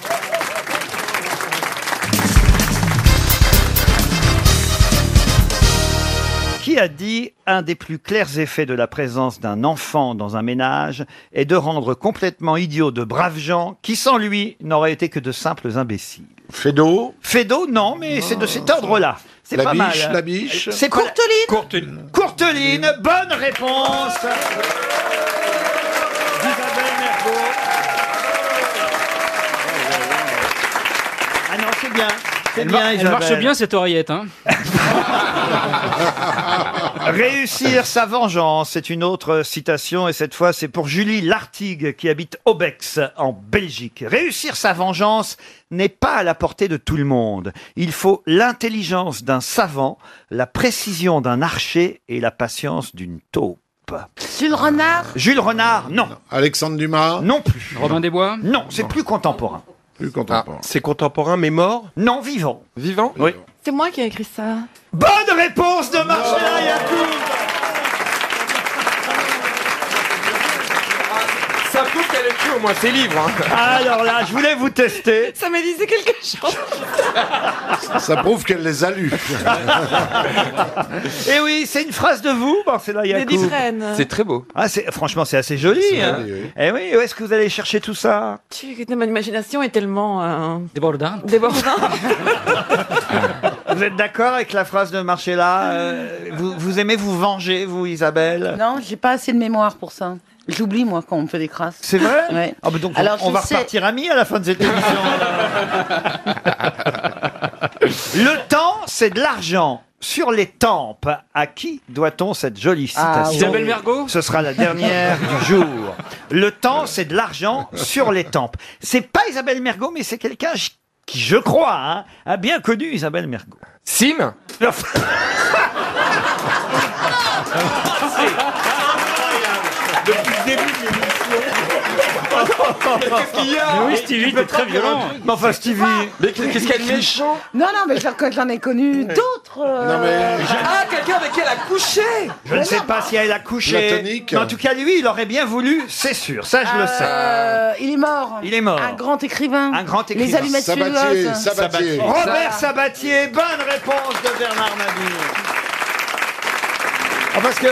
Qui a dit un des plus clairs effets de la présence d'un enfant dans un ménage est de rendre complètement idiots de braves gens qui, sans lui, n'auraient été que de simples imbéciles Fédo Fédo, non, mais c'est de cet ordre-là. C'est La pas mal. hein. biche, la biche. C'est pas- Courteline. Courteline, bonne réponse Ah non, c'est bien. C'est Elle, mar- Eh bien, elle Isabelle. marche bien cette oreillette. Hein. Réussir sa vengeance, c'est une autre citation et cette fois c'est pour Julie Lartigue qui habite Aubex en Belgique. Réussir sa vengeance n'est pas à la portée de tout le monde. Il faut l'intelligence d'un savant, la précision d'un archer et la patience d'une taupe. Jules Renard Jules Renard, non. Alexandre Dumas Ah. Non plus. Robin Desbois Non, c'est plus contemporain. Plus Ah, contemporain. C'est contemporain, mais mort Non, vivant. Vivant Oui. C'est moi qui ai écrit ça. Bonne réponse de Marcella Yacoub Ça prouve qu'elle est plus au moins hein. ses livres. Alors là, je voulais vous tester. Ça me disait quelque chose. Ça prouve qu'elle les a lus. Ah, Eh oui, c'est une phrase de vous, Marcella Yacoub. Lady Fresne. C'est très beau. Ah, c'est- franchement, c'est assez joli. C'est hein. joli, oui. Eh oui, où est-ce que vous allez chercher tout ça Tu, mon imagination est tellement euh, Débordant. débordante. Vous êtes d'accord avec la phrase de Marcella Euh, vous, vous aimez vous venger, vous, Isabelle Non, j'ai pas assez de mémoire pour ça. J'oublie, moi, quand on me fait des crasses. C'est vrai Ouais. Ah, bah donc, on- Alors, on, je va sais- repartir amis à la fin de cette émission. Le temps, c'est de l'argent. Sur les tempes, à qui doit-on cette jolie citation Ah, oui. Isabelle Mergo Ce sera la dernière du jour. Le temps, c'est de l'argent sur les tempes. C'est pas Isabelle Mergo, mais c'est quelqu'un j- qui, je crois, hein, a bien connu Isabelle Ah, Mergo. Sim Depuis le début de l'émission. Qu'est-ce qu'il y a Mais oui, Stevie, t'es très violent. Mais enfin, Stevie. Mais qu'est-ce qu'elle est méchant Non, non, mais je reconnais que j'en ai connu d'autres. euh, Non, mais je- Ah, quelqu'un avec qui elle a couché Je ne sais pas si elle a couché. Platonique. Mais En tout cas, lui, il aurait bien voulu, c'est sûr. Ça, je le sais. Euh, il est mort. Il est mort. Un grand écrivain. Un grand écrivain. Les allumettes suédoises. Robert Sabatier, bonne réponse de Bernard Mabille. Ah, parce que.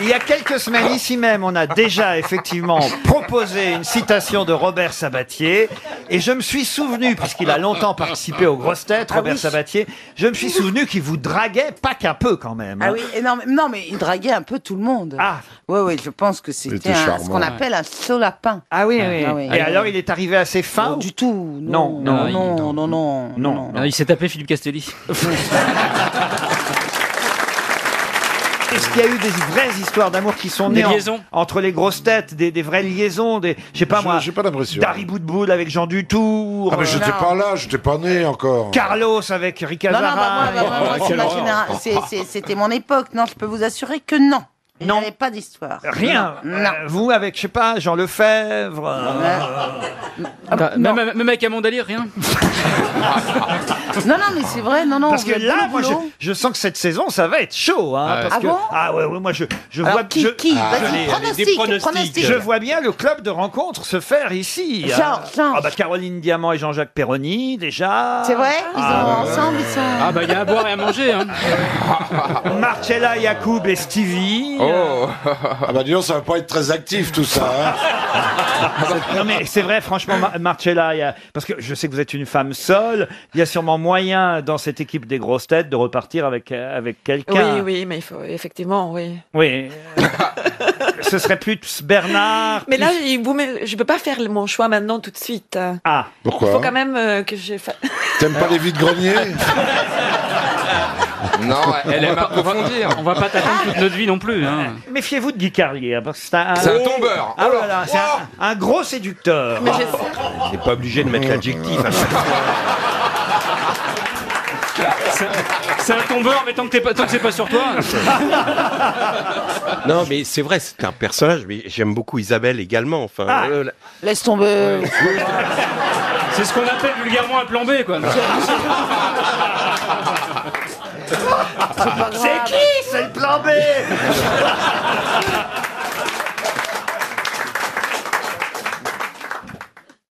Il y a quelques semaines, ici même, on a déjà effectivement proposé une citation de Robert Sabatier. Et je me suis souvenu, puisqu'il a longtemps participé aux grosses têtes, Ah Robert oui. Sabatier, je me suis souvenu qu'il vous draguait pas qu'un peu quand même. Ah hein. oui, et non, mais- non, mais il draguait un peu tout le monde. Ah Oui, oui, je pense que c'était un- ce qu'on appelle un solapin. Ah oui, oui. Et alors, il est arrivé assez fin ou- Du tout. Non, non, il- non, non, non, non, non. Ah, Il s'est tapé Philippe Castelli. Est-ce qu'il y a eu des vraies histoires d'amour qui sont Des nées en- liaisons. entre les grosses têtes, des, des vraies liaisons, des, je sais pas moi, j'ai pas l'impression. Dari Boudboul avec Jean Dutour, Ah, mais euh, j'étais pas là, j'étais pas né encore. Carlos avec Rick Non, non, bah, Azara. moi, bah, moi, moi, c'est Ah, Quelle ma Oh. horreur. généra- c'est- c'est- c'était mon époque. Non, je peux vous assurer que non. Il n'y avait pas d'histoire. Rien. Euh, vous avec je sais pas Jean Lefebvre. euh, Ah, Bah, même, même avec Amandali, rien. Non, non, mais c'est vrai, non, non. Parce que vous avez là, le moi, je, boulot. je sens que cette saison, ça va être chaud. Hein, Ah ouais. parce Ah que- bon ah ouais, ouais, moi, je, je Alors, vois qui- je- qui Vas-y, Allez, allez, pronostic, des pronostics. pronostic. Je vois bien le club de rencontres se faire ici. Genre, hein. genre. Ah bah, Caroline Diamant et Jean-Jacques Perroni, déjà. Ah, C'est vrai Ils ont ensemble, ils sont. Ah bah il y a à boire et à manger. Hein. Marcella Yacoub et Stevie. Oh. Ah bah dis donc, ça va pas être très actif tout ça. hein. non mais c'est vrai, franchement, Mar- Marcella, il y a- parce que je sais que vous êtes une femme seule, il y a sûrement moyen dans cette équipe des grosses têtes de repartir avec, euh, avec quelqu'un. Oui, oui, mais il faut effectivement, oui. Oui. Ce serait plus Bernard. Mais là, il vous met- je peux pas faire mon choix maintenant tout de suite. Ah, Il faut quand même euh, que je fasse. T'aimes pas les vides-greniers Non, elle aime approfondir. On va pas t'attendre toute notre vie non plus. Hein. Méfiez-vous de Guy Carlier, hein, parce que c'est un, C'est un Oh tombeur. Ah voilà, c'est un, un gros séducteur. Oh. Mais On n'est pas obligé de mettre l'adjectif. à chaque fois. C'est c'est un tombeur, mais tant que, t'es pas, tant que c'est pas sur toi. Non, mais c'est vrai, c'est un personnage. Mais j'aime beaucoup Isabelle également. Enfin, Ah, euh, la- Laisse tomber. C'est ce qu'on appelle vulgairement un plan B, quoi. C'est qui C'est le plan B